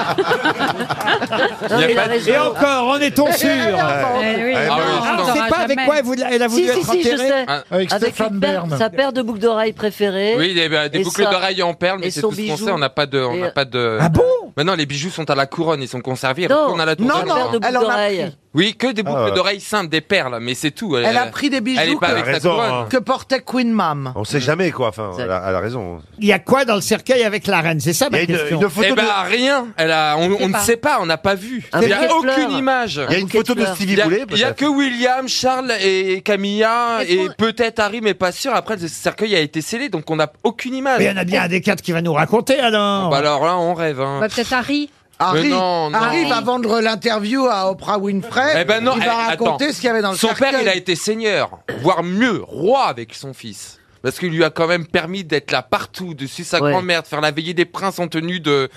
F: Il y a
D: mais il
F: pas
D: a
F: de-
D: raison.
B: Et encore, en est-on sûr
J: Eh oui,
F: Ah oui,
J: on
F: Ah,
J: saura
B: C'est pas avec
J: jamais.
B: quoi elle voulu- elle a voulu
D: Si, si,
B: être
D: si, je
B: enterrée
D: sais.
F: Ah,
H: Avec, Stéphane
D: une paire-
H: Bern.
D: sa paire de boucles d'oreilles préférées.
F: Oui, des, bah, des
D: Et
F: boucles
D: ça-
F: d'oreilles en perles, mais
D: et
F: c'est
D: son
F: tout ce qu'on
D: bijou.
C: euh,
F: sait, on n'a pas de... On
D: Et-
F: n'a pas de...
B: Ah bon
F: Maintenant, les bijoux sont à la couronne, ils sont conservés. ils
I: Non.
F: retournent à la tour
I: Non,
F: de
I: non,
F: Londres.
I: elle en a pris.
F: Oui, que des boucles
I: Ah ouais.
F: d'oreilles simples, des perles, mais c'est tout. Euh,
I: Elle a pris des
F: Elle
I: bijoux
F: est pas avec
I: que,
F: la
B: hein.
F: couronne.
H: hein.
I: que portait Queen Mam.
M: On sait jamais quoi, enfin,
I: Exact.
M: elle a, elle a raison.
B: Il y a quoi dans le cercueil avec la reine C'est ça ma question.
F: eh ben, rien. Elle a, on,
B: bah, Je sais
F: on ne
B: pas.
F: sait pas, on n'a pas vu.
B: Un
F: Il n'y a
B: bouquet de
F: aucune
B: fleurs.
F: image.
B: Il y a Un une bouquet photo de de fleurs. Stevie
F: Il y a-
B: Boulet,
F: Il n'y a
B: peut-être.
F: que William, Charles et Camilla
B: Est-ce
F: et
B: qu'on-
F: peut-être Harry, mais pas sûr. Après, le cercueil a été scellé, donc on n'a aucune image.
B: Mais il y en a bien un des quatre qui va nous raconter alors.
F: Bah alors là, on rêve. hein.
J: Bah, Peut-être Harry.
I: Harry,
F: Mais non, non.
I: Harry va vendre l'interview à Oprah Winfrey.
F: Eh ben non,
I: il
F: eh,
I: va raconter
F: attends.
I: ce qu'il y avait dans le
F: Son
I: cercueil.
F: père, il a été seigneur, voire mieux, roi avec son fils. Parce qu'il lui a quand même permis d'être là partout, de suivre sa grand-mère, de faire la veillée des princes en tenue de.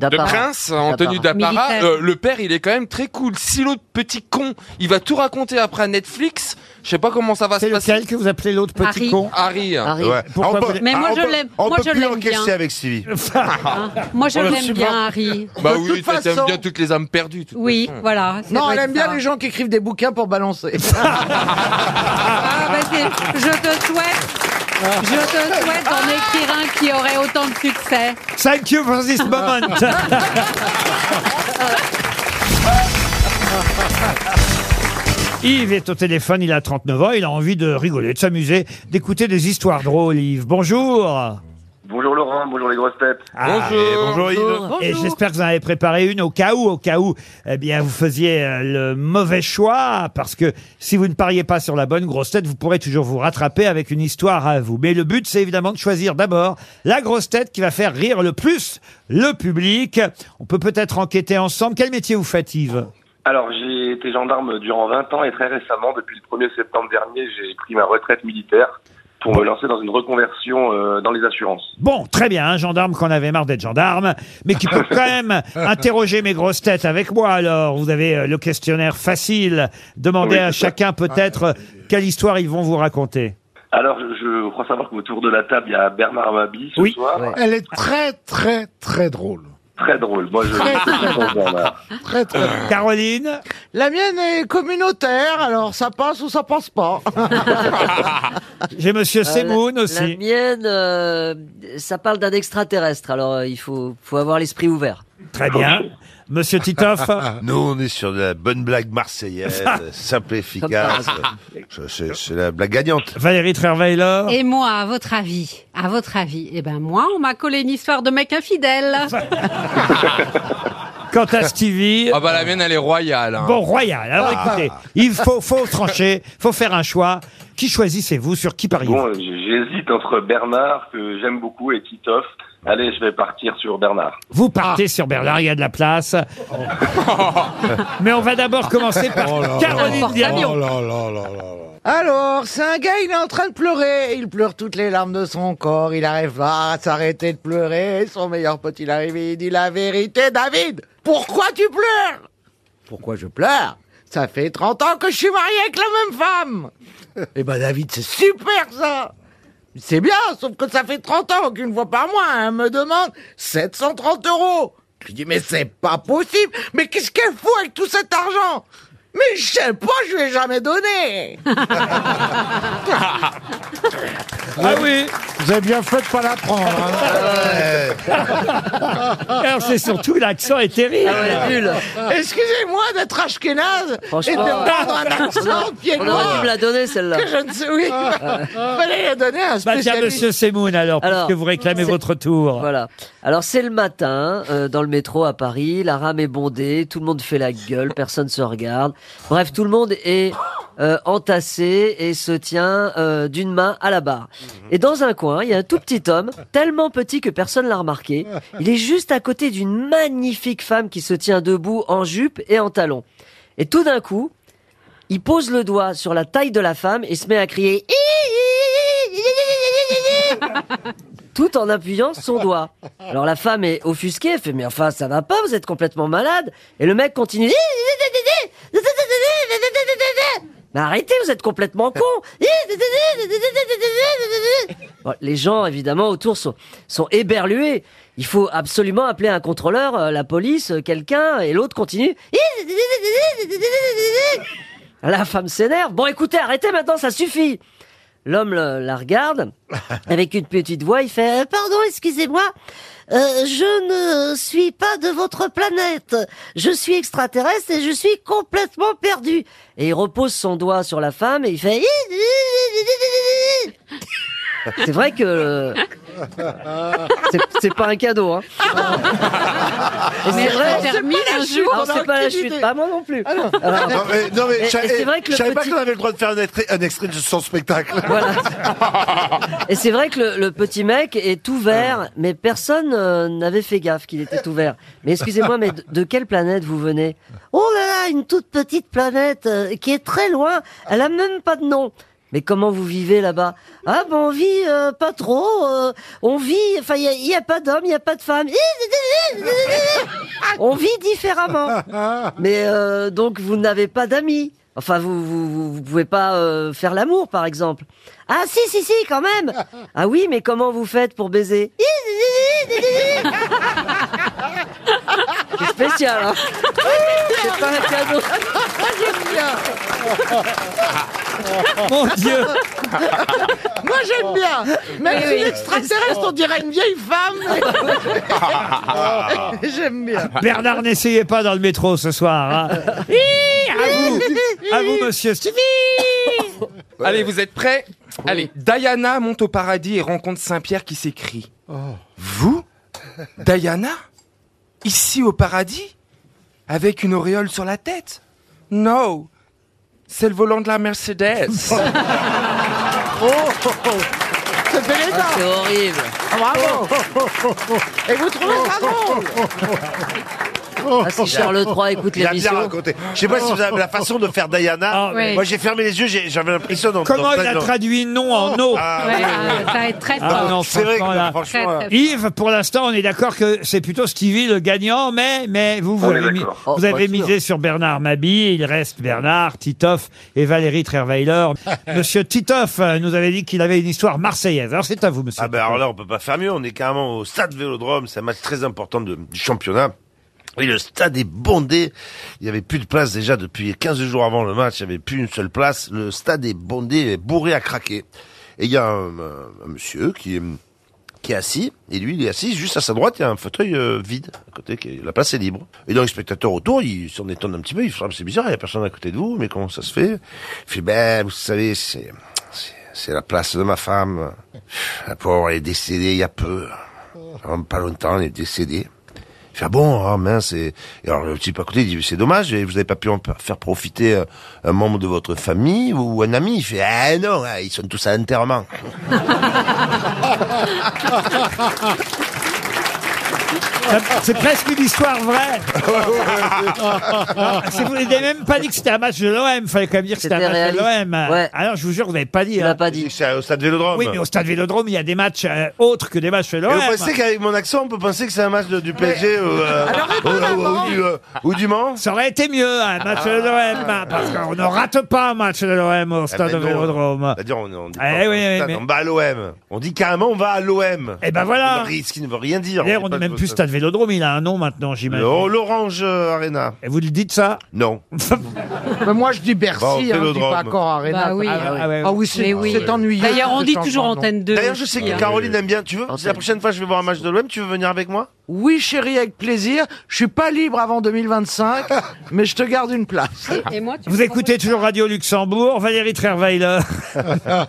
F: De
C: D'apparat.
F: prince en
C: D'apparat.
F: tenue d'apparat,
C: Militaire.
F: Euh, le père il est quand même très cool. Si l'autre petit con, il va tout raconter après à Netflix, je sais pas comment ça va se passer. C'est
B: lequel que vous appelez l'autre petit Harry. con
F: Harry.
B: Harry. Ouais. Pourquoi vous- Mais moi,
M: Ah, on
B: je
M: peut-
J: l'aime-
M: On
J: moi,
M: peut
J: je
M: plus
J: l'aime
M: encaisser
J: bien.
M: avec Stevie.
B: Ah.
J: Moi, je
F: On le
J: l'aime
F: supporte.
J: bien, Harry.
F: Bah
I: De
F: oui,
I: toute
F: t'aimes
I: façon-
F: bien toutes les âmes perdues. de toute
J: Oui,
F: façon.
J: voilà. c'est
I: Non,
J: vrai
I: elle aime
J: ça.
I: bien les gens qui écrivent des bouquins pour balancer.
J: Ah, bah, c'est- je te souhaite. Je te souhaite d'en écrire un qui aurait autant de succès.
B: Thank you for this moment. Yves est au téléphone, il a 39 ans, il a envie de rigoler, de s'amuser, d'écouter des histoires drôles. Yves, bonjour.
N: Bonjour Laurent, bonjour les grosses têtes.
B: Ah, Et j'espère que vous en avez préparé une au cas où, au cas où, eh bien, vous faisiez euh, le mauvais choix, parce que si vous ne pariez pas sur la bonne grosse tête, vous pourrez toujours vous rattraper avec une histoire à vous. Mais le but, c'est évidemment de choisir d'abord la grosse tête qui va faire rire le plus le public. On peut peut-être enquêter ensemble. Quel métier vous faites, Yves
N: Alors j'ai été gendarme durant 20 ans et très récemment, depuis le 1er septembre dernier, j'ai pris ma retraite militaire pour me lancer dans une reconversion euh, dans les assurances.
B: Bon, très bien, un gendarme qu'on avait marre d'être gendarme, mais qui peut quand même interroger mes grosses têtes avec moi. Alors, vous avez euh, le questionnaire facile. Demandez
N: Oui,
B: à
N: c'est ça. Ah,
B: chacun peut-être euh, quelle histoire ils vont vous raconter.
N: Alors je- je crois savoir qu'autour de la table, il y a Bernard Mabi ce soir.
H: Elle est très, très, très drôle.
N: Très drôle. Moi je...
H: Très,
I: très drôle.
N: Bernard.
I: Très, très bien.
B: Caroline
I: La mienne est communautaire, alors ça passe ou ça passe pas.
B: J'ai Monsieur
C: Euh, la-
B: Semoun
C: La
B: aussi.
C: mienne, euh, ça parle d'un extraterrestre, alors euh, il faut, faut avoir l'esprit ouvert.
B: Très bien. Monsieur Titoff
M: Ah Nous, on est sur de la bonne blague marseillaise, simple et efficace. Je- C'est c'est la blague gagnante.
B: Valérie Trierweiler
J: Et moi, à votre avis, à votre avis, eh ben moi, on m'a collé une histoire de mec infidèle.
B: Quant à Stevie.
F: Ah bah la mienne elle est royale. hein.
B: Bon, royal. Alors
D: Ah.
B: écoutez, il faut, faut trancher, faut faire un choix. Qui choisissez-vous sur qui pariez
N: Bon, euh, j'hésite entre Bernard, que j'aime beaucoup, et Titoff. Allez, je vais partir sur Bernard.
B: Vous partez sur Bernard, il y a de la place. Mais on va d'abord commencer par
I: Oh
B: Caroline Diamant.
I: Alors, c'est un gars, il est en train de pleurer. Il pleure toutes les larmes de son corps. Il arrive pas à s'arrêter de pleurer. Son meilleur pote, il arrive et il dit la vérité. David, pourquoi tu pleures Pourquoi je pleure Ça fait 30 ans que je suis marié avec la même femme. Eh ben, David, c'est super ça. C'est bien, sauf que ça fait 30 ans qu'une fois par mois, elle me demande 730 euros. Je lui dis, mais c'est pas possible. Mais qu'est-ce qu'elle fout avec tout cet argent Mais je sais pas, je lui ai jamais donné.
C: Ah
B: Ah oui
H: Vous avez bien fait de pas la prendre. hein.
M: Ah
B: Alors c'est surtout l'accent est terrible.
I: Excusez-moi d'être ashkénaze et de
C: Franchement, euh,
I: prendre un
C: on
I: accent
C: a- on
I: pied-noir.
C: aurait dû me la donner celle-là. Ah,
I: Que je ne sais, oui. Fallait la donner à un
B: Bah tiens,
I: spécialiste.
B: monsieur Semoun, alors, puisque vous réclamez
C: c'est-
B: votre tour.
C: Voilà. Alors c'est le matin, euh, dans le métro à Paris, la rame est bondée, tout le monde fait la gueule, personne se regarde. Bref, tout le monde est euh, entassé et se tient euh, d'une main à la barre. Et dans un coin, il y a un tout petit homme, tellement petit que personne l'a remarqué. Il est juste à côté d'une magnifique femme qui se tient debout en jupe et en talons. Et tout d'un coup, il pose le doigt sur la taille de la femme et se met à crier tout en appuyant son doigt. Alors la femme est offusquée, elle fait mais enfin ça va pas, vous êtes complètement malade. Et le mec continue. Mais arrêtez, vous êtes complètement con. Bon, les gens, évidemment, autour sont, sont éberlués. Il faut absolument appeler un contrôleur, euh, la police, euh, quelqu'un, et l'autre continue. La femme s'énerve. Bon, écoutez, arrêtez maintenant, ça suffit. L'homme le- la regarde avec une petite voix. Il fait
E: Euh, pardon, excusez-moi. Euh, je ne suis pas de votre planète. Je suis extraterrestre et je suis complètement perdu.
C: et il repose son doigt sur la femme et il fait. Hi, hi, hi, hi, hi. C'est vrai que euh, c'est- c'est pas un cadeau. Hein. Et c'est vrai.
J: ça termine un jour.
C: Ah, c'est pas la chute, pas moi non plus. Alors-
M: Ah non, mais, non, mais
C: Et- et
M: je savais-
C: c'est vrai que
M: je
C: le
M: savais pas
C: petit-
M: qu'on avait le droit de faire un extrait, un extrait de son spectacle.
C: Et c'est vrai que le, le petit mec est tout vert, mais personne euh, n'avait fait gaffe qu'il était tout vert. Mais excusez-moi, mais de, de quelle planète vous venez
E: Oh là là, une toute petite planète euh, qui est très loin. Elle a même pas de nom.
C: Mais comment vous vivez là-bas
E: Ah ben on vit euh, pas trop. euh, on vit. Enfin, il y a- il y a, pas d'homme, il y a pas de femme.
C: On vit différemment. Mais euh, donc vous n'avez pas d'amis. Enfin, vous, vous, vous- vous pouvez pas euh, faire l'amour, par exemple. Ah si, si, si, quand même. Ah oui, mais comment vous faites pour baiser C'est spécial. hein.
D: C'est
C: pas un cadeau.
M: Ah
D: J'aime bien.
B: Ah. Mon Dieu
I: Moi j'aime bien Même
D: Oui,
I: si
D: oui.
I: l'extraterrestre, on dirait une vieille femme J'aime bien
B: Bernard, n'essayez pas dans le métro ce soir. hein. à vous, à vous, monsieur Stevie.
F: Allez, vous êtes prêts Allez, Diana monte au paradis et rencontre Saint-Pierre qui s'écrie. Vous Diana Ici au paradis Avec une auréole sur la tête No C'est le volant de la Mercedes
I: Oh, C'est Belinda.
D: Ah, c'est Oh.
F: horrible
I: Ah, Bravo Et vous trouvez ça drôle
C: Ah, si Charles III écoute
M: Oh. Il a bien
C: l'émission.
M: raconté. Je sais pas si vous avez la façon de faire Diana.
C: Ah, oui.
M: Moi, j'ai fermé les yeux, j'ai- j'avais l'impression d'en
B: Comment
M: d'en-
B: il a
M: d'en-
B: traduit non en no
M: Ah,
J: Ouais, ah, ça va être très
B: Ah
J: fort.
B: non,
M: C'est vrai que
B: franchement,
M: là,
B: là.
M: franchement,
J: Très, très
B: Yves, pour l'instant, on est d'accord que c'est plutôt Stevie le gagnant, mais, mais vous, vous
M: On est
B: avez, mis-
M: d'accord. Oh,
B: vous avez
M: bien sûr.
B: misé sur Bernard Mabi, il reste Bernard, Titoff et Valérie Trerweiler. monsieur Titoff euh, nous avait dit qu'il avait une histoire marseillaise. Alors c'est à vous, monsieur.
M: Ah ben alors là, on peut pas faire mieux. On est carrément au stade Vélodrome. C'est un match très important de- du championnat. Et le stade est bondé. Il y avait plus de place déjà depuis 15 jours avant le match. Il n'y avait plus une seule place. Le stade est bondé, bourré à craquer. Et il y a un, un- un monsieur qui est, qui est assis. Et lui, il est assis. Juste à sa droite, il y a un fauteuil euh, vide. À côté, qui est- la place est libre. Et donc, les spectateurs autour, ils s'en étonnent un petit peu. Ils se disent, c'est bizarre, il n'y a personne à côté de vous. Mais comment ça se fait Il fait, ben, vous savez, c'est... c'est- C'est la place de ma femme. La pauvre, elle est décédée il y a peu. Vraiment Pas longtemps, elle est décédée. Il fait, ah bon, ah mince. Et, et alors le type à côté il dit, c'est dommage, et vous n'avez pas pu en p- faire profiter euh, un membre de votre famille ou un ami. Il fait, ah non, ah, ils sont tous à l'enterrement.
B: Ça- C'est presque une histoire vraie. Non, c'est- vous n'avez même pas dit que c'était un match de l'OM. Fallait quand même dire que c'était un match
C: C'était
B: de
C: réaliste.
B: l'OM.
C: Ouais.
B: Alors je vous jure, vous n'avez pas dit. hein.
M: pas dit. C'est au stade Vélodrome.
B: Oui, mais au stade Vélodrome, il y a des matchs euh, autres que des matchs de
M: Et
B: l'OM.
M: vous pensez qu'avec mon accent, on peut penser que c'est un match de- du PSG ou, euh, ou- ou- ou du, euh, ou du Mans Ah.
B: Ça aurait été mieux, un match de l'OM, hein, parce qu'on ne rate pas un match de l'OM au stade
M: ben non.
B: Vélodrome.
M: C'est-à-dire, on, on dit
B: Eh
M: pas,
B: oui, oui,
M: stade,
B: mais-
M: on va à l'OM. On dit carrément, on va à l'OM.
B: Eh ben voilà.
M: Ce qui ne veut rien dire.
B: D'ailleurs, on
M: dit
B: n'est même
M: pas-
B: plus stade Vélodrome, il a un nom maintenant, j'imagine.
M: Le- L'Orange euh, Arena.
B: Et vous le dites ça Bah,
M: Non.
I: Mais moi je dis Bercy,
M: Bon,
I: hein, je dis
M: Vélodrome.
I: pas encore Arena.
J: Bah oui.
I: Ah,
J: Ah ouais.
I: ah oui, c'est
J: Mais oui.
I: c'est ennuyeux.
J: D'ailleurs, on
I: ce
J: dit
I: changement Ah
J: toujours
I: de nom.
J: Antenne 2.
M: D'ailleurs, je sais que Caroline aime bien. Tu veux La prochaine fois, je vais voir un match de l'OM. Tu veux venir avec moi
I: Oui chérie, avec plaisir. Je suis pas libre avant 2025, mais je te garde une place.
J: Et moi, tu
B: Vous écoutez toujours Radio Luxembourg, Valérie Trerweiler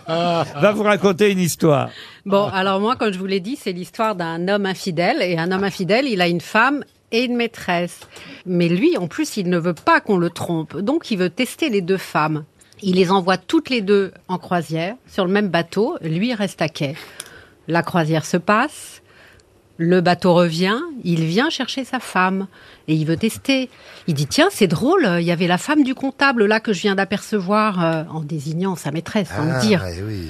B: va vous raconter une histoire.
J: Bon, alors moi, comme je vous l'ai dit, c'est l'histoire d'un homme infidèle. Et un homme infidèle, il a une femme et une maîtresse. Mais lui, en plus, il ne veut pas qu'on le trompe. Donc, il veut tester les deux femmes. Il les envoie toutes les deux en croisière, sur le même bateau. Lui, il reste à quai. La croisière se passe. Le bateau revient, il vient chercher sa femme et il veut tester. Il dit tiens c'est drôle, il y avait la femme du comptable là que je viens d'apercevoir euh, en désignant sa maîtresse, sans
D: Ah,
J: le
C: Ah,
J: dire.
M: eh oui.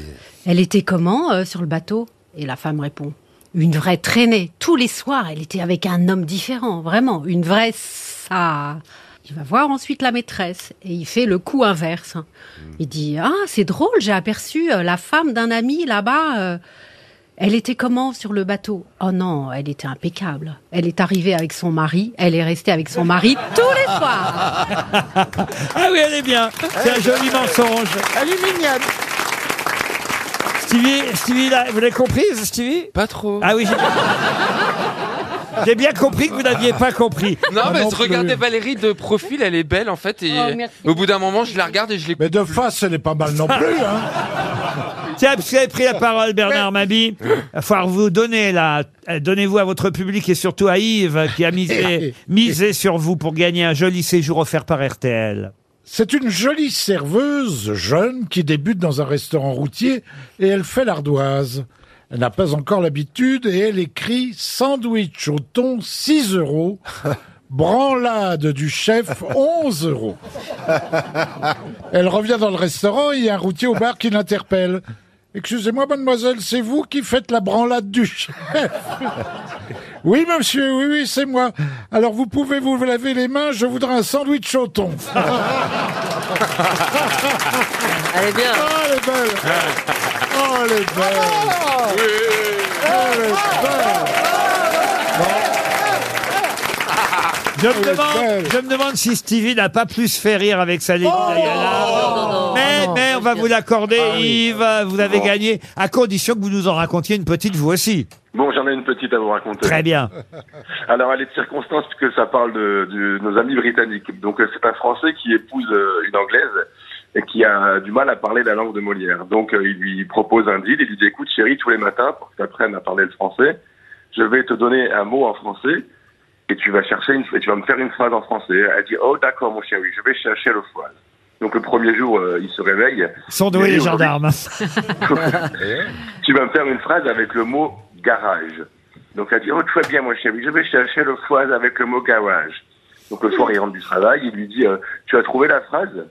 J: Elle était comment euh, sur le bateau Et la femme répond Une vraie traînée. Tous les soirs, elle était avec un homme différent, vraiment. Une vraie ça. Il va voir ensuite la maîtresse et il fait le coup inverse. Il dit Ah, c'est drôle, j'ai aperçu euh, la femme d'un ami là-bas. euh, elle était comment sur le bateau Oh non, elle était impeccable. Elle est arrivée avec son mari, elle est restée avec son mari tous les soirs.
M: Eh ben,
B: Ah oui, elle est bien. C'est un joli mensonge.
I: Elle est mignonne.
B: Stevie, Stevie, là, vous l'avez comprise, Stevie
F: Pas trop.
B: Ah oui, j'ai... j'ai bien compris que vous n'aviez pas compris.
F: Non,
B: Ah
F: mais
B: non
F: je regardais
B: plus.
F: Valérie de profil, elle est belle en fait. Et
B: Oh, merci.
F: au bout d'un moment, je la regarde et je l'écoute.
H: Mais de face, elle est pas mal non plus. Hein.
B: Tiens, parce que vous avez pris la parole, Bernard Mabi, il va falloir vous donner là. Euh, Donnez-vous à votre public et surtout à Yves qui a misé, misé sur vous pour gagner un joli séjour offert par RTL.
H: C'est une jolie serveuse jeune qui débute dans un restaurant routier et elle fait l'ardoise. Elle n'a pas encore l'habitude et elle écrit sandwich au thon 6 euros, branlade du chef 11 euros. Elle revient dans le restaurant et il y a un routier au bar qui l'interpelle. Excusez-moi, mademoiselle, c'est vous qui faites la branlade du chef Oui, monsieur, oui, oui, c'est moi. Alors vous pouvez vous laver les mains, je voudrais un sandwich au thon.
D: Elle est bien.
H: Oh, elle est belle. Oh, elle est belle. Elle est belle.
B: Je
H: Oh,
B: me, demande, je me demande si Stevie n'a pas plus fait rire avec sa Lady
H: Oh,
B: Diana.
H: Ah,
B: mais, mais on va vous l'accorder, Yves. Vous avez
N: Oh.
B: gagné, à condition que vous nous en racontiez une petite, vous aussi.
N: Bon, j'en ai une petite à vous raconter.
B: Très bien.
N: Alors, elle est de circonstance puisque ça parle de, de nos amis britanniques. Donc, euh, c'est un Français qui épouse euh, une Anglaise et qui a du mal à parler la langue de Molière. Donc, euh, il lui propose un deal. Il lui dit, écoute, chérie, tous les matins, pour que tu apprennes à parler le français, je vais te donner un mot en français et tu vas chercher une, et tu vas me faire une phrase en français. Elle dit, oh, d'accord, mon chéri, je vais chercher le phrase. Donc, le premier jour, euh, il se réveille.
B: Sont
N: Il
B: doués
N: dit,
B: les
N: Aujourd'hui,
B: gendarmes.
N: tu vas me faire une phrase avec le mot garage. Donc elle dit, oh très bien mon chéri, je vais chercher le phrase avec le mot garage. Donc le soir il rentre du travail, il lui dit, euh, tu as trouvé la phrase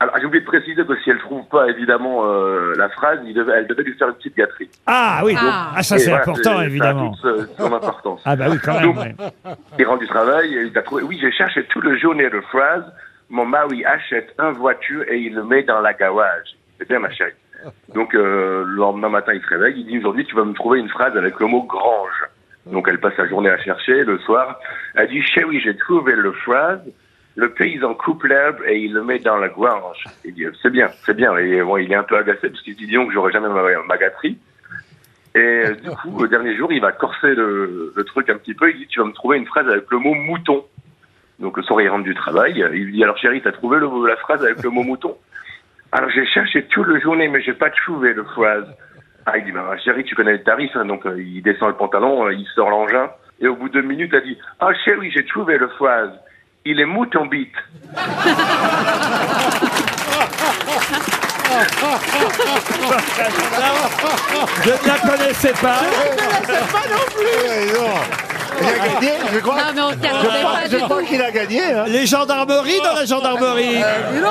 N: Alors j'ai oublié de préciser que si elle trouve pas évidemment euh, la phrase, il devait- elle devait lui faire une petite gâterie.
B: Ah oui,
N: Ah.
B: ah, ça
N: Et
B: c'est
N: voilà, c'est-
B: important
N: ça a
B: évidemment.
N: toute, euh, son importance.
B: Ah bah oui, quand même.
N: Donc,
B: ouais.
N: il rentre du travail, et il a trouvé, oui, j'ai cherché tout le journée de phrase, mon mari achète une voiture et il le met dans la garage. C'est bien, ma chérie. Donc, euh, le lendemain matin, il se réveille, il dit, aujourd'hui, tu vas me trouver une phrase avec le mot grange. Donc, elle passe la journée à chercher, le soir, elle dit, chérie, j'ai trouvé le phrase, le paysan coupe l'herbe et il le met dans la grange. Il dit, c'est bien, c'est bien. Et bon, il est un peu agacé parce qu'il se dit, dis donc, j'aurais jamais ma, ma gâterie. Et euh, du coup, le dernier jour, il va corser le, le truc un petit peu. Il dit Tu vas me trouver une phrase avec le mot mouton. Donc le soir, il rentre du travail. Il lui dit Alors, chérie, t'as trouvé le- la phrase avec le mot mouton Alors, j'ai cherché toute la journée, mais j'ai pas trouvé le phrase. Ah, il dit bah, Chérie, tu connais le tarif. hein. Donc, euh, il descend le pantalon, euh, il sort l'engin. Et au bout de deux minutes, elle dit Ah, chérie, j'ai trouvé le phrase. Il est mouton bite.
B: Je ne la connaissais pas.
G: pas non
B: Eh
G: plus. Il a gagné, je crois.
D: Non, mais on s'y attendait
G: je crois-
D: pas
G: je
D: du
G: crois
D: tout.
G: qu'il a gagné. hein. bah,
B: Les gendarmeries dans la gendarmerie.
D: Euh,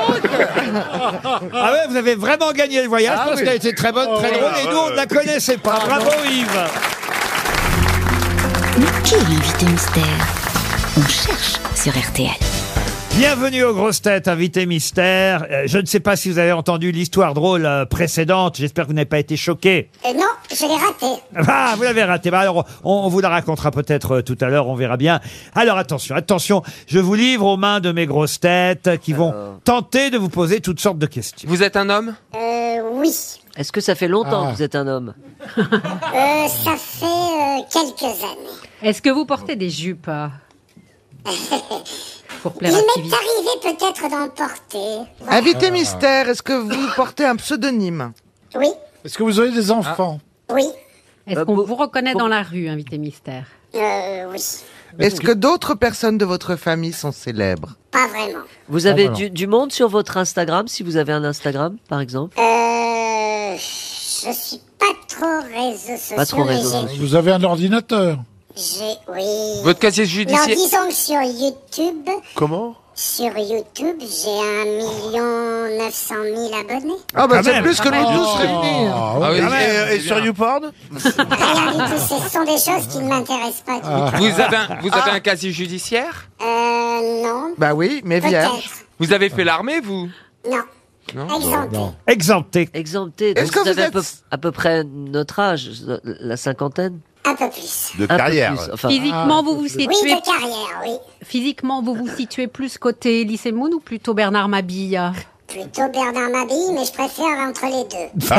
B: Ah ouais, vous avez vraiment gagné le voyage
D: Ah
B: parce
D: oui.
B: qu'elle était très bonne, très
D: Oh,
B: drôle.
D: ouais,
B: Et
G: ah
D: ouais,
B: nous, on ne la
D: ouais.
B: connaissait pas. Bravo Yves.
L: Mais qui est l'invité mystère On cherche sur RTL.
B: Bienvenue aux grosses têtes, invité mystère. Euh, Je ne sais pas si vous avez entendu l'histoire drôle euh, précédente. J'espère que vous n'avez pas été choqué.
P: Euh, non, je l'ai raté.
B: Ah, vous l'avez raté. Bah alors, on, on vous la racontera peut-être euh, tout à l'heure, on verra bien. Alors attention, attention, je vous livre aux mains de mes grosses têtes euh, qui vont tenter de vous poser toutes sortes de questions.
F: Vous êtes un homme
P: Euh, oui.
C: Est-ce que ça fait longtemps
B: Ah.
C: que vous êtes un homme
P: Euh, ça fait euh, quelques années.
J: Est-ce que vous portez des jupes euh, Pour
P: Il
J: plaire à Stevie.
P: m'est arrivé peut-être d'en porter.
I: Invité mystère, est-ce que vous portez un pseudonyme
P: Oui.
H: Est-ce que vous avez des enfants
P: Oui.
F: Euh,
J: Est-ce qu'on vous reconnaît dans la rue, invité mystère
P: Euh, oui.
I: Est-ce que d'autres personnes de votre famille sont célèbres
P: Pas vraiment.
C: Vous avez
I: Ah, voilà.
C: du, du monde sur votre Instagram, si vous avez un Instagram, par exemple
P: Euh, je suis pas trop réseau social. mais j'ai-
H: Vous avez un ordinateur
P: J'ai, oui.
H: Votre casier
P: Non,
H: judiciaire-
P: disons que sur YouTube,
H: Comment
P: sur YouTube, j'ai 1 million 900 000 abonnés.
I: Ah bah
H: Quand
I: c'est
H: même.
I: plus que nous
H: Oh.
I: tous réunis.
H: Ah oui.
I: Quand
H: Et-
I: même.
H: et sur
I: YouPorn
P: Rien du tout, ce sont des choses qui ne m'intéressent pas du
B: Ah.
P: tout.
F: Vous avez, un, vous avez un casier judiciaire
P: Euh, non.
I: Bah oui, mais
P: Peut-être.
F: Vous avez fait l'armée, vous
P: Non.
F: Non.
P: Exempté.
B: Exempté.
C: Exempté. Donc
P: Est-ce que
C: vous
P: vous
C: avez à,
P: êtes-
C: peu, à peu près notre âge, la cinquantaine
P: Un peu plus.
C: De Un peu carrière. plus, enfin.
F: Ah,
J: Physiquement, vous vous
P: Oui,
J: situez.
P: de carrière, oui.
J: Physiquement, vous vous situez plus côté Elie Semoun ou plutôt Bernard Mabille
P: plutôt Bernard Mabille, mais je préfère entre les deux.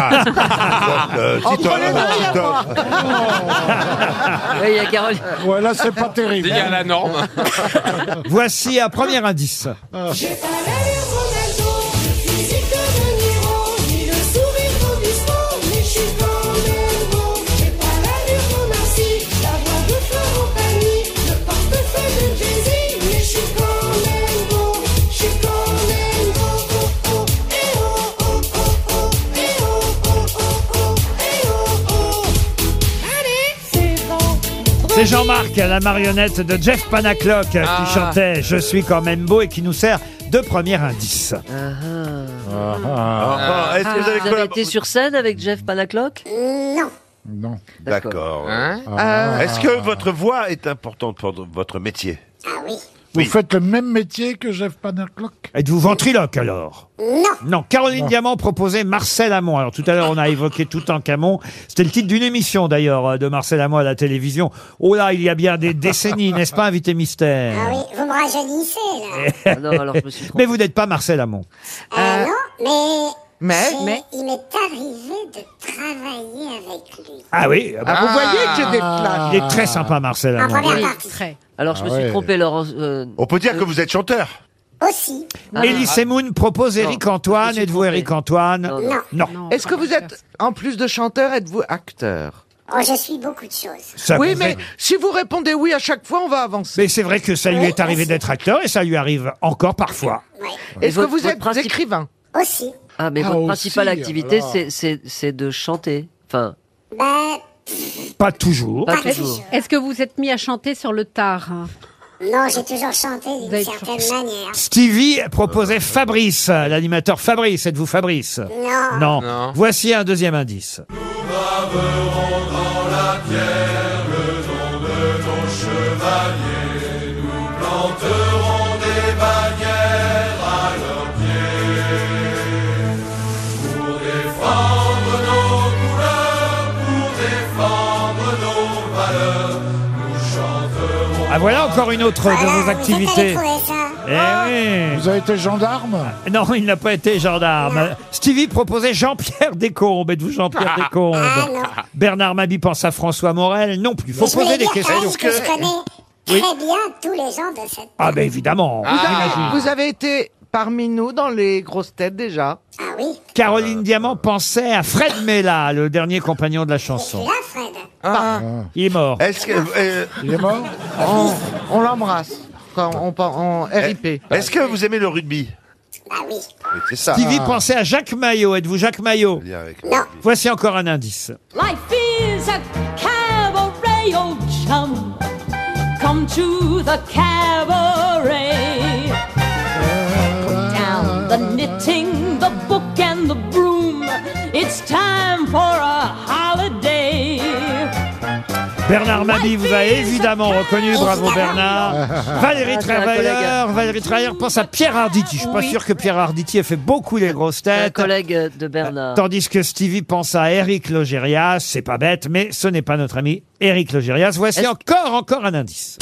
H: Entre les deux,
P: il y a pas.
C: Oui, il y a Carole.
H: Ouais, là, c'est pas terrible.
F: Il y a la norme. Ah.
B: Voici un premier indice.
D: Physique de Niro, ni le sourire d'Augusto, ni je suis comme le bon. J'ai pas l'allure qu'on merci, la voix de Florent Pagny, le portefeuille de Jay-Z, mais je suis quand même bon. Je suis quand même bon, oh oh, eh oh oh oh oh, eh oh oh oh oh, eh oh oh. Allez, c'est bon.
B: C'est Jean-Marc, la marionnette de Jeff Panaclock,
D: Ah.
B: qui chantait Je suis quand même beau et qui nous sert de premier indice.
M: Ah, ah, est-ce que vous avez collab-
C: été sur scène avec Jeff Panaclock
P: Non.
H: Non.
M: D'accord.
H: Ah.
M: Est-ce que votre voix est importante pour votre métier
H: Vous faites le même métier que Jeff Panaclock
B: Êtes-vous ventriloque alors
P: Non.
B: Caroline
H: Non.
B: Diamant proposait Marcel Amont. Alors tout à l'heure, on a évoqué tout en Camon. C'était le titre d'une émission d'ailleurs euh, de Marcel Amont à la télévision. Oh là, il y a bien des décennies, n'est-ce pas, invité mystère
P: Ah oui, vous me rajeunissez,
B: Euh,
P: là.
B: Mais vous n'êtes pas Marcel Amont.
P: Ah non, mais...
B: Mais-
P: j'ai-
B: euh, mais-
P: Il m'est arrivé de travailler avec lui.
B: Ah oui.
P: Ah, vous voyez que j'ai des flashs.
B: Il est très sympa, Marcel
P: En
B: Amont.
P: première partie.
C: Alors, je
B: Ah
C: me suis
B: ouais.
C: trompé, euh, Laurent. On
M: peut dire que vous êtes chanteur
P: Aussi.
B: Élise Moon propose Eric Antoine. Êtes-vous Eric Antoine
P: Non.
B: Non.
I: Est-ce que vous êtes, en plus de chanteur, êtes-vous acteur
P: Oh, je suis beaucoup de choses.
B: Ça
I: Oui,
B: vous
I: mais
B: êtes-
I: si vous répondez oui à chaque fois, on va avancer.
B: Mais c'est vrai que ça lui est arrivé d'être acteur et ça lui arrive encore parfois.
I: Est-ce que
C: Votre-
I: vous
C: votre
I: êtes écrivain
P: Aussi.
C: Ah, mais
I: Ah,
C: votre
I: aussi,
C: principale activité,
I: alors.
C: c'est- c'est c'est de chanter. Enfin,
P: Bah,
B: Pas
F: Oh,
B: toujours.
C: Pas toujours.
P: Ah,
J: Est-ce que vous êtes mis à chanter sur le tard
P: non, j'ai toujours chanté d'une certaine manière.
B: Stevie proposait Fabrice, l'animateur Fabrice. Êtes-vous Fabrice
P: Non.
B: non. Voici un deuxième indice.
D: Graverons dans la pierre le nom de ton chevalier. Nous planterons des bannières à leurs pieds. Pour défendre nos couleurs, pour défendre nos valeurs, nous chanterons.
B: Ah voilà encore une autre de vos activités. Eh
P: Oh.
B: oui.
H: Vous avez été gendarme
B: Non, il n'a pas été gendarme. Stevie proposait Jean-Pierre Descombes. Êtes-vous Jean-Pierre Descombes
P: Ah, non.
B: Bernard Mabi pense à François Morel. Non plus. Faut
P: Mais je voulais
B: poser des
P: dire quand même
B: questions.
P: que je connais
B: Oui.
P: très bien tous les gens de cette...
B: Ah ben évidemment.
I: Vous avez-
B: j'imagine.
I: vous avez été parmi nous dans les grosses têtes déjà.
P: Ah oui
H: Euh,
B: Caroline Diamant pensait à Fred Mella, le dernier compagnon de la chanson.
P: Là, Fred
B: Il est mort.
M: Est-ce que
H: Ah.
M: euh,
H: Il est mort
I: On, on l'embrasse. Quand on, pen- en RIP.
M: Est-ce que vous aimez le rugby
P: Bah oui.
M: C'est ça.
B: Stevie
H: Ah.
B: pensait à Jacques Maillot. Êtes-vous Jacques Maillot Voici encore un indice.
D: Life is a cabaret, old chum. Come to the cabaret. Put down the knitting, the book, and the broom. It's time for a holiday.
B: Bernard Mabi vous a évidemment reconnu, bravo Bernard. Valérie
D: Ah, c'est un
B: Travailleur,
D: collègue.
B: Valérie Travailleur pense à Pierre Arditi. Je suis pas
C: Oui.
B: sûr que Pierre Arditi ait fait beaucoup les grosses
C: un
B: têtes.
C: collègue euh, de Bernard.
B: Tandis que Stevie pense à Eric Logérias, c'est pas bête, mais ce n'est pas notre ami Eric Logérias. Voici encore, encore un indice.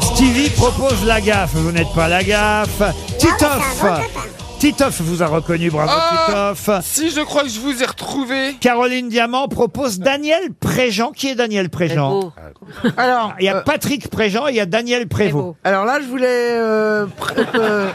B: Stevie propose la gaffe, vous n'êtes pas la gaffe. Titoff, Titoff vous a reconnu, bravo
I: Oh.
F: Ah,
B: Titoff.
F: Si je crois que je vous ai retrouvé.
B: Caroline Diamant propose Daniel Préjean. Qui est Daniel Préjean
I: Alors,
B: Il y a Patrick Préjean et il y a Daniel Prévost.
I: Euh, alors là, je
B: Eh.
I: voulais euh, pr- euh,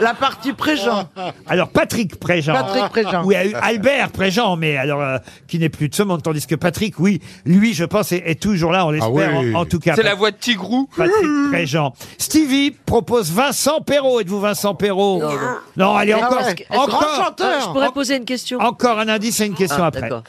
I: la partie Préjean.
B: Alors Patrick Préjean.
I: Patrick Préjean.
B: Oui, euh, Albert Préjean, mais alors euh, qui n'est plus de ce monde, tandis que Patrick, oui, lui, je pense, est, est toujours là, on l'espère
F: Ah oui.
B: en, en tout cas.
F: C'est la voix de Tigrou.
B: Patrick Préjean. Stevie propose Vincent Perrault. Êtes-vous Vincent Perrault
C: Non, non.
B: Non, allez,
C: Ah
B: encore.
C: ouais. Est-ce que- est-ce que-
B: encore
C: Grand chanteur. Je pourrais poser une question.
B: Encore un indice et une question
C: Ah,
B: après.
C: d'accord.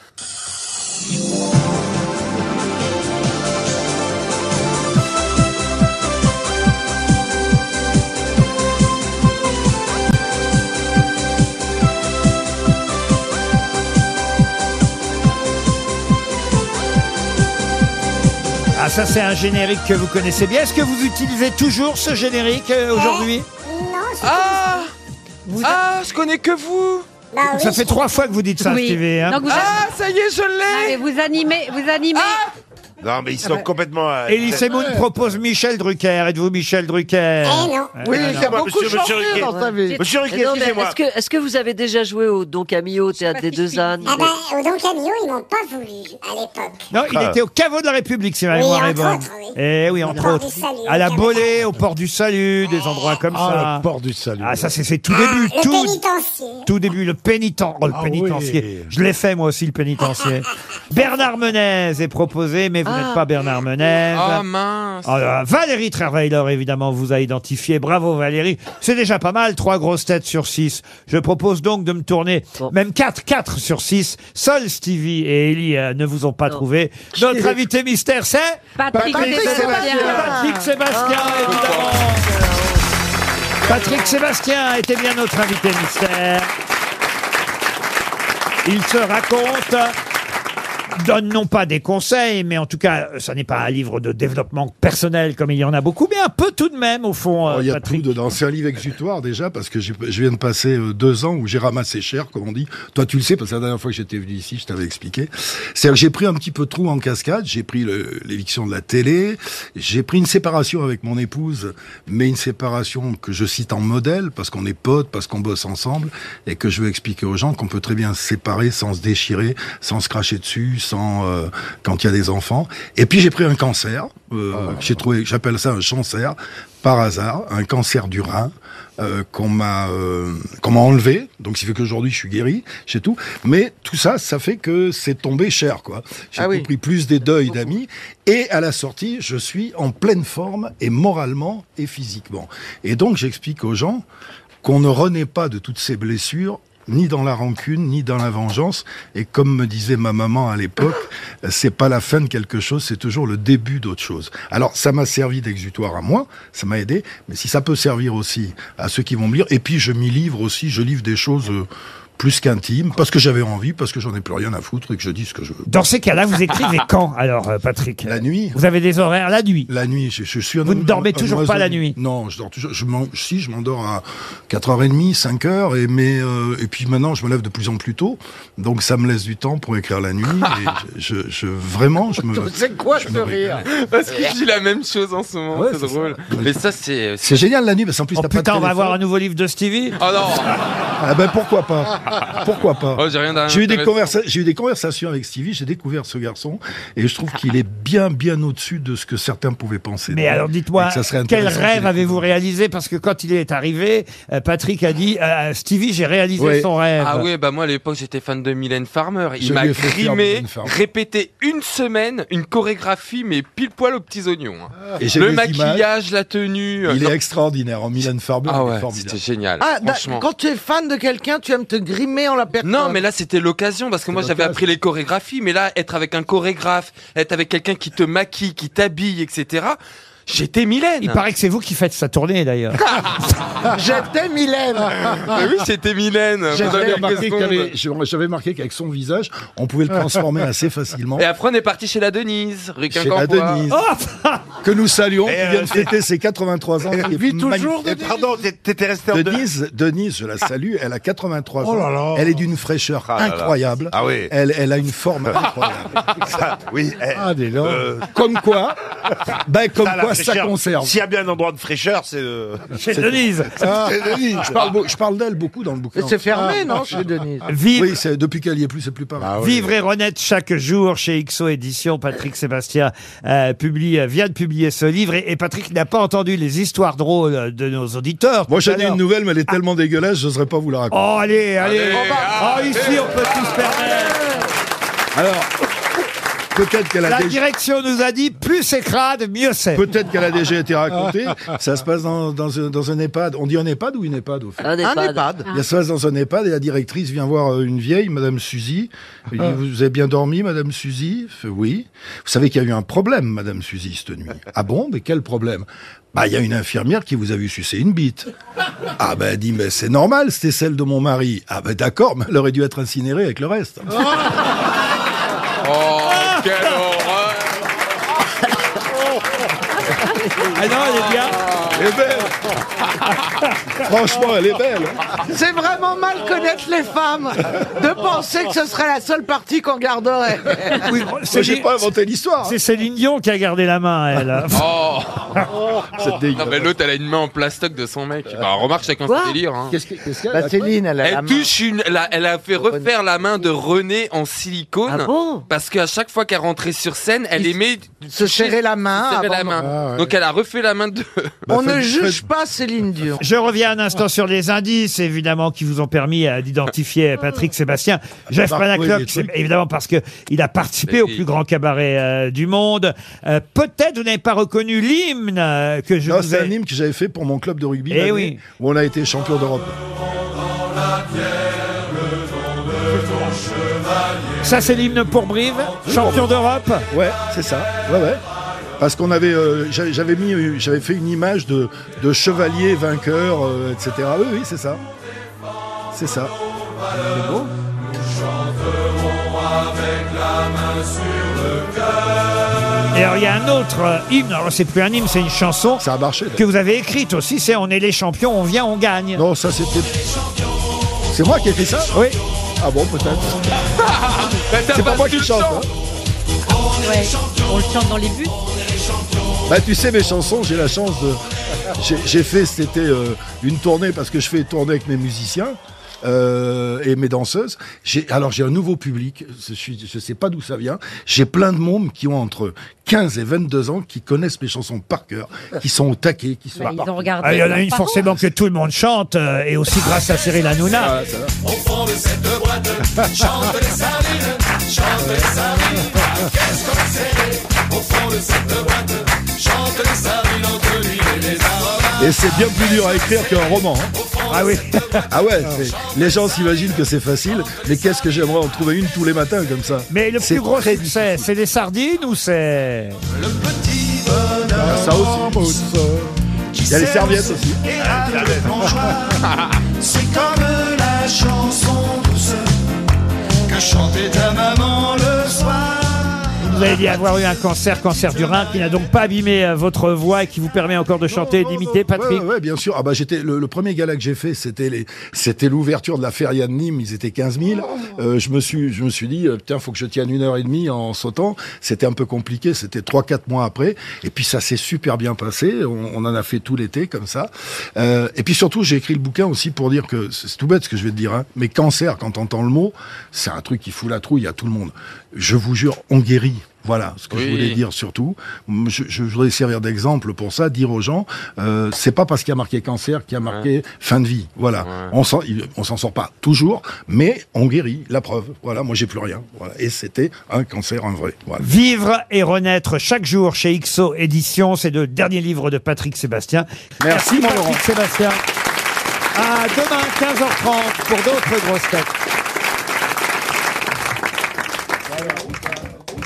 B: Ah, ça, c'est un générique que vous connaissez bien. Est-ce que vous utilisez toujours ce générique euh, aujourd'hui
P: Eh,
F: Ah Ah, je connais que vous
P: Bah
B: Ça fait trois fois que vous dites ça,
J: Oui.
B: Stevie. hein.
J: Donc vous
F: Ah, ça y est, je l'ai
J: Vous animez, vous animez,
M: Non, mais ils sont complètement. euh,
B: Elie Semoun propose Michel Drucker. Êtes-vous Michel Drucker
P: Eh
B: Hein Ah
M: Oui, il y a beaucoup de
B: choses
M: chansons dans sa vie. Monsieur Riquet,
C: Eh Non, mais
M: excusez-moi.
C: Est-ce que, est-ce que vous avez déjà joué au Don Camillo au théâtre des Deux Ânes
P: Ah ben, au Don Camillo, ils m'ont pas voulu à l'époque.
B: Non, il était au caveau de la République, si ma
P: Oui,
B: mémoire est
P: entre
B: bonne.
P: autres, oui.
B: Eh oui,
P: Au
B: entre
P: Port
B: autres.
P: du Salut,
B: à la
P: au Caveau.
B: Bolée, au port du Salut, des endroits comme
H: Ah,
B: ça.
H: le port du salut.
B: Ah, ça, c'est c'est tout début.
P: Le
B: tout,
P: pénitencier.
B: tout début, le pénitent. oh, le
H: Ah
B: pénitencier.
H: oui.
B: Je l'ai fait, moi aussi, le pénitencier. Bernard Menez est proposé, mais vous
F: Ah.
B: n'êtes pas Bernard Menez.
F: Oh mince.
B: Ah, là, Valérie Trierweiler, évidemment, vous a identifié. Bravo, Valérie. C'est déjà pas mal, trois grosses têtes sur six. Je propose donc de me tourner, même quatre, quatre sur six. Seuls Stevie et Ellie euh, ne vous ont pas trouvé. Notre invité mystère, c'est
D: Patrick Patrick Sébastien. Sébastien.
B: Patrick Sébastien, évidemment. Patrick Sébastien était bien notre invité mystère. Il se raconte donne non pas des conseils, mais en tout cas, ça n'est pas un livre de développement personnel comme il y en a beaucoup, mais un peu tout de même, au fond. euh,
Q: Oh, Il y a
B: Patrick.
Q: tout dedans. C'est un livre exutoire déjà parce que j'ai- je viens de passer euh, deux ans où j'ai ramassé cher, comme on dit. Toi, tu le sais parce que la dernière fois que j'étais venu ici, je t'avais expliqué. C'est-à-dire que j'ai pris un petit peu trop en cascade. J'ai pris le- l'éviction de la télé. J'ai pris une séparation avec mon épouse, mais une séparation que je cite en modèle parce qu'on est potes, parce qu'on bosse ensemble et que je veux expliquer aux gens qu'on peut très bien se séparer sans se déchirer, sans se cracher dessus, sans euh, quand il y a des enfants. Et puis j'ai pris un cancer. euh,
I: Ah,
Q: que J'ai trouvé, j'appelle ça un cancer par hasard, un cancer du rein euh, qu'on m'a euh, qu'on m'a enlevé. Donc, ce qui fait qu'aujourd'hui, je suis guéri, j'ai tout. Mais tout ça, ça fait que c'est tombé cher, quoi. J'ai
I: Ah oui.
Q: compris plus des deuils d'amis. Et à la sortie, je suis en pleine forme, et moralement, et physiquement. Et donc, j'explique aux gens qu'on ne renaît pas de toutes ces blessures ni dans la rancune, ni dans la vengeance. Et comme me disait ma maman à l'époque, euh, c'est pas la fin de quelque chose, c'est toujours le début d'autre chose. Alors, ça m'a servi d'exutoire à moi, ça m'a aidé, mais si ça peut servir aussi à ceux qui vont me lire, et puis je m'y livre aussi, je livre des choses euh, plus qu'intimes, parce que j'avais envie, parce que j'en ai plus rien à foutre et que je dis ce que je veux.
B: Dans ces cas-là, vous écrivez quand, alors, euh, Patrick
Q: La nuit.
B: Vous avez des horaires la nuit
Q: La nuit, je, je suis un
B: Vous ne
Q: homme-
B: dormez
Q: un
B: toujours
Q: oiseau
B: pas la
Q: du-
B: nuit
Q: Non, je dors toujours. Je m'en- si, je m'endors à 4h30, 5h, et, mais, euh, et puis maintenant, je me lève de plus en plus tôt, donc ça me laisse du temps pour écrire la nuit. et je, je- je- vraiment, je me.
F: C'est quoi
Q: ce rire
F: Parce que je dis la même chose en ce moment, c'est drôle. Mais ça, c'est.
Q: C'est génial la nuit, parce qu'en plus, t'as pas de
B: Putain, on va
Q: téléphone.
B: avoir un nouveau livre de Stevie
F: Oh non
Q: Ah ben pourquoi pas Pourquoi pas
F: Oh, j'ai rien d'un-
Q: eu des
F: intéressant.
Q: conversa- j'ai eu des conversations avec Stevie, j'ai découvert ce garçon et je trouve qu'il est bien bien au-dessus de ce que certains pouvaient penser.
B: Mais alors dites-moi,
Q: Et que ça serait
B: quel
Q: intéressant
B: rêve
Q: qu'il-
B: avez-vous réalisé Parce que quand il est arrivé, euh, Patrick a dit euh, Stevie, j'ai réalisé son rêve.
F: Ah oui, bah moi à l'époque j'étais fan de Mylène Farmer. Il
Q: Je
F: m'a
Q: lui ai fait faire
F: grimé,
Q: Mylène Farmer.
F: répété une semaine, une chorégraphie, mais pile poil aux petits oignons. hein.
Q: Ah. Et j'ai
F: Le
Q: les images.
F: maquillage, la tenue.
Q: Il
F: Non.
Q: est extraordinaire en Milan Farber,
F: Ah
Q: il est
F: ouais,
Q: formidable.
F: c'était génial.
I: Ah, da-
F: franchement.
I: quand tu es fan de quelqu'un, tu aimes te grimer en la personne.
F: Non, mais là c'était l'occasion parce que moi j'avais
I: l'occasion.
F: appris les chorégraphies, mais là être avec un chorégraphe, être avec quelqu'un qui te maquille, qui t'habille, etc. J'étais Mylène.
B: Il paraît que c'est vous qui faites sa tournée d'ailleurs.
I: J'étais Mylène.
F: Mais oui, c'était Mylène. pendant
Q: J'avais
F: quelques
Q: remarqué
F: secondes.
Q: qu'avec- j'avais- j'avais remarqué qu'avec son visage, on pouvait le transformer assez facilement.
F: Et après on est parti chez la Denise, rue
Q: Chez la
F: Quincampoix.
Q: Denise,
B: Oh,
Q: que nous saluons, qui
F: euh,
Q: vient de fêter ses 83 ans. qui est magnifique.
M: Et pardon, t'es- t'étais resté en deux.
Q: Denise, Denise, je la salue, elle a 83
M: Oh
Q: ans.
M: là là.
Q: Elle est d'une fraîcheur
M: Ah là là.
Q: incroyable.
M: Ah oui.
Q: elle, elle a une forme incroyable.
M: Ça, oui. eh, euh,
Q: Comme quoi, ben, comme
M: ça, la
Q: quoi ça
M: fraîcheur.
Q: conserve.
M: S'il y a bien un endroit de fraîcheur, c'est. euh,
Q: C'est- Ah, Je parle, beau- je parle d'elle beaucoup dans le bouquin. Ah.
B: Mais c'est fermé, non, chez
I: Denise
B: Vive-
Q: Oui, c'est- depuis qu'elle y est plus, c'est plus pareil.
B: ah,
Q: Ah,
B: Vivre et renaître chaque jour chez XO Édition. Patrick Sébastien euh, publie, euh, vient de publier ce livre et, et Patrick n'a pas entendu les histoires drôles de nos auditeurs.
Q: Moi,
B: tout à
Q: j'en ai
B: l'heure.
Q: une nouvelle, mais elle est tellement dégueulasse, je n'oserais pas vous la raconter.
B: Oh, allez, allez. Oh, bah,
Q: Ah,
B: oh, ici, on peut tout se permettre.
Q: Alors, peut-être qu'elle a
B: La
Q: déjà-
B: direction nous a dit plus c'est crade, mieux c'est.
Q: Peut-être qu'elle a déjà été racontée. Ça se passe dans, dans, un, dans un EHPAD. On dit un EHPAD ou une EHPAD au fait
C: Un EHPAD. Un EHPAD.
Q: Il y a- Ça se passe dans un EHPAD et la directrice vient voir euh, une vieille, Madame Suzy. Elle
B: Ah.
Q: dit, Vous avez bien dormi, Madame Suzy Elle fait, Oui. Vous savez qu'il y a eu un problème, Madame Suzy, cette nuit. Ah bon Mais quel problème bah, il y a une infirmière qui vous a vu sucer une bite. Ah ben, elle dit, mais c'est normal, c'était celle de mon mari. Ah ben, d'accord, mais elle aurait dû être incinérée avec le reste.
F: Oh, quelle horreur
B: Ah non, elle est bien.
Q: Elle est belle Franchement, elle est belle
I: C'est vraiment mal connaître les femmes de penser que ce serait la seule partie qu'on garderait.
B: j'ai pas inventé
Q: hein.
B: l'histoire. C'est Céline Dion qui a gardé la main, elle.
F: Oh
Q: C'est dégueulasse.
F: Non, mais l'autre, elle a une main en plastoc de son mec. Bah, remarque, chacun
I: Quoi
F: ses délires. Hein.
I: Qu'est-ce que- qu'est-ce qu'elle a, Bah, Céline, elle a la main.
F: touche une. la- elle a fait refaire la main de René en silicone.
I: Ah bon
F: parce qu'à chaque fois qu'elle rentrait sur scène, elle aimait. Se serrer
I: la main avant
F: la
I: de-
F: main.
I: Ah, ouais. Bah,
F: Donc elle a refait la main de.
Q: Bah,
I: On ne juge pas Céline Dion.
B: Je reviens un instant sur les indices, évidemment, qui vous ont permis euh, d'identifier Patrick Sébastien. Jeff
Q: Bah, oui,
B: Panaclock,
Q: des
B: c'est
Q: trucs.
B: évidemment parce que il a participé au plus grand cabaret euh, du monde. Euh, Peut-être vous n'avez pas reconnu l'hymne euh, que je
Q: Non,
B: vous
Q: c'est
B: ai...
Q: un hymne que j'avais fait pour mon club de rugby
B: Eh
Q: l'année
B: oui.
Q: où on a été champion d'Europe.
B: Ça, c'est l'hymne pour Brive, champion d'Europe.
Q: Ouais, c'est ça. Ouais, ouais. Parce qu'on avait, euh, j'a- j'avais mis, euh, j'avais fait une image de, de chevalier vainqueur, euh, etc. Oui, oui, c'est ça. C'est ça. C'est beau.
B: Et alors, il y a un autre euh, hymne, alors c'est plus un hymne, c'est une chanson que vous avez écrite aussi, c'est On est les champions, on vient, on gagne.
Q: Non, ça c'était... C'est moi qui ai fait ça
B: Oui.
Q: Ah bon, peut-être.
F: c'est
Q: pas moi qui chante. hein.
J: On le chante dans les buts.
Q: Bah, tu sais, mes chansons, j'ai la chance de. J'ai j'ai fait, c'était euh, une tournée parce que je fais une tournée avec mes musiciens. euh, et mes danseuses. J'ai- Alors j'ai un nouveau public, je suis- je sais pas d'où ça vient. J'ai plein de mômes qui ont entre 15 et 22 ans, qui connaissent mes chansons par cœur, qui sont au taquet, qui sont...
J: Bah, ils ont
Q: partout.
J: regardé.
B: Ah, Il y en a une forcément que tout le monde chante, euh, et aussi grâce à Cyril Hanouna.
Q: Ouais, ça va.
D: Au fond de cette boîte, chante les sardines, chante les sardines, ah, qu'est-ce qu'on sait Au fond de cette boîte, chante les sardines entre l'huile et les aromates.
Q: Et c'est bien plus dur à écrire qu'un roman. hein.
B: Ah oui.
Q: ah ouais. c'est- Les gens s'imaginent que c'est facile, mais qu'est-ce que j'aimerais en trouver une tous les matins comme ça.
B: Mais le
Q: C'est
B: plus gros
Q: très
B: succès, c'est les sardines ou c'est...
Q: Ah, ça aussi. Il y a les serviettes aussi.
D: Et à le bon joie, c'est comme la chanson douce que chantait ta maman le soir.
B: Vous avez dit avoir eu un cancer, cancer du rein, qui n'a donc pas abîmé euh, votre voix et qui vous permet encore de chanter et d'imiter, Patrick.
Q: Ouais, ouais, bien sûr. Ah bah j'étais le, le premier gala que j'ai fait, c'était les, c'était l'ouverture de la feria de Nîmes. Ils étaient 15 000. Euh, je me suis, je me suis dit, euh, putain, faut que je tienne une heure et demie en sautant. C'était un peu compliqué. C'était trois, quatre mois après. Et puis ça s'est super bien passé. On, on en a fait tout l'été comme ça. Euh, et puis surtout, j'ai écrit le bouquin aussi pour dire que c'est c'est tout bête ce que je vais te dire. hein, mais cancer, quand t'entends le mot, c'est un truc qui fout la trouille à tout le monde. Je vous jure, on guérit. Voilà ce que je
F: Oui.
Q: voulais dire surtout. Je, je voudrais servir d'exemple pour ça, dire aux gens, euh, c'est pas parce qu'il y a marqué cancer qu'il y a marqué fin de vie. Voilà, on s'en, il- on s'en sort pas toujours, mais on guérit. La preuve. Voilà, moi j'ai plus rien. Voilà. Et c'était un cancer, un vrai. Voilà.
B: Vivre et renaître chaque jour chez XO Éditions, c'est le dernier livre de Patrick Sébastien.
Q: Merci, mon
B: Patrick
Q: Laurent.
B: Sébastien. À demain 15h30 pour d'autres grosses têtes.